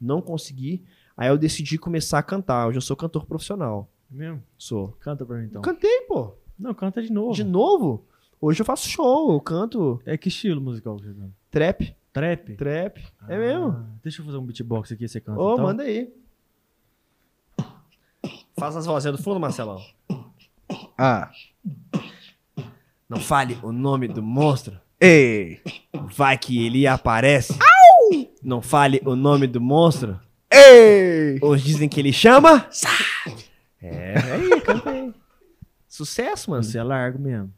Speaker 1: não consegui. Aí eu decidi começar a cantar. Hoje eu sou cantor profissional.
Speaker 2: É Mesmo?
Speaker 1: Sou.
Speaker 2: Canta pra mim então.
Speaker 1: Cantei, pô.
Speaker 2: Não, canta de novo.
Speaker 1: De novo? Hoje eu faço show, eu canto
Speaker 2: É que estilo musical que você canta?
Speaker 1: trap,
Speaker 2: Trap?
Speaker 1: trap. É
Speaker 2: Ah,
Speaker 1: mesmo?
Speaker 2: Deixa eu fazer um beatbox aqui, você
Speaker 1: Ô,
Speaker 2: canta. então.
Speaker 1: manda aí. Faz as vozinhas do fundo, Marcelão.
Speaker 3: Ah.
Speaker 1: Não fale o nome do monstro.
Speaker 3: Ei!
Speaker 1: Vai que ele aparece. Não fale o nome do monstro.
Speaker 3: Ei!
Speaker 1: Hoje dizem que ele chama. Sabe? É, é aí, cantei. Sucesso, mano.
Speaker 2: Você é largo mesmo.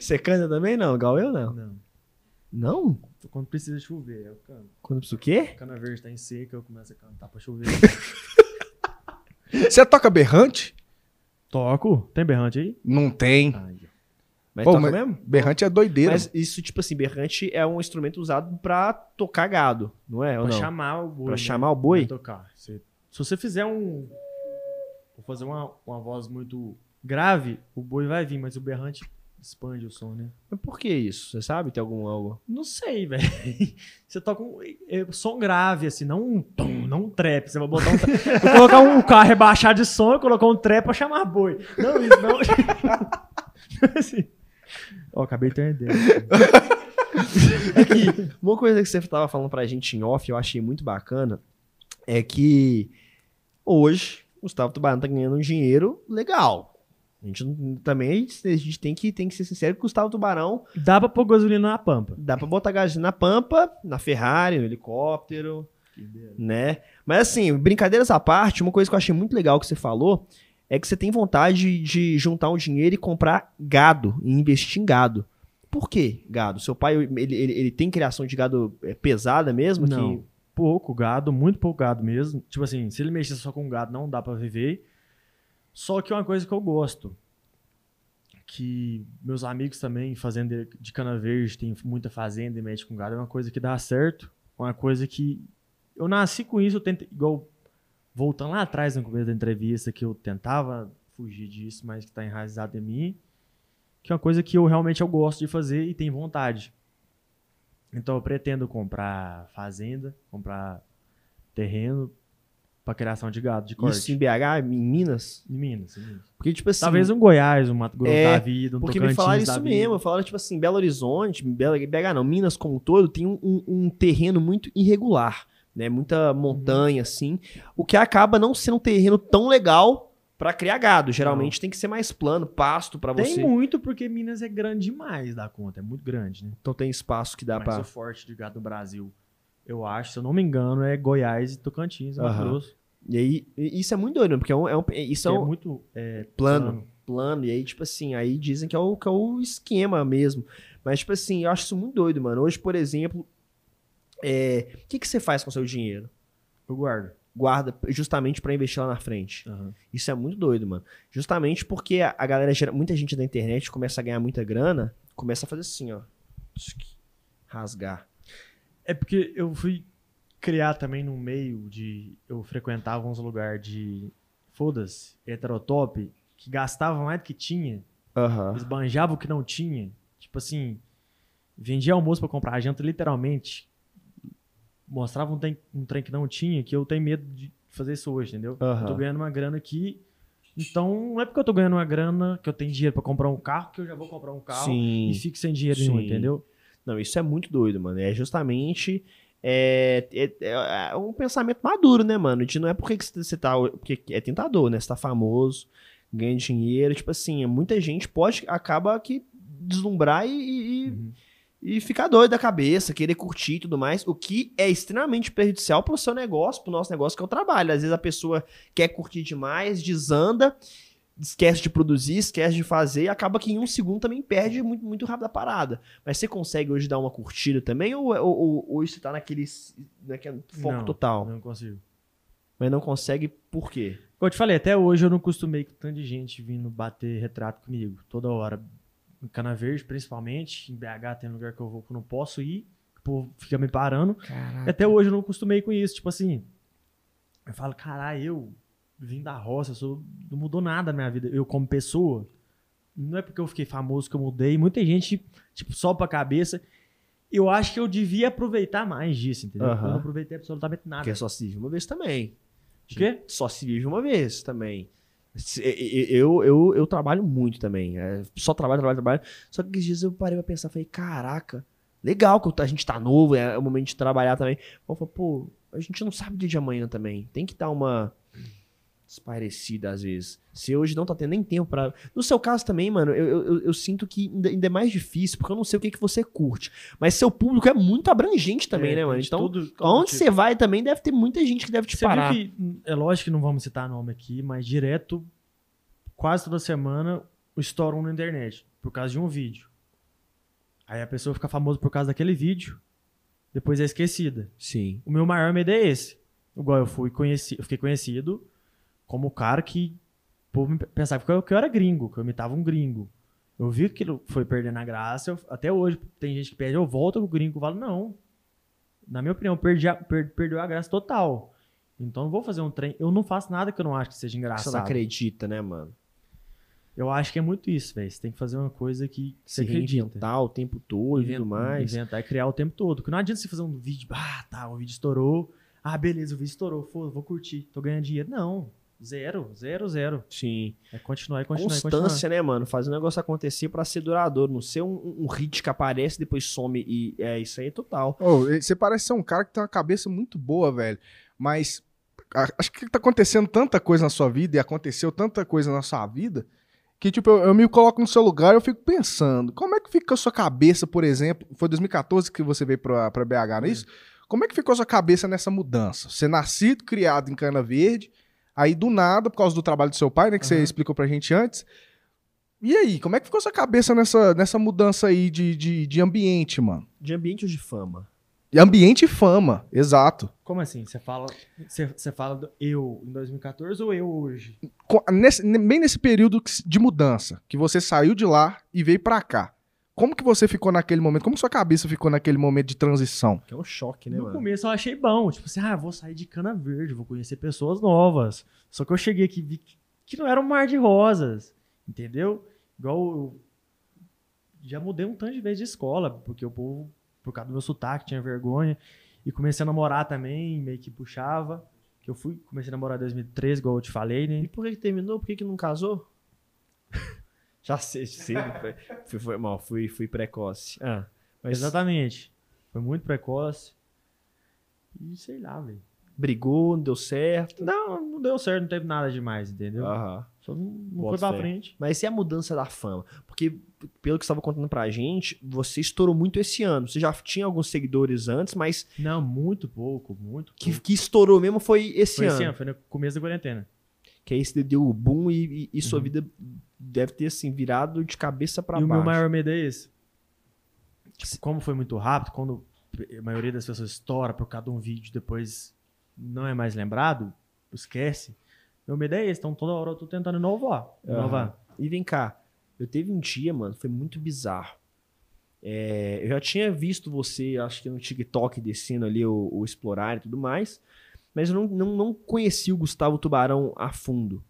Speaker 1: Você canta também? Não, igual eu não.
Speaker 2: Não.
Speaker 1: Não?
Speaker 2: Quando precisa chover, eu canto.
Speaker 1: Quando isso o quê?
Speaker 2: A cana verde tá em seca, eu começo a cantar pra chover.
Speaker 3: Você toca berrante?
Speaker 2: Toco. Tem berrante aí?
Speaker 3: Não tem.
Speaker 2: Ai, ó.
Speaker 1: Mas
Speaker 3: Pô,
Speaker 1: toca
Speaker 3: mas-
Speaker 1: mesmo?
Speaker 3: Berrante é doideira.
Speaker 1: Mas isso, tipo assim, berrante é um instrumento usado pra tocar gado, não é? Ou
Speaker 2: pra
Speaker 1: não?
Speaker 2: chamar o boi.
Speaker 1: Pra
Speaker 2: né?
Speaker 1: chamar o boi?
Speaker 2: Pra tocar. Você- Se você fizer um. Vou fazer uma, uma voz muito grave, o boi vai vir, mas o berrante expande o som, né?
Speaker 1: Mas por que isso? Você sabe? Tem algum algo?
Speaker 2: Não sei, velho. Você toca um é, som grave, assim, não um tom, não um trap. Você vai botar um trap. Vou colocar um carro rebaixar de som e colocar um trap pra chamar boi. Não, isso não. assim. Ó, acabei de ter uma ideia.
Speaker 1: Uma coisa que você tava falando pra gente em off, eu achei muito bacana, é que hoje o Gustavo Tubarão tá ganhando um dinheiro legal. A gente não- também a gente tem que, tem que ser sincero que o Gustavo Tubarão
Speaker 2: Dá pra pôr gasolina na pampa.
Speaker 1: dá pra botar gasolina na pampa, na Ferrari, no helicóptero, né? Mas assim, brincadeiras à parte, uma coisa que eu achei muito legal que você falou é que você tem vontade de juntar um dinheiro e comprar gado, e investir em gado. Por que gado? Seu pai, ele, ele, ele tem criação de gado é, pesada mesmo?
Speaker 2: Não.
Speaker 1: Que...
Speaker 2: Pouco gado, muito pouco gado mesmo. Tipo assim, se ele mexer só com gado, não dá pra viver. Só que é uma coisa que eu gosto, que meus amigos também, fazenda de cana verde, tem muita fazenda e mexe com gado, é uma coisa que dá certo. é Uma coisa que eu nasci com isso, eu tento, igual voltando lá atrás no começo da entrevista, que eu tentava fugir disso, mas que tá enraizado em mim, que é uma coisa que eu realmente eu gosto de fazer e tenho vontade. Então eu pretendo comprar fazenda, comprar terreno pra criação de gado, de corte.
Speaker 1: Isso em BH, em Minas?
Speaker 2: Em Minas, em Minas.
Speaker 1: Porque, tipo assim.
Speaker 2: Talvez um Goiás, um Mato Grosso
Speaker 1: É,
Speaker 2: da vida, um
Speaker 1: Porque
Speaker 2: Tocantins
Speaker 1: me falaram
Speaker 2: da
Speaker 1: isso
Speaker 2: vida.
Speaker 1: mesmo, falaram, tipo assim, Belo Horizonte, Belo, BH não, Minas como um todo, tem um, um- um terreno muito irregular, né? Muita
Speaker 2: Uhum.
Speaker 1: montanha, assim, o que acaba não sendo um terreno tão legal pra criar gado. Geralmente tem que ser mais plano, pasto pra
Speaker 2: Tem
Speaker 1: você.
Speaker 2: muito, porque Minas é grande demais da conta, é muito grande, né?
Speaker 1: Então tem espaço que dá
Speaker 2: Mas
Speaker 1: pra...
Speaker 2: o forte de gado do Brasil, eu acho, se eu não me engano, é Goiás e Tocantins, Mato
Speaker 1: Aham.
Speaker 2: Grosso.
Speaker 1: E aí, e- isso é muito doido, né? porque é um, é um- isso é
Speaker 2: que é
Speaker 1: um
Speaker 2: muito é,
Speaker 1: plano. plano, e aí, tipo assim, aí dizem que é o, que é o esquema mesmo. Mas, tipo assim, eu acho isso muito doido, mano. Hoje, por exemplo, é, o que, que você faz com o seu dinheiro?
Speaker 2: Eu guardo.
Speaker 1: Guarda justamente pra investir lá na frente. Isso é muito doido, mano. Justamente porque a a galera, gera, muita gente da internet começa a ganhar muita grana, começa a fazer assim, ó. Tsk, Rasgar.
Speaker 2: É porque eu fui criar também num meio de. Eu frequentava uns lugares de. Foda-se, heterotop, que gastava mais do que tinha,
Speaker 1: Aham.
Speaker 2: esbanjava o que não tinha. Tipo assim, vendia almoço pra comprar janta, literalmente. Mostrava um trem, um trem que não tinha, que eu tenho medo de fazer isso hoje, entendeu?
Speaker 1: Aham.
Speaker 2: Eu tô ganhando uma grana aqui. Então, não é porque eu tô ganhando uma grana que eu tenho dinheiro pra comprar um carro que eu já vou comprar um carro
Speaker 1: Sim.
Speaker 2: e fico sem dinheiro nenhum,
Speaker 1: Sim.
Speaker 2: entendeu?
Speaker 1: Não, isso é muito doido, mano. É justamente é, é- é um pensamento maduro, né, mano? De não é porque que você tá. Porque é tentador, né? Você tá famoso, ganha dinheiro. Tipo assim, muita gente pode acaba que deslumbrar e- e, e,
Speaker 2: Uhum.
Speaker 1: e ficar doido da cabeça, querer curtir e tudo mais, o que é extremamente prejudicial pro seu negócio, pro nosso negócio, que é o trabalho. Às vezes a pessoa quer curtir demais, desanda, esquece de produzir, esquece de fazer, e acaba que em um segundo também perde muito, muito rápido a parada. Mas você consegue hoje dar uma curtida também, ou, é, ou, ou, ou isso tá naquele, naquele foco
Speaker 2: Não,
Speaker 1: total?
Speaker 2: Não consigo.
Speaker 1: Mas não consegue por quê?
Speaker 2: Como eu te falei, até hoje eu não costumei com tanto de gente vindo bater retrato comigo, toda hora. Em Cana Verde, principalmente, em BH tem lugar que eu vou que eu não posso ir, que o povo fica me parando.
Speaker 1: Caraca.
Speaker 2: Até hoje eu não costumei com isso, tipo assim, eu falo, caralho, eu vim da roça, eu sou, não mudou nada na minha vida, eu como pessoa. Não é porque eu fiquei famoso que eu mudei, muita gente, tipo, só pra cabeça. Eu acho que eu devia aproveitar mais disso, entendeu?
Speaker 1: Aham.
Speaker 2: Eu não aproveitei absolutamente nada.
Speaker 1: Porque é só se vive uma vez também.
Speaker 2: O quê?
Speaker 1: Só se vive uma vez também. Se- e- e- Eu, eu, eu trabalho muito também. é, Só trabalho, trabalho, trabalho. Só que esses dias eu parei pra pensar, falei, caraca, legal que eu tá- a gente tá novo, é o momento de trabalhar também. Eu falei, pô, a gente não sabe o dia de amanhã também. Tem que dar uma esparecida às vezes. Se hoje não tá tendo nem tempo pra. No seu caso também, mano, eu, eu- eu- eu sinto que ainda, ainda é mais difícil, porque eu não sei o que, que você curte. Mas seu público é muito abrangente também,
Speaker 2: É,
Speaker 1: né, mano?
Speaker 2: tem de
Speaker 1: Então,
Speaker 2: todo- todo
Speaker 1: onde
Speaker 2: tipo.
Speaker 1: você vai também deve ter muita gente que deve te
Speaker 2: Você
Speaker 1: parar.
Speaker 2: viu que, hum, é lógico que não vamos citar nome aqui, mas direto, quase toda semana, estouram na internet, por causa de um vídeo. Aí a pessoa fica famosa por causa daquele vídeo, depois é esquecida.
Speaker 1: Sim.
Speaker 2: O meu maior medo é esse. Igual eu fui conheci, eu fiquei conhecido como o cara que o povo me pensava que eu, que eu era gringo, que eu imitava um gringo. Eu vi que aquilo foi perdendo a graça, eu- até hoje tem gente que pede, eu volto com o gringo, eu falo, não. Na minha opinião, perdi a- per- perdeu a graça total. Então eu não vou fazer um trem, eu não faço nada que eu não acho que seja
Speaker 1: Você não
Speaker 2: engraçado.
Speaker 1: acredita, né, mano?
Speaker 2: Eu acho que é muito isso, velho. Você tem que fazer uma coisa que você
Speaker 1: Se
Speaker 2: acredita.
Speaker 1: reinventar o tempo todo e tudo mais.
Speaker 2: né? Inventar e criar o tempo todo. Porque não adianta você fazer um vídeo, ah, tá, o vídeo estourou. Ah, beleza, o vídeo estourou, foda, vou curtir, tô ganhando dinheiro. Não. Zero, zero, zero.
Speaker 1: Sim.
Speaker 2: É continuar, é continuar, é continuar.
Speaker 1: Constância, né, mano? Fazer o negócio acontecer pra ser duradouro. Não ser um- um, um hit que aparece, depois some e é isso aí é total.
Speaker 3: Ô, você parece ser um cara que tem uma cabeça muito boa, velho. Mas a- acho que tá acontecendo tanta coisa na sua vida e aconteceu tanta coisa na sua vida que, tipo, eu, eu me coloco no seu lugar e eu fico pensando, como é que fica a sua cabeça, por exemplo, foi 2014 que você veio pra, pra BH, não é isso? Como é que ficou a sua cabeça nessa mudança? Você é nascido, criado em Cana Verde, aí do nada, por causa do trabalho do seu pai, né, que você
Speaker 2: Aham.
Speaker 3: explicou pra gente antes, e aí, como é que ficou a sua cabeça nessa, nessa mudança aí de, de, de ambiente, mano?
Speaker 1: De ambiente ou de fama?
Speaker 3: E Ambiente e fama, exato.
Speaker 2: Como assim? Você fala, você, você fala do eu em 2014 ou eu hoje?
Speaker 3: Co- nesse- ne- bem nesse período que s- de mudança, que você saiu de lá e veio pra cá. Como que você ficou naquele momento? Como sua cabeça ficou naquele momento de transição?
Speaker 1: Que é um choque, né,
Speaker 2: No
Speaker 1: mano?
Speaker 2: começo eu achei bom, tipo assim, ah, vou sair de cana verde, vou conhecer pessoas novas. Só que eu cheguei aqui e vi que que não era um mar de rosas, entendeu? Igual eu já mudei um tanto de vez de escola, porque o povo, por causa do meu sotaque, tinha vergonha. E comecei a namorar também, meio que puxava. Que eu fui, comecei a namorar em 2003, igual eu te falei, né?
Speaker 1: E por que, que terminou? Por que, que não casou? Já sei, sei. foi- Fui, foi mal, fui, fui precoce.
Speaker 2: é,
Speaker 1: Ah, mas
Speaker 2: Exatamente. Foi muito precoce. E sei lá, velho.
Speaker 1: brigou, não deu certo.
Speaker 2: Não, não deu certo, não teve nada demais, entendeu?
Speaker 1: Aham.
Speaker 2: Só não, não
Speaker 1: Bota
Speaker 2: foi pra
Speaker 1: fé.
Speaker 2: frente.
Speaker 1: Mas e a mudança da fama? Porque, pelo que você estava contando pra gente, você estourou muito esse ano. Você já tinha alguns seguidores antes, mas
Speaker 2: Não, muito pouco, muito
Speaker 1: que,
Speaker 2: pouco.
Speaker 1: que estourou mesmo foi esse
Speaker 2: Uhum. Foi
Speaker 1: ano.
Speaker 2: esse ano, foi no começo da quarentena.
Speaker 1: Que aí você deu o boom e, e- e sua
Speaker 2: Uhum.
Speaker 1: vida deve ter assim, virado de cabeça pra
Speaker 2: e
Speaker 1: baixo.
Speaker 2: o meu maior medo é esse. Tipo, como foi muito rápido, quando a maioria das pessoas estoura por causa de um vídeo depois não é mais lembrado, esquece. Meu medo é esse, então toda hora eu tô tentando inovar.
Speaker 1: Aham.
Speaker 2: Inovar.
Speaker 1: E vem cá, eu teve um dia, mano, foi muito bizarro. É, eu já tinha visto você, acho que no TikTok, descendo ali o, o Explorar e tudo mais, mas eu não, não, não conheci o Gustavo Tubarão a fundo.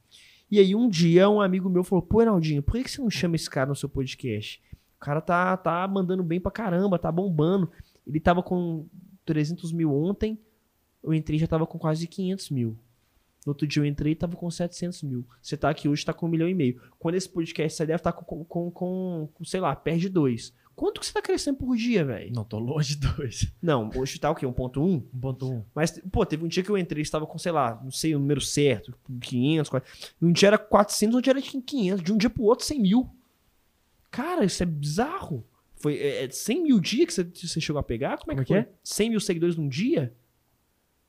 Speaker 1: E aí um dia um amigo meu falou, pô, Enaldinho, por que que você não chama esse cara no seu podcast? O cara tá, tá mandando bem pra caramba, tá bombando. Ele tava com 300 mil ontem, eu entrei e já tava com quase 500 mil. No outro dia eu entrei e tava com 700 mil. Você tá aqui hoje, tá com um milhão e meio. Quando esse podcast sair, deve estar com, com, com, com, sei lá, perde dois. Quanto que você tá crescendo por dia, velho?
Speaker 2: Não, tô longe de dois.
Speaker 1: Não, hoje tá o quê? 1.1?
Speaker 2: 1.1.
Speaker 1: Mas, pô, teve um dia que eu entrei e estava com, sei lá, não sei o número certo, 500, 400. Um dia era 400, outro dia era 500. De um dia pro outro, 100 mil. Cara, isso é bizarro. Foi é, é 100 mil dias que você, você chegou a pegar? Como é que,
Speaker 2: Como é que
Speaker 1: foi? 100 mil seguidores num dia?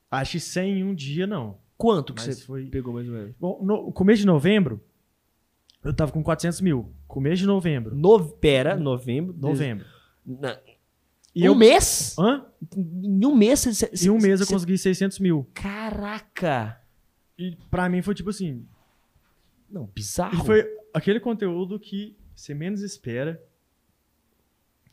Speaker 2: Acho que 100 em um dia, não.
Speaker 1: Quanto que
Speaker 2: Mas
Speaker 1: você
Speaker 2: foi...
Speaker 1: pegou mais ou menos?
Speaker 2: Bom, no começo de novembro, eu tava com 400 mil. Começo de novembro.
Speaker 1: No, pera, novembro.
Speaker 2: Novembro.
Speaker 1: Na-
Speaker 2: E
Speaker 1: um
Speaker 2: eu...
Speaker 1: mês?
Speaker 2: Hã?
Speaker 1: Em um mês você.
Speaker 2: Em um mês eu consegui 600 mil.
Speaker 1: Caraca!
Speaker 2: E pra mim foi tipo assim,
Speaker 1: Não,
Speaker 2: E
Speaker 1: bizarro.
Speaker 2: foi aquele conteúdo que você menos espera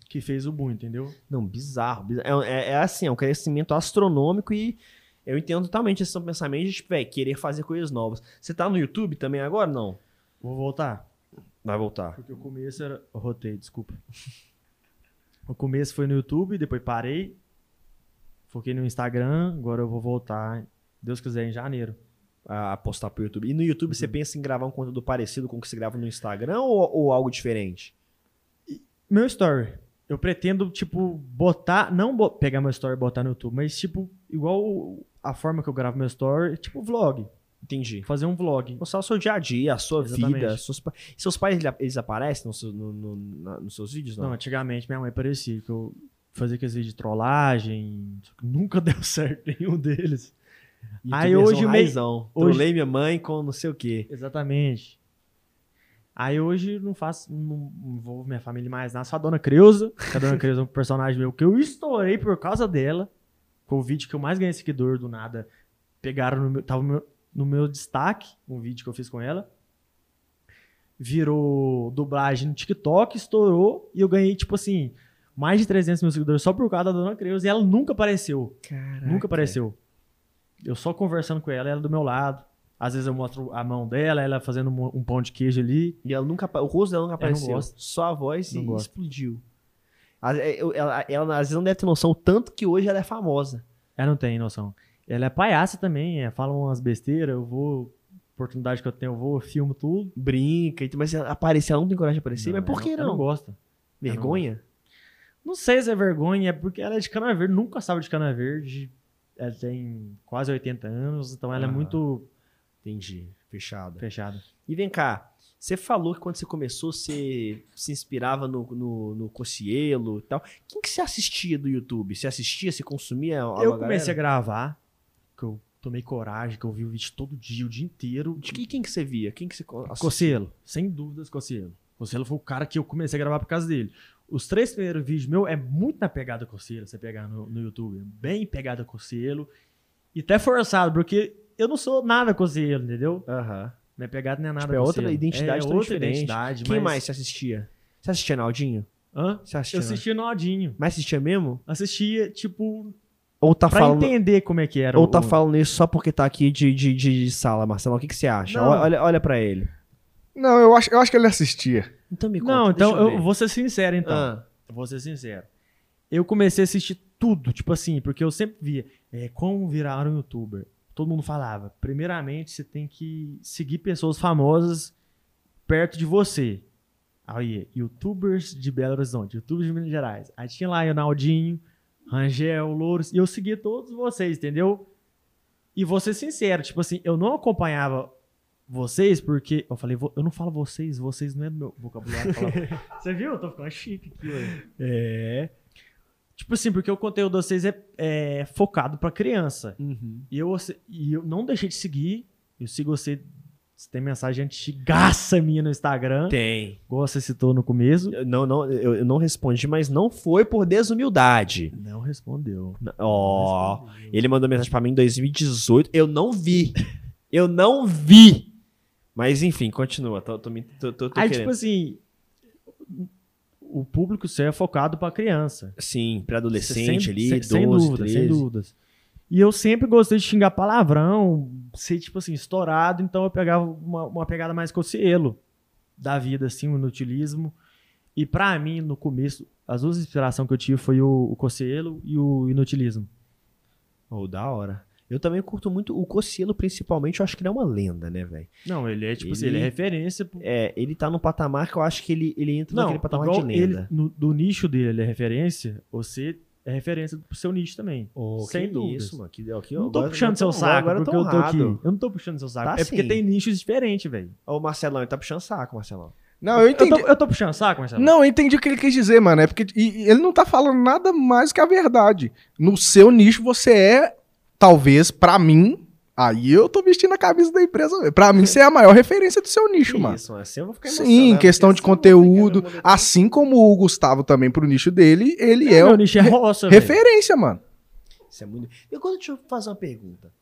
Speaker 2: que fez o boom, entendeu?
Speaker 1: Não, bizarro. bizarro. É, é- é assim, é um crescimento astronômico e eu entendo totalmente esse seu pensamento de, tipo, velho, querer fazer coisas novas. Você tá no YouTube também agora? Não.
Speaker 2: Vou voltar.
Speaker 1: Vai voltar.
Speaker 2: Porque o começo era. Eu rotei, desculpa. O começo foi no YouTube, depois parei. Foquei no Instagram, agora eu vou voltar, Deus quiser, em janeiro.
Speaker 1: A postar pro YouTube. E no YouTube você
Speaker 2: Uhum.
Speaker 1: pensa em gravar um conteúdo parecido com o que você grava no Instagram ou, ou algo diferente?
Speaker 2: Meu story. Eu pretendo, tipo, botar. Não bo- pegar meu story e botar no YouTube, mas, tipo, igual o- a forma que eu gravo meu story, tipo, vlog.
Speaker 1: Entendi.
Speaker 2: Fazer um vlog.
Speaker 1: Mostrar o seu dia a dia, a sua
Speaker 2: Exatamente.
Speaker 1: vida. Seus, pa- seus pais, ele- eles aparecem no seu- no- no- na- nos seus vídeos?
Speaker 2: Não, é. antigamente minha mãe parecia que eu fazia aqueles vídeos de trollagem, só que nunca deu certo nenhum deles. Aí
Speaker 1: tu mesmo
Speaker 2: Ah,
Speaker 1: é
Speaker 2: hoje meio-
Speaker 1: raizão.
Speaker 2: hoje-
Speaker 1: Trolei minha mãe com não sei o quê.
Speaker 2: Exatamente. Aí hoje não faço, não envolvo minha família mais nada, só a Dona Creuza, que a Dona Creuza é um personagem meu que eu estourei por causa dela, foi o vídeo que eu mais ganhei seguidor do nada, pegaram no meu, tava no meu, no meu destaque, um vídeo que eu fiz com ela, virou dublagem no TikTok, estourou, e eu ganhei, tipo assim, mais de 300 mil seguidores só por causa da Dona Creuza, e ela nunca apareceu.
Speaker 1: Caraca.
Speaker 2: Nunca apareceu. Eu só conversando com ela, ela do meu lado. Às vezes eu mostro a mão dela, ela fazendo um, um pão de queijo ali.
Speaker 1: E ela nunca, apa- o rosto dela nunca
Speaker 2: Eu não
Speaker 1: apareceu.
Speaker 2: gosto.
Speaker 1: Só a voz
Speaker 2: Não
Speaker 1: e
Speaker 2: gosto.
Speaker 1: explodiu. A- é- eu- Ela, ela, às vezes não deve ter noção o tanto que hoje ela é famosa.
Speaker 2: Ela não tem noção. Ela é palhaça também, é, fala umas besteiras, eu vou. Oportunidade que eu tenho, eu vou, filmo tudo.
Speaker 1: Brinca, e tudo, mas ela aparece, ela não tem coragem de aparecer. mas por
Speaker 2: ela
Speaker 1: que
Speaker 2: ela
Speaker 1: não?
Speaker 2: não gosta.
Speaker 1: Vergonha?
Speaker 2: Não sei se é vergonha, é porque ela é de Cana Verde, nunca sabe de Cana Verde. Ela tem quase 80 anos, então ela é
Speaker 1: Aham.
Speaker 2: muito
Speaker 1: Entendi. Fechada.
Speaker 2: fechada.
Speaker 1: E vem cá, você falou que quando você começou, você se inspirava no, no, no Cocielo e tal. Quem que você assistia do YouTube? Você assistia, você consumia? a- a
Speaker 2: eu comecei a
Speaker 1: galera?
Speaker 2: gravar, que eu tomei coragem, que eu vi o vídeo todo dia, o dia inteiro.
Speaker 1: De que- quem que você via? Quem que você co- assistia?
Speaker 2: Cocielo, sem dúvidas, Cocielo. Cocielo foi o cara que eu comecei a gravar por causa dele. Os três primeiros vídeos meu é muito na pegada Cocielo, você pegar no, no YouTube. é Bem pegada Cocielo. E até forçado, porque eu não sou nada Cocielo, entendeu?
Speaker 1: Aham.
Speaker 2: Minha pegada não é nada
Speaker 1: Tipo, é outra
Speaker 2: Cocielo.
Speaker 1: identidade
Speaker 2: é
Speaker 1: tão
Speaker 2: outra
Speaker 1: diferente.
Speaker 2: identidade.
Speaker 1: Quem
Speaker 2: mas-
Speaker 1: mais você assistia? Você assistia Naldinho?
Speaker 2: Hã?
Speaker 1: Você assistia?
Speaker 2: Eu assistia no Aldinho.
Speaker 1: Mas assistia mesmo?
Speaker 2: Assistia, tipo,
Speaker 1: Ou tá
Speaker 2: pra
Speaker 1: falando.
Speaker 2: entender como é que era.
Speaker 1: Ou
Speaker 2: o-
Speaker 1: tá
Speaker 2: o-
Speaker 1: falando isso só porque tá aqui de, de, de- de sala, Marcelão. O que, que você acha?
Speaker 2: Não.
Speaker 1: Olha, olha pra ele.
Speaker 3: Não, eu acho, eu acho que ele assistia.
Speaker 1: Então me conta.
Speaker 2: Não, então
Speaker 1: deixa eu
Speaker 2: eu,
Speaker 1: ver.
Speaker 2: vou ser sincero, então.
Speaker 1: Ah,
Speaker 2: Vou ser sincero. Eu comecei a assistir tudo, tipo assim, porque eu sempre via é, como virar um youtuber. Todo mundo falava. Primeiramente, você tem que seguir pessoas famosas perto de você. Aí, youtubers de Belo Horizonte, youtubers de Minas Gerais. Aí tinha lá Ronaldinho, Rangel, Louros. E eu seguia todos vocês, entendeu? E vou ser sincero, tipo assim, eu não acompanhava vocês porque. Eu falei, "Vo- eu não falo vocês, vocês não é do meu vocabulário. falar você viu? Eu tô ficando chique aqui, ué. É. Tipo assim, porque o conteúdo de vocês é, é focado pra criança.
Speaker 1: uhum.
Speaker 2: E eu, e eu não deixei de seguir. Eu sigo você. Você tem mensagem antigaça minha no Instagram.
Speaker 1: Tem.
Speaker 2: Igual você citou no começo.
Speaker 1: Eu- Não, não, eu, eu não respondi, mas não foi por desumildade.
Speaker 2: Não respondeu.
Speaker 1: N-
Speaker 2: Não
Speaker 1: Ó.
Speaker 2: respondeu.
Speaker 1: ele mandou mensagem pra mim em 2018. Eu não vi. Eu não vi. Mas enfim, continua. Tô, tô, me- tô, tô, tô
Speaker 2: Aí,
Speaker 1: querendo.
Speaker 2: tipo assim. O público seu é focado pra criança.
Speaker 1: Sim, pra adolescente
Speaker 2: assim, Sem-
Speaker 1: ali,
Speaker 2: sem,
Speaker 1: 12,
Speaker 2: sem dúvida,
Speaker 1: 13.
Speaker 2: sem dúvidas. E eu sempre gostei de xingar palavrão, ser, tipo assim, estourado, então eu pegava uma, uma pegada mais cocielo da vida, assim, o inutilismo. E pra mim, no começo, as duas inspirações que eu tive foi o, o cocielo e o inutilismo.
Speaker 1: Ou da hora. Eu também curto muito o Cocielo, principalmente. Eu acho que ele é uma lenda, né, velho?
Speaker 2: Não, ele é, tipo assim,
Speaker 1: Ele-
Speaker 2: ele é referência. pro-
Speaker 1: É, ele tá num patamar que eu acho que ele, ele entra
Speaker 2: Não,
Speaker 1: naquele patamar de
Speaker 2: igual ele,
Speaker 1: lenda.
Speaker 2: no- do nicho dele, ele é referência, você é referência pro seu nicho também. sem dúvidas.
Speaker 1: Isso, mano. Que, aqui,
Speaker 2: Eu não tô
Speaker 1: agora-
Speaker 2: puxando seu
Speaker 1: agora-
Speaker 2: saco,
Speaker 1: agora
Speaker 2: porque
Speaker 1: tô
Speaker 2: eu tô aqui.
Speaker 1: honrado.
Speaker 2: Eu não tô puxando seu saco.
Speaker 1: Tá
Speaker 2: é porque
Speaker 1: sim.
Speaker 2: tem nichos diferentes, velho.
Speaker 1: Ó, o Marcelão, ele tá puxando saco, Marcelão.
Speaker 3: Não, eu entendi.
Speaker 2: Eu, tô, eu tô puxando saco, Marcelo?
Speaker 3: Não, eu entendi o que ele quis dizer, mano. É porque e- e ele não tá falando nada mais que a verdade. No seu nicho, você é, talvez, pra mim. Aí eu tô vestindo a camisa da empresa. mesmo. Pra mim, você é a maior referência do seu nicho,
Speaker 1: Que
Speaker 3: mano.
Speaker 1: Isso, mano. Assim eu vou ficar
Speaker 3: Sim,
Speaker 1: emocionado,
Speaker 3: questão
Speaker 1: porque
Speaker 3: de
Speaker 1: assim eu vou ficar
Speaker 3: conteúdo.
Speaker 1: emocionado.
Speaker 3: Assim como o Gustavo também pro nicho dele, ele é,
Speaker 2: meu
Speaker 3: o
Speaker 2: nicho é roça, velho.
Speaker 3: referência, mano.
Speaker 1: Isso é muito. E quando deixa eu fazer uma pergunta.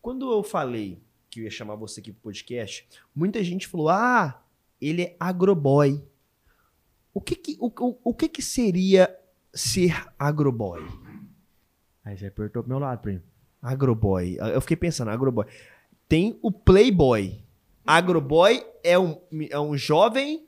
Speaker 1: Quando eu falei que eu ia chamar você aqui pro podcast, muita gente falou: "Ah, ele é agroboy". O que que o, o, o que que seria ser agroboy?
Speaker 2: Aí você apertou pro meu lado, primo.
Speaker 1: Agroboy. Eu fiquei pensando, agroboy. Tem o playboy. Agroboy é um é um jovem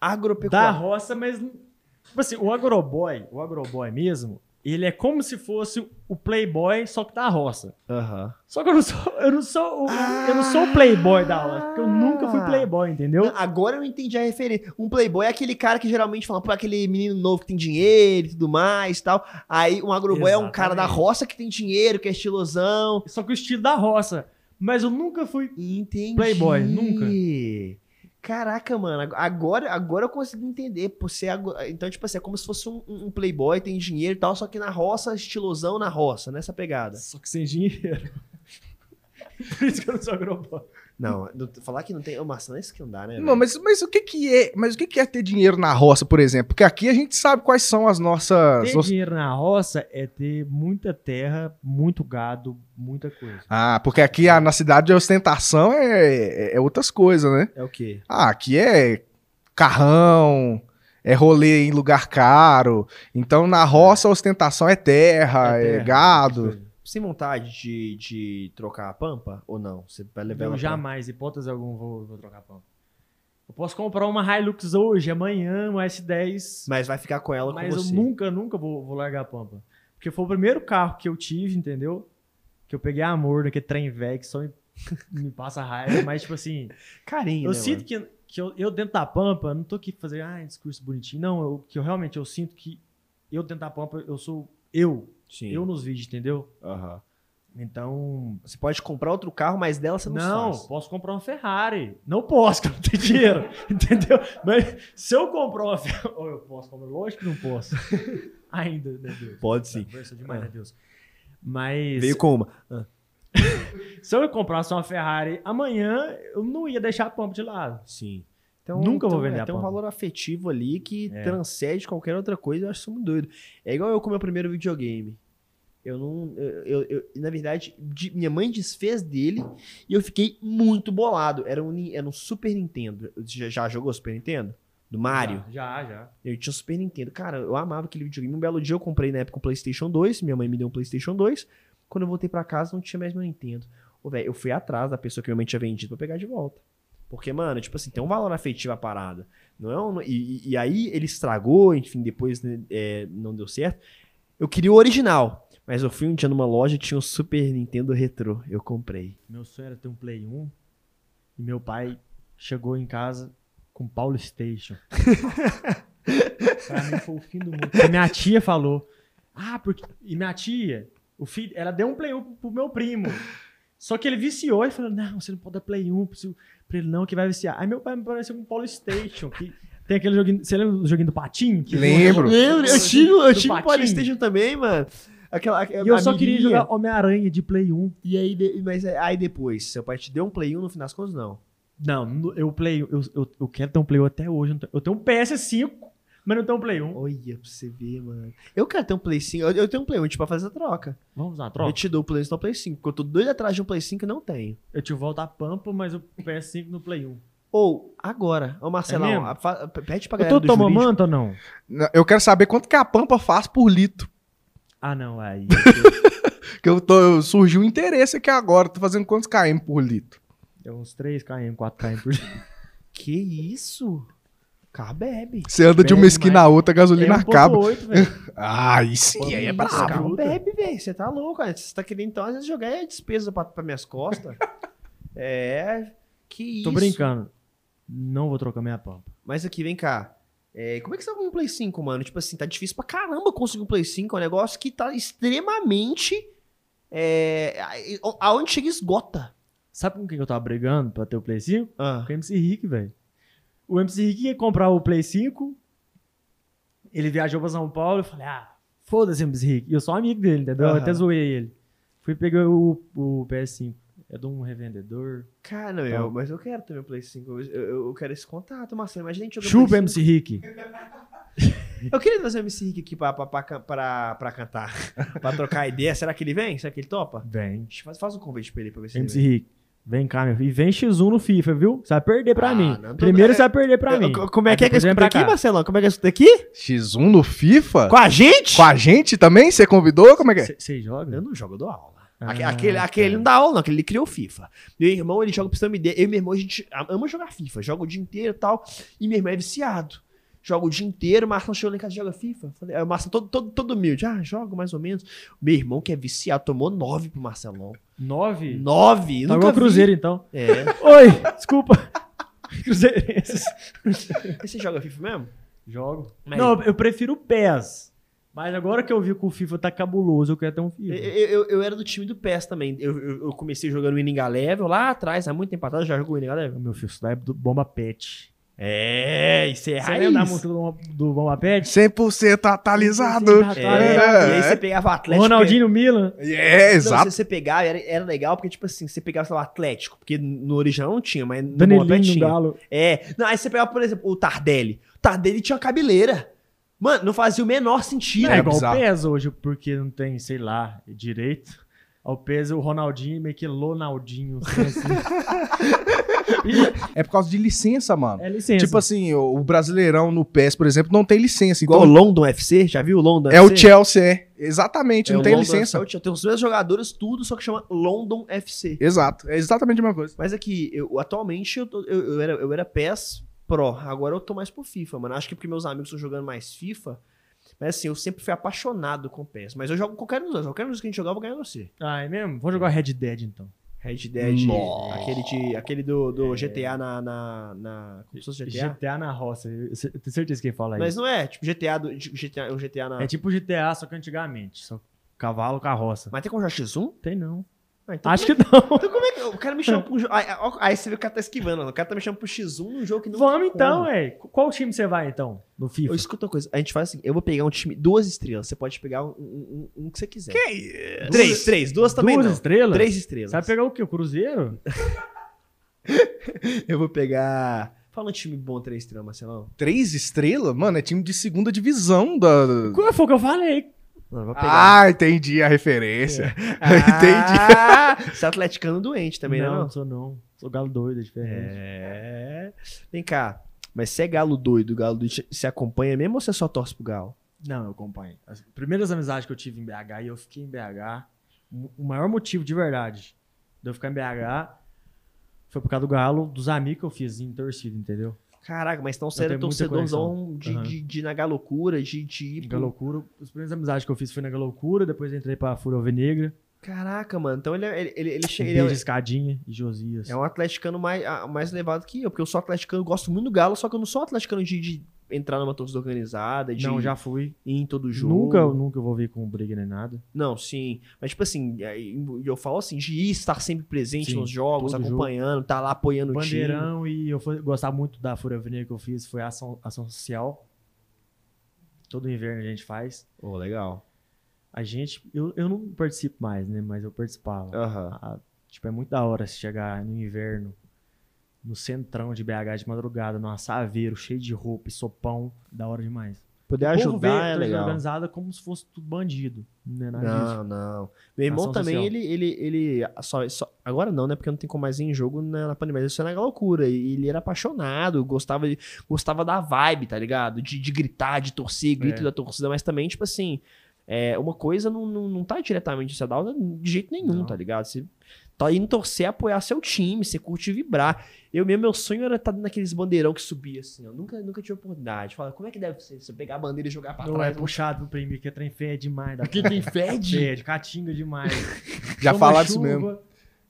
Speaker 2: Da
Speaker 1: agropecuário.
Speaker 2: roça, mas... Tipo assim, o agroboy, o agroboy mesmo, ele é como se fosse o playboy, só que da roça.
Speaker 1: Aham.
Speaker 2: Só que eu não sou, eu não sou, o- eu não sou o playboy da roça, porque eu nunca fui
Speaker 1: Ah.
Speaker 2: playboy, entendeu?
Speaker 1: Agora eu entendi a referência. Um playboy é aquele cara que geralmente fala pra aquele menino novo que tem dinheiro e tudo mais e tal. Aí um agroboy é um cara da
Speaker 2: Exatamente.
Speaker 1: roça que tem dinheiro, que é estilosão.
Speaker 2: Só que o estilo da roça. Mas eu nunca fui...
Speaker 1: Entendi.
Speaker 2: Playboy, nunca.
Speaker 1: Caraca, mano, ag- agora, agora eu consigo entender. Por ser agro- Então, tipo assim, é como se fosse um, um playboy, tem dinheiro e tal, só que na roça, estilosão na roça, nessa pegada.
Speaker 2: Só que sem dinheiro. Por isso que eu não sou agroboy.
Speaker 1: Não, não- falar que não tem. Ô, Marcelo, é isso que não dá, né?
Speaker 3: Não,
Speaker 1: velho?
Speaker 3: mas, mas o que que é? Mas o que que é ter dinheiro na roça, por exemplo? Porque aqui a gente sabe quais são as nossas.
Speaker 2: Ter dinheiro na roça é ter muita terra, muito gado, muita coisa.
Speaker 3: Ah, porque aqui ah, na cidade a ostentação é, é- é outras coisas, né?
Speaker 1: É o quê?
Speaker 3: Ah, aqui é carrão, é rolê em lugar caro. Então na roça a ostentação é terra, é,
Speaker 2: terra,
Speaker 3: gado.
Speaker 1: Sem vontade de, de trocar a pampa ou não? Você vai levar
Speaker 2: Eu
Speaker 1: ela pra-
Speaker 2: jamais, hipótese alguma, vou, vou trocar pão. Eu posso comprar uma Hilux hoje, amanhã, uma S10,
Speaker 1: Mas vai ficar com ela assim.
Speaker 2: mas
Speaker 1: com
Speaker 2: eu
Speaker 1: você.
Speaker 2: nunca, nunca vou, vou largar a pampa. Porque foi o primeiro carro que eu tive, entendeu? Que eu peguei amor daquele trem velho que só me, me passa raiva, mas tipo assim,
Speaker 1: Carinho,
Speaker 2: eu
Speaker 1: né,
Speaker 2: sinto
Speaker 1: mano?
Speaker 2: que, que eu, eu dentro da pampa, não tô aqui pra fazer, ah, discurso bonitinho, não, eu, que eu realmente, eu sinto que eu dentro da pampa, eu sou eu,
Speaker 1: Sim.
Speaker 2: eu nos vídeos, entendeu?
Speaker 1: Aham.
Speaker 2: Então,
Speaker 1: Você pode comprar outro carro, mas dela você não,
Speaker 2: Não,
Speaker 1: faz.
Speaker 2: posso comprar uma Ferrari. Não posso, que eu não tenho dinheiro. entendeu? Mas se eu comprar uma Ferrari. Ou eu posso comprar? Lógico que não posso. Ainda, né, Deus?
Speaker 1: Pode
Speaker 2: Conversou demais,
Speaker 1: Ah.
Speaker 2: né, Deus? Mas
Speaker 1: Veio com uma.
Speaker 2: se eu comprasse uma Ferrari amanhã, eu não ia deixar a pampa de lado.
Speaker 1: Sim.
Speaker 2: Nunca vou
Speaker 1: é,
Speaker 2: vender a
Speaker 1: Tem um
Speaker 2: pampa.
Speaker 1: valor afetivo ali que
Speaker 2: É.
Speaker 1: transcende qualquer outra coisa. Eu acho isso muito doido. É igual eu com o meu primeiro videogame. Eu não. eu- eu- eu- na verdade, de- minha mãe desfez dele e eu fiquei muito bolado. Era um, Ni- era um Super Nintendo. Você Já, já jogou Super Nintendo? Do Mario.
Speaker 2: Já, já.
Speaker 1: Eu tinha o Super Nintendo. Cara, eu amava aquele videogame. Um belo dia eu comprei na época um PlayStation 2. Minha mãe me deu um PlayStation 2. Quando eu voltei pra casa, não tinha mais meu Nintendo. Ô, velho, eu fui atrás da pessoa que minha mãe tinha vendido pra pegar de volta. Porque, mano, tipo assim, tem um valor afetivo a parada. Não é um- e, e- e aí ele estragou, enfim, depois né, é, não deu certo. Eu queria o original. Mas eu fui um dia numa loja e tinha um Super Nintendo Retro. Eu comprei.
Speaker 2: Meu sonho era ter um Play 1. E meu pai chegou em casa com Paulo Station. pra mim foi o fim do mundo. Porque minha tia falou. Ah, porque. E minha tia, o filho, ela deu um Play 1 pro- pro meu primo. Só que ele viciou e falou: Não, você não pode dar Play 1 pro seu- pra ele, não, que vai viciar. Aí meu pai me pareceu com Paulo Station. Que tem aquele joguinho. Você lembra do joguinho do Patim? Que-
Speaker 3: Lembro.
Speaker 1: Lembra? Eu
Speaker 2: Do-
Speaker 1: tive, eu
Speaker 2: do
Speaker 1: tive o
Speaker 2: patinho.
Speaker 1: PlayStation também, mano. Aquela,
Speaker 2: E eu só queria jogar Homem-Aranha de Play 1.
Speaker 1: E aí, de- mas é, aí depois, seu pai te deu um Play 1 no fim das contas, não?
Speaker 2: Não, no- eu play, eu, eu, eu quero ter um Play 1 até hoje. eu não tenho- Eu tenho um PS5, mas não tenho um Play 1.
Speaker 1: Olha, pra você ver, mano. Eu quero ter um Play 5. Eu, eu tenho um Play 1 tipo, pra fazer a troca.
Speaker 2: Vamos lá,
Speaker 1: Eu
Speaker 2: troca.
Speaker 1: te dou o Play 1 Play 5, porque eu tô doido atrás de um Play 5 e não tenho.
Speaker 2: Eu te volto a Pampa, mas o PS5 no Play 1.
Speaker 1: Ou, agora, ô Marcelão,
Speaker 2: É mesmo?
Speaker 1: a- fa- pede pra
Speaker 2: Eu
Speaker 1: galera
Speaker 2: tô
Speaker 1: do
Speaker 2: tomando
Speaker 1: jurídico.
Speaker 2: manta ou não?
Speaker 3: Não, Eu quero saber quanto que a Pampa faz por litro.
Speaker 2: Ah, não, aí.
Speaker 3: Que eu tô. Surgiu um interesse aqui agora. Tô fazendo quantos KM por litro?
Speaker 2: É uns 3 km, 4 km por dia.
Speaker 1: Que isso? Cá bebe.
Speaker 3: Você anda de
Speaker 2: Bem
Speaker 3: uma esquina
Speaker 2: demais.
Speaker 3: à outra, a gasolina
Speaker 2: É
Speaker 3: acaba.
Speaker 2: 1.8, velho.
Speaker 3: Ah, isso
Speaker 2: Pô,
Speaker 3: aí é
Speaker 2: isso,
Speaker 3: brabo.
Speaker 2: cara.
Speaker 1: Cá
Speaker 2: Bruta.
Speaker 1: bebe, velho. Você tá louco, cara. Você tá querendo, então, às vezes, jogar é despesa pra, pra minhas costas. é. Que isso.
Speaker 2: Tô brincando. Não vou trocar minha Pampa.
Speaker 1: Mas aqui, vem cá. É, como é que você tá com um Play 5, mano? Tipo assim, tá difícil pra caramba conseguir um Play 5. É um negócio que tá extremamente. É, a- aonde chega esgota.
Speaker 2: Sabe com quem que eu tava brigando pra ter o Play 5?
Speaker 1: Ah.
Speaker 2: Com o MC Rick, velho. O MC Rick ia comprar o Play 5. Ele viajou pra São Paulo. Eu falei, ah, foda-se, MC Rick. E eu sou amigo dele, entendeu? Eu
Speaker 1: Aham.
Speaker 2: até zoei ele. Fui pegar o, o PS5. É de um revendedor.
Speaker 1: Cara, meu, mas eu quero também o Play 5. Eu, eu- eu quero esse contato, Marcelo. Imagina a gente jogando
Speaker 2: Chupa,
Speaker 1: Play
Speaker 2: MC Rick.
Speaker 1: 5. Eu queria trazer o MC Rick aqui pra, pra, pra, can- pra- pra cantar. pra trocar ideia. Será que ele vem? Será que ele topa?
Speaker 2: Vem.
Speaker 1: Deixa- Faz, faz um convite pra ele pra ver se
Speaker 2: MC
Speaker 1: ele vem.
Speaker 2: Rick. Vem cá, meu filho. E vem X1 no FIFA, viu? Você vai perder pra
Speaker 1: Ah,
Speaker 2: mim.
Speaker 1: não tô-
Speaker 2: Primeiro
Speaker 1: é-
Speaker 2: você vai perder pra mim.
Speaker 1: Eu- Como é que
Speaker 2: Aí
Speaker 1: é que eu
Speaker 2: depois vem
Speaker 1: escuto
Speaker 2: pra
Speaker 1: aqui,
Speaker 2: cá.
Speaker 1: Marcelão? Como é que eu escuto aqui?
Speaker 3: X1 no FIFA?
Speaker 1: Com a gente?
Speaker 3: Com a gente também? Você convidou? Como é que é?
Speaker 2: Você- Você joga?
Speaker 1: Eu não jogo, eu dou aula.
Speaker 2: Ah,
Speaker 1: Aque- aquele,
Speaker 2: tá.
Speaker 1: aquele não dá aula, não, aquele ele criou o FIFA. Meu irmão, ele joga pro Sam Eu e meu irmão, a gente a- ama jogar FIFA, joga o dia inteiro e tal. E meu irmão é viciado. Joga o dia inteiro, o Marcelo chegou lá em casa e joga FIFA. Falei, aí o Marcelo todo, todo, todo humilde. Ah, jogo mais ou menos. Meu irmão que é viciado, tomou nove pro Marcelão.
Speaker 2: Nove?
Speaker 1: Nove?
Speaker 2: Tá
Speaker 1: nunca
Speaker 2: igual o
Speaker 1: vi.
Speaker 2: Cruzeiro, então.
Speaker 1: É.
Speaker 2: Oi, desculpa. Cruzeirenses.
Speaker 1: E Você joga FIFA mesmo?
Speaker 2: Jogo.
Speaker 1: Mas- é
Speaker 2: Não, eu prefiro o PES. Mas agora que eu vi que o FIFA tá cabuloso, eu quero ter um
Speaker 1: Eu,
Speaker 2: FIFA.
Speaker 1: eu, eu- eu era do time do PES também. Eu, eu, eu comecei jogando o Ininga Level lá atrás, há muito tempo atrás, já jogou o Ininga Level?
Speaker 2: Meu filho, isso daí é do Bomba Pet.
Speaker 1: É, isso é
Speaker 2: Você
Speaker 1: raiz.
Speaker 2: lembra da música do, Bomba- do Bomba Pet?
Speaker 3: 100% atualizado.
Speaker 2: 100%
Speaker 1: É,
Speaker 2: atualizado.
Speaker 1: E aí você pegava o Atlético.
Speaker 2: Ronaldinho Milan.
Speaker 3: É,
Speaker 1: Não,
Speaker 3: exato.
Speaker 1: se você pegava, era, era legal, porque, tipo assim, você pegava, sei lá, o Atlético, porque no original não tinha, mas no Mobile
Speaker 2: Danelinho no
Speaker 1: tinha.
Speaker 2: Galo.
Speaker 1: É. Não, aí você pegava, por exemplo, o Tardelli. O Tardelli tinha uma cabeleira. Mano, não fazia o menor sentido.
Speaker 2: Não é
Speaker 3: é
Speaker 2: igual o
Speaker 3: bizarro.
Speaker 2: PES hoje, porque não tem, sei lá, direito. Ao PES, o Ronaldinho meio que Lonaldinho. Assim, assim.
Speaker 3: É por causa de licença, mano.
Speaker 2: é licença.
Speaker 3: Tipo assim, o o Brasileirão no PES, por exemplo, não tem licença. Então,
Speaker 1: É, Igual o London FC, já viu o London
Speaker 3: é o
Speaker 1: FC?
Speaker 3: Chelsea, é. Exatamente, não
Speaker 1: o
Speaker 3: tem
Speaker 1: London
Speaker 3: licença.
Speaker 1: FC, é o Chelsea. Tem os mesmos jogadores, tudo, só que chama London FC.
Speaker 3: Exato, é exatamente a mesma coisa.
Speaker 1: Mas aqui, eu, atualmente, eu, tô- eu, eu era, eu era PES Pro. Agora eu tô mais pro FIFA, mano. Acho que porque meus amigos estão jogando mais FIFA. Mas assim, eu sempre fui apaixonado com PES. Mas eu jogo qualquer um dos dois. Qualquer um dos que a gente jogar, eu vou ganhar você.
Speaker 2: Ah, é mesmo? Vamos jogar Red Dead, então.
Speaker 1: Red Dead,
Speaker 3: Nossa.
Speaker 1: aquele, de, aquele do, do
Speaker 2: É.
Speaker 1: GTA na, na, na- Como se fosse GTA?
Speaker 2: GTA na roça. Eu eu tenho certeza que ele fala isso.
Speaker 1: Mas não é, tipo, GTA do. tipo, GTA, o GTA na.
Speaker 2: É tipo GTA, só que antigamente. Só cavalo, carroça.
Speaker 1: Mas tem como jogar X1?
Speaker 2: Tem não.
Speaker 1: Ah, então
Speaker 2: Acho que não.
Speaker 1: como... Então como é que. O cara me chama pro. jo- Aí, aí você vê que o cara tá esquivando. O cara tá me chamando pro X1 num jogo que não.
Speaker 2: Vamos
Speaker 1: tem
Speaker 2: então,
Speaker 1: como.
Speaker 2: ué. Qu- Qual time você vai então? No
Speaker 1: Eu
Speaker 2: FIFA?
Speaker 1: escuta uma coisa, a gente faz assim: eu vou pegar um time, duas estrelas. Você pode pegar um, um- um- um que você quiser.
Speaker 3: Que
Speaker 1: Três, três, duas também
Speaker 2: Duas
Speaker 1: não.
Speaker 2: estrelas?
Speaker 1: Três estrelas.
Speaker 2: Você vai pegar o quê? O Cruzeiro?
Speaker 1: Eu vou pegar. Fala um time bom, três estrelas, Marcelão.
Speaker 3: Três estrelas? Mano, é time de segunda divisão da.
Speaker 2: Qual foi o que eu falei?
Speaker 1: Não, eu vou
Speaker 3: Ah, entendi a referência.
Speaker 1: É. Ah, Você é atleticano doente também, É. né?
Speaker 2: não,
Speaker 1: Não,
Speaker 2: sou não. Sou galo doido, é diferente.
Speaker 1: É. Vem cá. Mas você é galo doido, galo doido, você acompanha mesmo ou você só torce pro galo?
Speaker 2: Não, eu acompanho. As primeiras amizades que eu tive em BH e eu fiquei em BH, o- o maior motivo de verdade de eu ficar em BH foi por causa do galo, dos amigos que eu fiz em torcida, entendeu?
Speaker 1: Caraca, mas então você
Speaker 2: Eu
Speaker 1: era
Speaker 2: tenho muita
Speaker 1: torcedorzão de,
Speaker 2: Aham.
Speaker 1: de, de ir na galocura, de, de ir
Speaker 2: Na
Speaker 1: pro...
Speaker 2: loucura, as primeiras amizades que eu fiz foi na Galoucura, depois entrei pra Fúria Alvenegra,
Speaker 1: Caraca, mano, então ele, é- ele, ele, ele, chega- ele é-
Speaker 2: Beijo Escadinha e Josias.
Speaker 1: é um atleticano mais, ah, mais elevado que eu, porque eu sou atleticano, gosto muito do galo, só que eu não sou atleticano de, de entrar numa torcida organizada, de
Speaker 2: Não, já fui.
Speaker 1: ir em todo jogo.
Speaker 2: Nunca, nunca vou ver com briga nem nada.
Speaker 1: Não, sim. Mas, tipo assim, aí eu falo assim, de ir estar sempre presente
Speaker 2: Sim,
Speaker 1: nos jogos,
Speaker 2: todo
Speaker 1: acompanhando, tá lá apoiando o time.
Speaker 2: Bandeirão e eu fui- gostava muito da Fúria Alvenegra que eu fiz, foi ação, ação social. Todo inverno a gente faz.
Speaker 1: Oh, legal.
Speaker 2: A gente, eu, eu não participo mais, né? Mas eu participava.
Speaker 1: Aham.
Speaker 2: Ah, tipo, é muito da hora se chegar no inverno, no centrão de BH de madrugada, num assaveiro cheio de roupa e sopão. Da hora demais.
Speaker 1: Poder
Speaker 2: O povo vê tá
Speaker 1: ajudar é
Speaker 2: torcida
Speaker 1: legal.
Speaker 2: organizada como se fosse tudo bandido. Né? Nada
Speaker 1: Não,
Speaker 2: disso.
Speaker 1: não. Meu irmão
Speaker 2: Ação
Speaker 1: também,
Speaker 2: social.
Speaker 1: ele, ele, ele só, só- Agora não, né? Porque não tem como mais ir em jogo na, na pandemia. Mas isso era loucura. E ele era apaixonado, gostava, de- gostava da vibe, tá ligado? De, de gritar, de torcer, grito
Speaker 2: É.
Speaker 1: da torcida, mas também, tipo assim. É, uma coisa não, não, não tá diretamente associada de jeito nenhum,
Speaker 2: Não.
Speaker 1: tá ligado? Você tá indo torcer, apoiar seu time, você curte vibrar. Eu mesmo, meu sonho era estar naqueles bandeirão que subia assim, eu nunca, nunca tive oportunidade. Fala, como é que deve ser? Você pegar a bandeira e jogar pra
Speaker 2: Não é
Speaker 1: trás, né?
Speaker 2: puxado pro primeiro, que é trem feio demais.
Speaker 1: porque tem fede.
Speaker 2: Fede, é catinga demais.
Speaker 3: Já
Speaker 2: Toma
Speaker 3: falaram isso
Speaker 2: chuva,
Speaker 3: mesmo.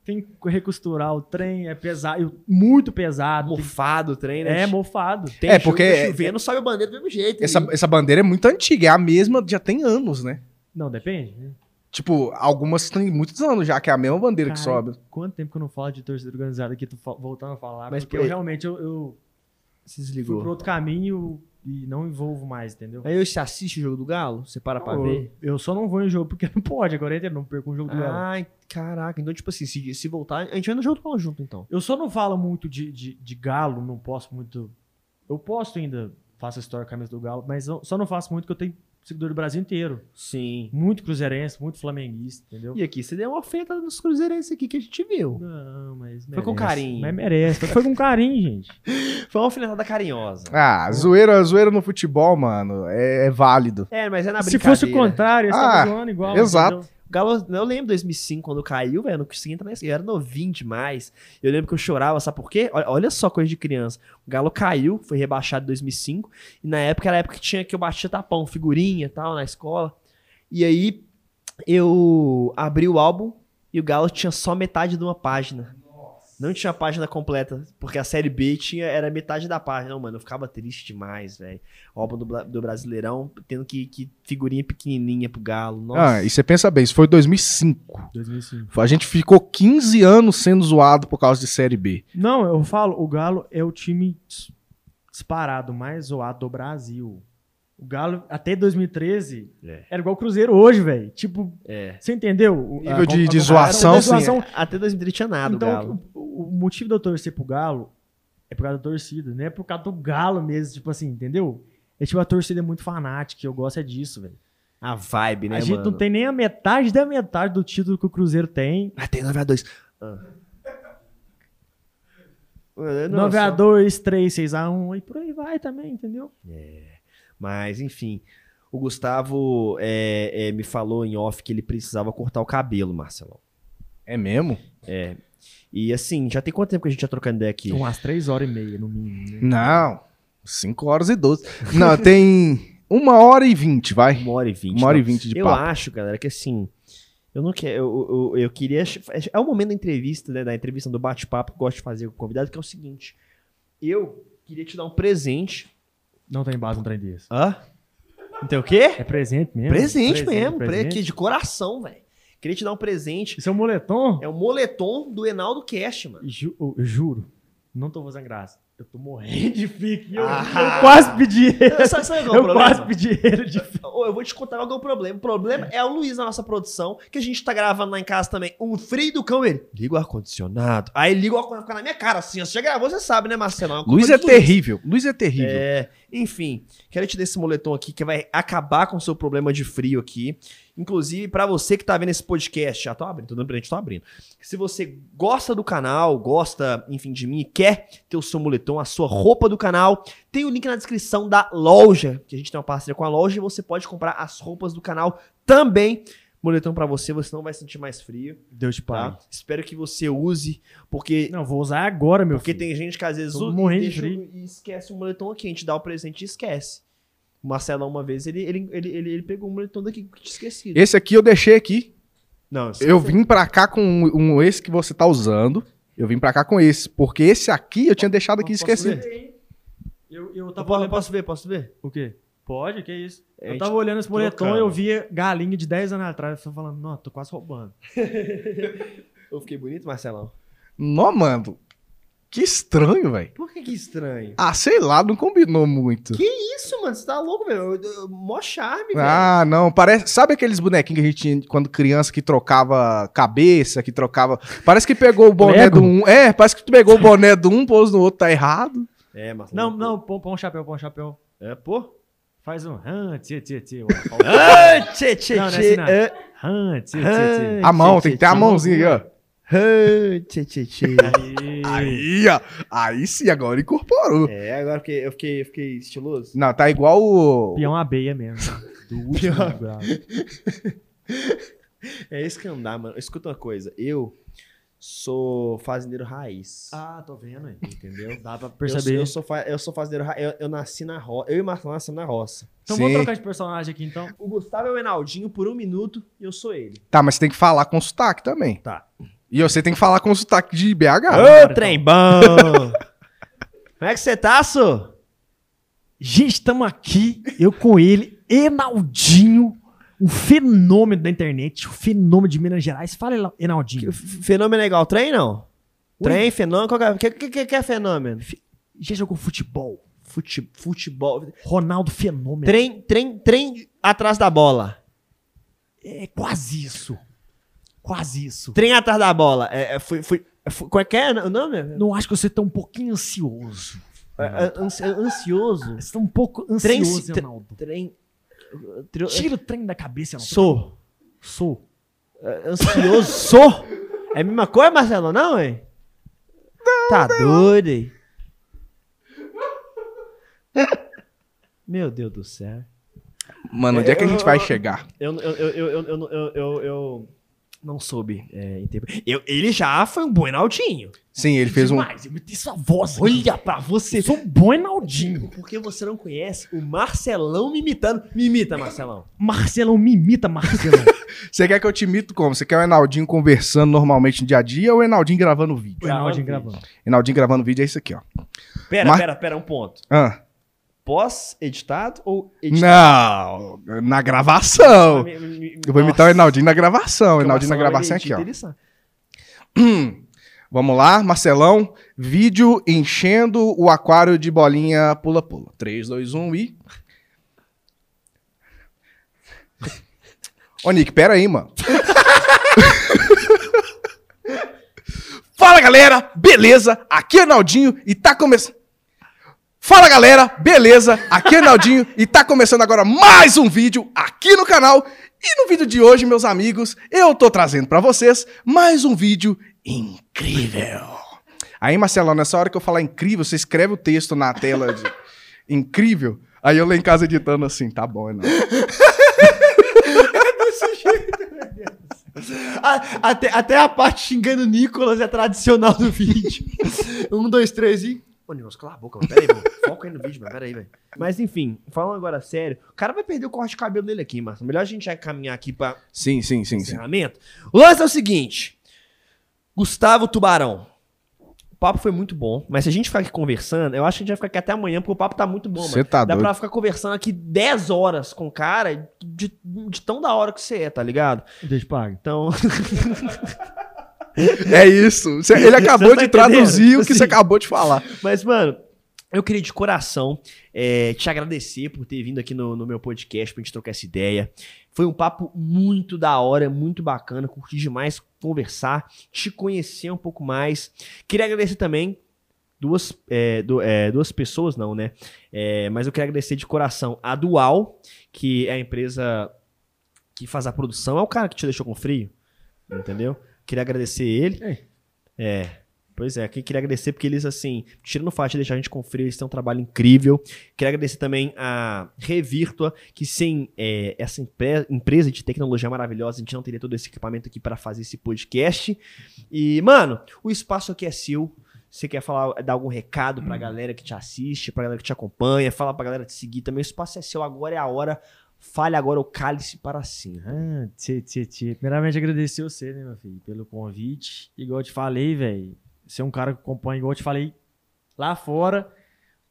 Speaker 2: Tem que recosturar o trem, é pesado, muito pesado. tem-
Speaker 1: Mofado o trem, né?
Speaker 2: É mofado.
Speaker 1: Tem
Speaker 3: É,
Speaker 1: jogo
Speaker 3: porque-
Speaker 1: que tá chovendo, sobe a bandeira do mesmo jeito.
Speaker 3: Essa,
Speaker 1: hein?
Speaker 3: essa bandeira é muito antiga, é a mesma, já tem anos, né?
Speaker 2: Não, depende. né?
Speaker 3: Tipo, algumas têm muitos anos já, que é a mesma bandeira que
Speaker 2: Cara,
Speaker 3: sobe.
Speaker 2: Quanto tempo que eu não falo de torcida organizada aqui, tô fa- voltando a
Speaker 1: Mas
Speaker 2: falar. Mas porque
Speaker 1: por-
Speaker 2: eu realmente eu, eu
Speaker 1: Se
Speaker 2: fui pro
Speaker 1: desligou.
Speaker 2: outro caminho e não envolvo mais, entendeu?
Speaker 1: Aí você assiste o jogo do Galo? Você para pra
Speaker 2: eu,
Speaker 1: ver? Ah,
Speaker 2: eu só não vou em jogo porque não pode, agora eu entendo, não perco um jogo do Galo.
Speaker 1: Ai, caraca. Então, tipo assim, se, se voltar, a gente vai no jogo do Galo junto, então.
Speaker 2: Eu só não falo muito de, de, de galo, não posso muito. Eu posto ainda, faço história com a camisa do galo, mas eu só não faço muito porque eu tenho seguidor do Brasil inteiro.
Speaker 1: Sim.
Speaker 2: Muito cruzeirense, muito flamenguista, entendeu?
Speaker 1: E aqui, você deu uma feta nos cruzeirenses aqui que a gente viu.
Speaker 2: Não, mas merece.
Speaker 1: Foi com carinho.
Speaker 2: Mas merece. Foi com carinho, gente.
Speaker 1: Foi uma alfinetada carinhosa.
Speaker 3: Ah, zoeira, zoeira no futebol, mano, é, é válido.
Speaker 1: É, mas é na
Speaker 2: Se
Speaker 1: brincadeira.
Speaker 2: fosse o contrário, eu
Speaker 3: Ah,
Speaker 2: estava zoando igual.
Speaker 3: exato.
Speaker 2: entendeu?
Speaker 1: O Galo, eu lembro 2005, quando caiu, velho, eu não consegui entrar nesse. Eu era novinho demais. Eu lembro que eu chorava, sabe por quê? Olha, olha só coisa de criança. O Galo caiu, foi rebaixado em 2005. E na época era a época que tinha que eu batia tapão, figurinha e tal, na escola. E aí eu abri o álbum e o Galo tinha só metade de uma página. Não tinha a página completa, porque a série B tinha, era metade da página. Não, mano, eu ficava triste demais, velho. O álbum do, Bla- do Brasileirão, tendo que, que figurinha pequenininha pro Galo. Nossa.
Speaker 3: Ah, e você pensa bem, isso foi 2005.
Speaker 2: 2005.
Speaker 3: A gente ficou 15 anos sendo zoado por causa de Série B.
Speaker 2: Não, eu falo, o Galo é o time dis- disparado mais zoado do Brasil. O Galo, até 2013,
Speaker 1: É.
Speaker 2: era igual o Cruzeiro hoje, velho. Tipo,
Speaker 1: É.
Speaker 2: você entendeu? O-
Speaker 3: Nível de-
Speaker 2: com-
Speaker 3: de
Speaker 2: a-
Speaker 3: zoação,
Speaker 2: a-
Speaker 1: Até
Speaker 2: a- a-
Speaker 3: sim.
Speaker 2: um zoação.
Speaker 1: é. Até 2003 tinha nada, o
Speaker 2: Então,
Speaker 1: Galo.
Speaker 2: o- o, o motivo de eu torcer pro Galo é por causa da torcida, não é por causa do Galo mesmo, tipo assim, entendeu? É tipo, a torcida é muito fanática, eu gosto é disso, velho.
Speaker 1: A vibe, né,
Speaker 2: a gente
Speaker 1: mano?
Speaker 2: não tem nem a metade da metade do título que o Cruzeiro tem.
Speaker 1: Ah, tem 9x2. Ah.
Speaker 2: 9x2, 3, 6x1, e por aí vai também, entendeu?
Speaker 1: Mas, enfim. O Gustavo é, é, me falou em off que ele precisava cortar o cabelo, Marcelão.
Speaker 3: É mesmo?
Speaker 1: E assim, já tem quanto tempo que a gente tá trocando ideia aqui?
Speaker 2: Umas 3 horas e meia, no mínimo. Né?
Speaker 3: Não, 5 horas e 12. Não, tem 1 hora e 20, vai.
Speaker 1: Uma hora e vinte.
Speaker 3: 1 hora e
Speaker 1: não.
Speaker 3: 20 de
Speaker 1: Eu
Speaker 3: papo.
Speaker 1: acho, galera, que assim. Eu não quero. Eu, eu, eu queria. É o momento da entrevista, né? Da entrevista do bate-papo que eu gosto de fazer com o convidado, que é o seguinte. Eu queria te dar um presente.
Speaker 2: Não tem base no trem desse.
Speaker 1: Hã? Não tem o quê?
Speaker 2: É presente mesmo?
Speaker 1: Presente, mesmo, pre-
Speaker 2: presente.
Speaker 1: aqui de coração, velho. Queria te dar um presente.
Speaker 2: Isso é um moletom?
Speaker 1: É o moletom do Enaldo Cash, mano.
Speaker 2: Ju- eu, eu juro, não tô fazendo graça. Eu tô morrendo de fique. Eu,
Speaker 1: Ah!
Speaker 2: eu quase pedi ele.
Speaker 1: Sabe, sabe qual é o
Speaker 2: Eu
Speaker 1: problema?
Speaker 2: quase pedi ele de fique.
Speaker 1: Ô, eu vou te contar qual que é o problema. O problema é o Luiz na nossa produção, que a gente tá gravando lá em casa também. Um frio do cão, ele. Liga o ar-condicionado. Aí liga o ar-condicionado, fica na minha cara assim. ó. Você já gravou, você sabe, né, Marcelo? uma
Speaker 3: Luiz
Speaker 1: culpa
Speaker 3: é
Speaker 1: do Luiz.
Speaker 3: terrível, Luiz é terrível.
Speaker 1: É, enfim, quero te dar esse moletom aqui que vai acabar com o seu problema de frio aqui. Inclusive, pra você que tá vendo esse podcast, já tô abrindo, tô dando presente, tô abrindo. Se você gosta do canal, gosta, enfim, de mim, e quer ter o seu moletom, a sua roupa do canal, tem o link na descrição da loja, que a gente tem uma parceria com a loja e você pode comprar as roupas do canal também. Moletom pra você, você não vai sentir mais frio,
Speaker 2: Deus te
Speaker 1: tá?
Speaker 2: pague.
Speaker 1: Espero que você use, porque
Speaker 2: Não, vou usar agora, meu
Speaker 1: porque
Speaker 2: filho.
Speaker 1: tem gente que às vezes
Speaker 2: Tô
Speaker 1: usa e,
Speaker 2: morrendo de
Speaker 1: deixa o-
Speaker 2: frio.
Speaker 1: e esquece o moletom aqui. A gente dá o presente e esquece. O Marcelão, uma vez, ele, ele, ele, ele, ele pegou um moletom daqui que tinha esquecido.
Speaker 3: Esse aqui eu deixei aqui.
Speaker 1: Não,
Speaker 3: Eu vim pra cá com um, um esse que você tá usando. Eu vim pra cá com esse. Porque esse aqui eu tinha deixado aqui
Speaker 1: Posso
Speaker 3: esquecido.
Speaker 1: ver?
Speaker 2: Eu, eu
Speaker 1: Tá
Speaker 2: tava
Speaker 1: bom,
Speaker 2: olhando
Speaker 1: eu posso ver, posso ver?
Speaker 2: O quê? Pode, que isso.
Speaker 1: É, a
Speaker 2: eu
Speaker 1: gente
Speaker 2: tava olhando esse moletom
Speaker 1: trocando.
Speaker 2: e eu via galinha de 10 anos atrás. Eu tava falando, nossa, tô quase roubando.
Speaker 1: Eu fiquei bonito, Marcelão?
Speaker 3: Não, mano. Que estranho, velho.
Speaker 1: Por que que estranho?
Speaker 3: Ah, sei lá, não combinou muito.
Speaker 1: Que isso, mano? Você tá louco, velho? Eu- eu- Mó charme, velho.
Speaker 3: Ah, não, parece. Sabe aqueles bonequinhos que a gente tinha quando criança que trocava cabeça, que trocava. Parece que pegou o boné
Speaker 2: Lego?
Speaker 3: do um. É, parece que tu pegou o boné do um, pôs no outro, tá errado.
Speaker 1: É, Marcelão.
Speaker 2: Não, não, põe, põe um chapéu, põe um chapéu.
Speaker 1: É, pô.
Speaker 2: Faz um. Han, tchê, tchê, tchê.
Speaker 1: Ah, tchê, tchê,
Speaker 2: Não, não é
Speaker 1: tchê.
Speaker 2: assim, não.
Speaker 1: ah,
Speaker 2: Han, tchê, tchê, tchê.
Speaker 3: A mão,
Speaker 1: sim,
Speaker 3: tem que
Speaker 1: sim,
Speaker 3: ter a
Speaker 1: sim.
Speaker 3: mãozinha
Speaker 1: né?
Speaker 3: aí, ó.
Speaker 1: ah, tchê, tchê, tchê.
Speaker 2: Aí.
Speaker 3: Aí, ó. Aí sim, agora incorporou.
Speaker 1: É, agora eu fiquei, eu fiquei, eu fiquei estiloso.
Speaker 3: Não, tá igual o.
Speaker 2: Peão abeia mesmo. Do último
Speaker 1: Peão
Speaker 2: grau.
Speaker 1: É isso que andar, mano. Escuta uma coisa. Eu sou fazendeiro raiz.
Speaker 2: Ah, tô vendo aí.
Speaker 1: Entendeu?
Speaker 2: Dá pra
Speaker 1: Eu,
Speaker 2: perceber.
Speaker 1: sou- eu, sou, fa- eu sou fazendeiro raiz. Eu, eu nasci na roça. Eu e o Marcelo nascemos na roça.
Speaker 2: Então vamos
Speaker 3: Sim.
Speaker 2: trocar de personagem aqui então.
Speaker 1: O Gustavo é o Enaldinho por um minuto e eu sou ele.
Speaker 3: Tá, mas tem que falar com sotaque também.
Speaker 1: Tá.
Speaker 3: E você tem que falar com sotaque de BH.
Speaker 2: bora,
Speaker 1: Ô,
Speaker 2: então.
Speaker 1: bom! Como é que você tá, so?
Speaker 2: Gente, estamos aqui, eu com ele, Enaldinho, o fenômeno da internet, o fenômeno de Minas Gerais. Fala, Enaldinho.
Speaker 1: Fenômeno é igual trem, não?
Speaker 2: Ui.
Speaker 1: Trem, fenômeno? O que, que, que, que é fenômeno?
Speaker 2: Já jogou futebol?
Speaker 1: Fute- futebol.
Speaker 2: Ronaldo Fenômeno.
Speaker 1: Trem, trem, trem atrás da bola.
Speaker 2: É quase isso. Quase isso.
Speaker 1: Trem atrás da bola. É, é, fui, fui, fui- qual é que é o nome?
Speaker 2: Não acho que você tá um pouquinho ansioso.
Speaker 1: É, ansi- ansioso?
Speaker 2: Você tá um pouco
Speaker 1: Trem-
Speaker 2: ansioso,
Speaker 1: tre-
Speaker 2: Ronaldo.
Speaker 1: Trem. tre-
Speaker 2: Tira o trem da cabeça, Ronaldo.
Speaker 1: Sou.
Speaker 2: Sou.
Speaker 1: É, Ansioso. Sou. É a mesma coisa, Marcelo, não, hein? Tá doido, hein? Meu Deus do céu.
Speaker 3: Mano, onde é que a gente vai chegar?
Speaker 1: Eu, eu, eu, eu, eu, eu, eu, eu- eu não soube é, interpretar. Eu- Ele já foi um bom Enaldinho.
Speaker 3: Sim, ele fez um.
Speaker 2: Demais, eu meti sua voz. aqui.
Speaker 1: Olha pra você.
Speaker 2: Eu sou um bom Enaldinho.
Speaker 1: Porque você não conhece o Marcelão me imitando. Me imita, Marcelão.
Speaker 2: Marcelão, me imita, Marcelão.
Speaker 3: Você quer que eu te imito como? Você quer o Enaldinho conversando normalmente no dia a dia ou o Enaldinho gravando vídeo?
Speaker 2: O Enaldinho gravando.
Speaker 3: Enaldinho gravando vídeo é isso aqui, ó.
Speaker 1: Pera,
Speaker 3: Mar-
Speaker 1: pera, pera, um ponto.
Speaker 3: Ah.
Speaker 1: Pós-editado ou editado?
Speaker 3: Não, na gravação.
Speaker 1: Me- me- me-
Speaker 3: Eu vou imitar o
Speaker 1: Nossa.
Speaker 3: Enaldinho na gravação. O
Speaker 1: Porque
Speaker 3: Enaldinho na
Speaker 1: Marcelão,
Speaker 3: gravação é
Speaker 1: ele
Speaker 3: aqui, ó.
Speaker 1: edita, ele sabe.
Speaker 3: Vamos lá, Marcelão. Vídeo enchendo o aquário de bolinha pula-pula. 3, 2, 1 e. Ô, Nick, pera aí, mano. Fala, galera! Beleza? Aqui é Naldinho e tá começando. Fala galera, beleza? Aqui é Naldinho e tá começando agora mais um vídeo aqui no canal. E no vídeo de hoje, meus amigos, eu tô trazendo pra vocês mais um vídeo incrível. Aí, Marcelão, nessa hora que eu falar incrível, você escreve o texto na tela de incrível. Aí eu lá em casa editando assim, tá bom, é não.
Speaker 1: A- até, até a parte xingando o Nicolas é tradicional do vídeo. um, dois, três e. Ô, Nicolas, cala a boca, mano. Pera aí, mano. Foca aí no vídeo, mano. Pera aí, velho. Mas enfim, falando agora sério, o cara vai perder o corte de cabelo dele aqui, Marcelo. Melhor a gente já caminhar aqui pra
Speaker 3: Sim, sim, sim, sim.
Speaker 1: encerramento. O lance é o seguinte: Gustavo Tubarão. O papo foi muito bom, mas se a gente ficar aqui conversando, eu acho que a gente vai ficar aqui até amanhã, porque o papo tá muito bom, mano.
Speaker 3: Você tá
Speaker 1: Dá
Speaker 3: doido.
Speaker 1: pra ficar conversando aqui 10 horas com o cara de, de tão da hora que você é, tá ligado?
Speaker 2: Deus te pague.
Speaker 1: Então.
Speaker 3: É isso. Você- Ele acabou
Speaker 1: tá
Speaker 3: de
Speaker 1: entendendo?
Speaker 3: traduzir o que
Speaker 1: Assim.
Speaker 3: você acabou de falar.
Speaker 1: Mas, mano, eu queria de coração é, te agradecer por ter vindo aqui no, no meu podcast pra gente trocar essa ideia. Foi um papo muito da hora, muito bacana. Curti demais conversar, te conhecer um pouco mais. Queria agradecer também duas, é, du- é, duas pessoas, não, né? É, mas eu queria agradecer de coração a Dual, que é a empresa que faz a produção é o cara que te deixou com frio. Entendeu? Queria agradecer ele.
Speaker 2: Ei.
Speaker 1: É. Pois é, que- queria agradecer porque eles, assim, tirando o fato de deixar a gente com frio, eles têm um trabalho incrível. Queria agradecer também a Revirtua, que sem é, essa empre- empresa de tecnologia maravilhosa, a gente não teria todo esse equipamento aqui para fazer esse podcast. E, mano, o espaço aqui é seu. Você quer falar, dar algum recado pra galera que te assiste, pra galera que te acompanha, fala pra galera te seguir também. O espaço é seu, agora é a hora. Fale agora o cálice para sim.
Speaker 2: Ah, tchê, tchê, tchê. Primeiramente, agradecer você, né, meu filho, pelo convite. Igual eu te falei, velho, você é um cara que acompanha, igual eu te falei, lá fora.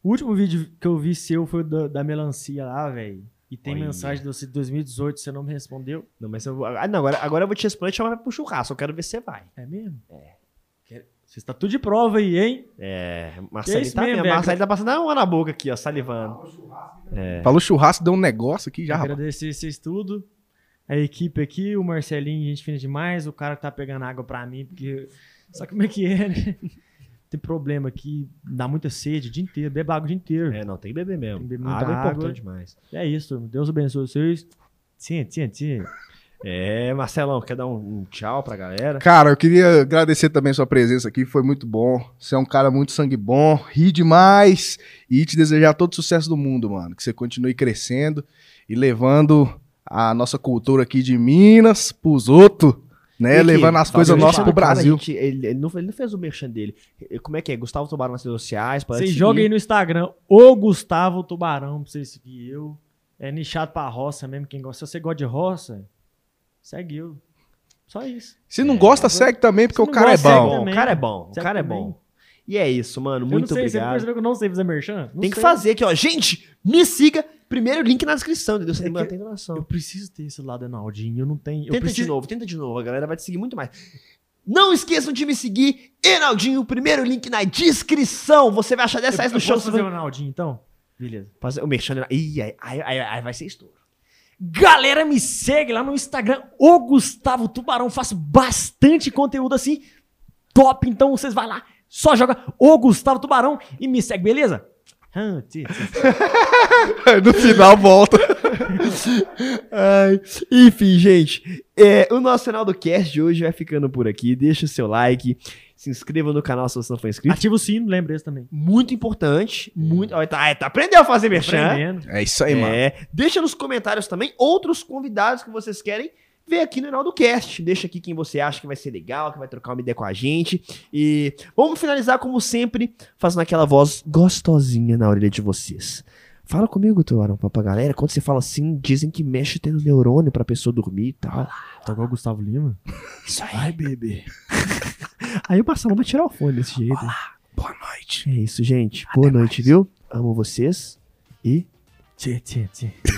Speaker 2: O último vídeo que eu vi seu foi da, da melancia lá, velho. E tem
Speaker 1: Olha.
Speaker 2: mensagem de você de 2018, você não me respondeu.
Speaker 1: Não, mas eu vou. Ah, não, agora, agora eu vou te responder e chamar pro churrasco. Eu quero ver se você vai.
Speaker 2: É mesmo? É. Você está tudo de prova aí, hein?
Speaker 1: É, Marcelinho
Speaker 2: isso
Speaker 1: tá,
Speaker 2: mesmo,
Speaker 1: mesmo,
Speaker 2: velho.
Speaker 1: Marcelinho tá passando uma na boca aqui, ó, salivando.
Speaker 3: Falou churrasco, deu um negócio aqui já, rapaz.
Speaker 2: Agradecer vocês tudo. A equipe aqui, o Marcelinho, gente fina demais. O cara que tá pegando água pra mim, porque. Só como é que é, né? Tem problema aqui, dá muita sede o dia inteiro, bebe água o dia inteiro.
Speaker 1: É, não, tem que beber mesmo.
Speaker 2: Tem que beber
Speaker 1: água
Speaker 2: muita
Speaker 1: é
Speaker 2: água.
Speaker 1: importante demais.
Speaker 2: É, isso, turma. Deus abençoe vocês. Sim, sim, sim.
Speaker 1: É, Marcelão, quer dar um, um tchau pra galera?
Speaker 3: Cara, eu queria agradecer também a sua presença aqui, foi muito bom. Você é um cara muito sangue bom, ri demais e te desejar todo o sucesso do mundo, mano. Que você continue crescendo e levando a nossa cultura aqui de Minas pros outros, né?
Speaker 1: E aqui,
Speaker 3: levando as
Speaker 1: valeu,
Speaker 3: coisas
Speaker 1: gente,
Speaker 3: nossas pro
Speaker 1: cara, a
Speaker 3: Brasil.
Speaker 1: gente- ele, ele não, ele não fez o merchan dele. E- Como é que é? Gustavo Tubarão nas redes sociais. pode
Speaker 2: Vocês
Speaker 1: seguir.
Speaker 2: jogam aí no Instagram o Gustavo Tubarão pra vocês seguir eu. É nichado pra roça mesmo, quem gosta. Se você gosta de roça, segue eu. Só isso.
Speaker 3: Se não gosta,
Speaker 2: É.
Speaker 3: segue também,
Speaker 2: Se
Speaker 3: porque o
Speaker 2: não
Speaker 3: cara é
Speaker 2: gosta,
Speaker 1: É
Speaker 2: segue
Speaker 3: bom.
Speaker 1: bom,
Speaker 2: também.
Speaker 1: o cara é bom, o
Speaker 2: Segue
Speaker 1: cara é
Speaker 2: também.
Speaker 1: bom. E é isso, mano.
Speaker 2: eu
Speaker 1: Muito
Speaker 2: não sei, você
Speaker 1: obrigado.
Speaker 2: percebeu que eu não sei fazer merchan? Não
Speaker 1: Tem que
Speaker 2: sei.
Speaker 1: fazer aqui, ó. Gente, me siga. Primeiro link na descrição, entendeu? Você
Speaker 2: É
Speaker 1: tem que
Speaker 2: que-
Speaker 1: manter a informação.
Speaker 2: Eu preciso ter esse lado Enaldinho, eu não tenho. Eu
Speaker 1: Tenta de
Speaker 2: preciso...
Speaker 1: novo, tenta de novo. A galera vai te seguir muito mais. Não esqueçam de me seguir, Enaldinho. Primeiro link na descrição. Você vai achar 10 reais
Speaker 2: eu,
Speaker 1: no
Speaker 2: eu
Speaker 1: show.
Speaker 2: posso
Speaker 1: Você
Speaker 2: fazer
Speaker 1: vai...
Speaker 2: o Enaldinho, então? Beleza.
Speaker 1: Fazer o merchan. Enal- Ih, aí, aí, aí, aí vai ser estouro.
Speaker 2: Galera, me segue lá no Instagram, o Gustavo Tubarão. Faço bastante conteúdo assim, top. Então vocês vai lá, só joga o Gustavo Tubarão e me segue, beleza? Ah, tchê, tchê.
Speaker 3: no final volta.
Speaker 1: Ai, enfim, gente, é, o nosso final do cast de hoje vai ficando por aqui. Deixa o seu like, se inscreva no canal se você não for inscrito.
Speaker 2: Ativa o sino, lembra esse também.
Speaker 1: Muito importante, muito. Ó, tá, tá, aprendeu a fazer merchan?
Speaker 2: Aprendendo.
Speaker 3: É isso aí, mano.
Speaker 1: É, deixa nos comentários também outros convidados que vocês querem ver aqui no Enaldo Cast. Deixa aqui quem você acha que vai ser legal, que vai trocar uma ideia com a gente. E vamos finalizar, como sempre, fazendo aquela voz gostosinha na orelha de vocês. Fala comigo, Tubarão Papa Galera. Quando você fala assim, dizem que mexe até no neurônio pra pessoa dormir e tal.
Speaker 2: Tá igual o Gustavo Lima.
Speaker 1: Isso aí. Ai, bebê. aí o Marcelo vai tirar o fone desse jeito.
Speaker 3: Boa noite.
Speaker 1: É isso, gente. Boa noite, viu? Amo vocês e
Speaker 2: Tchê, tchê, tchê.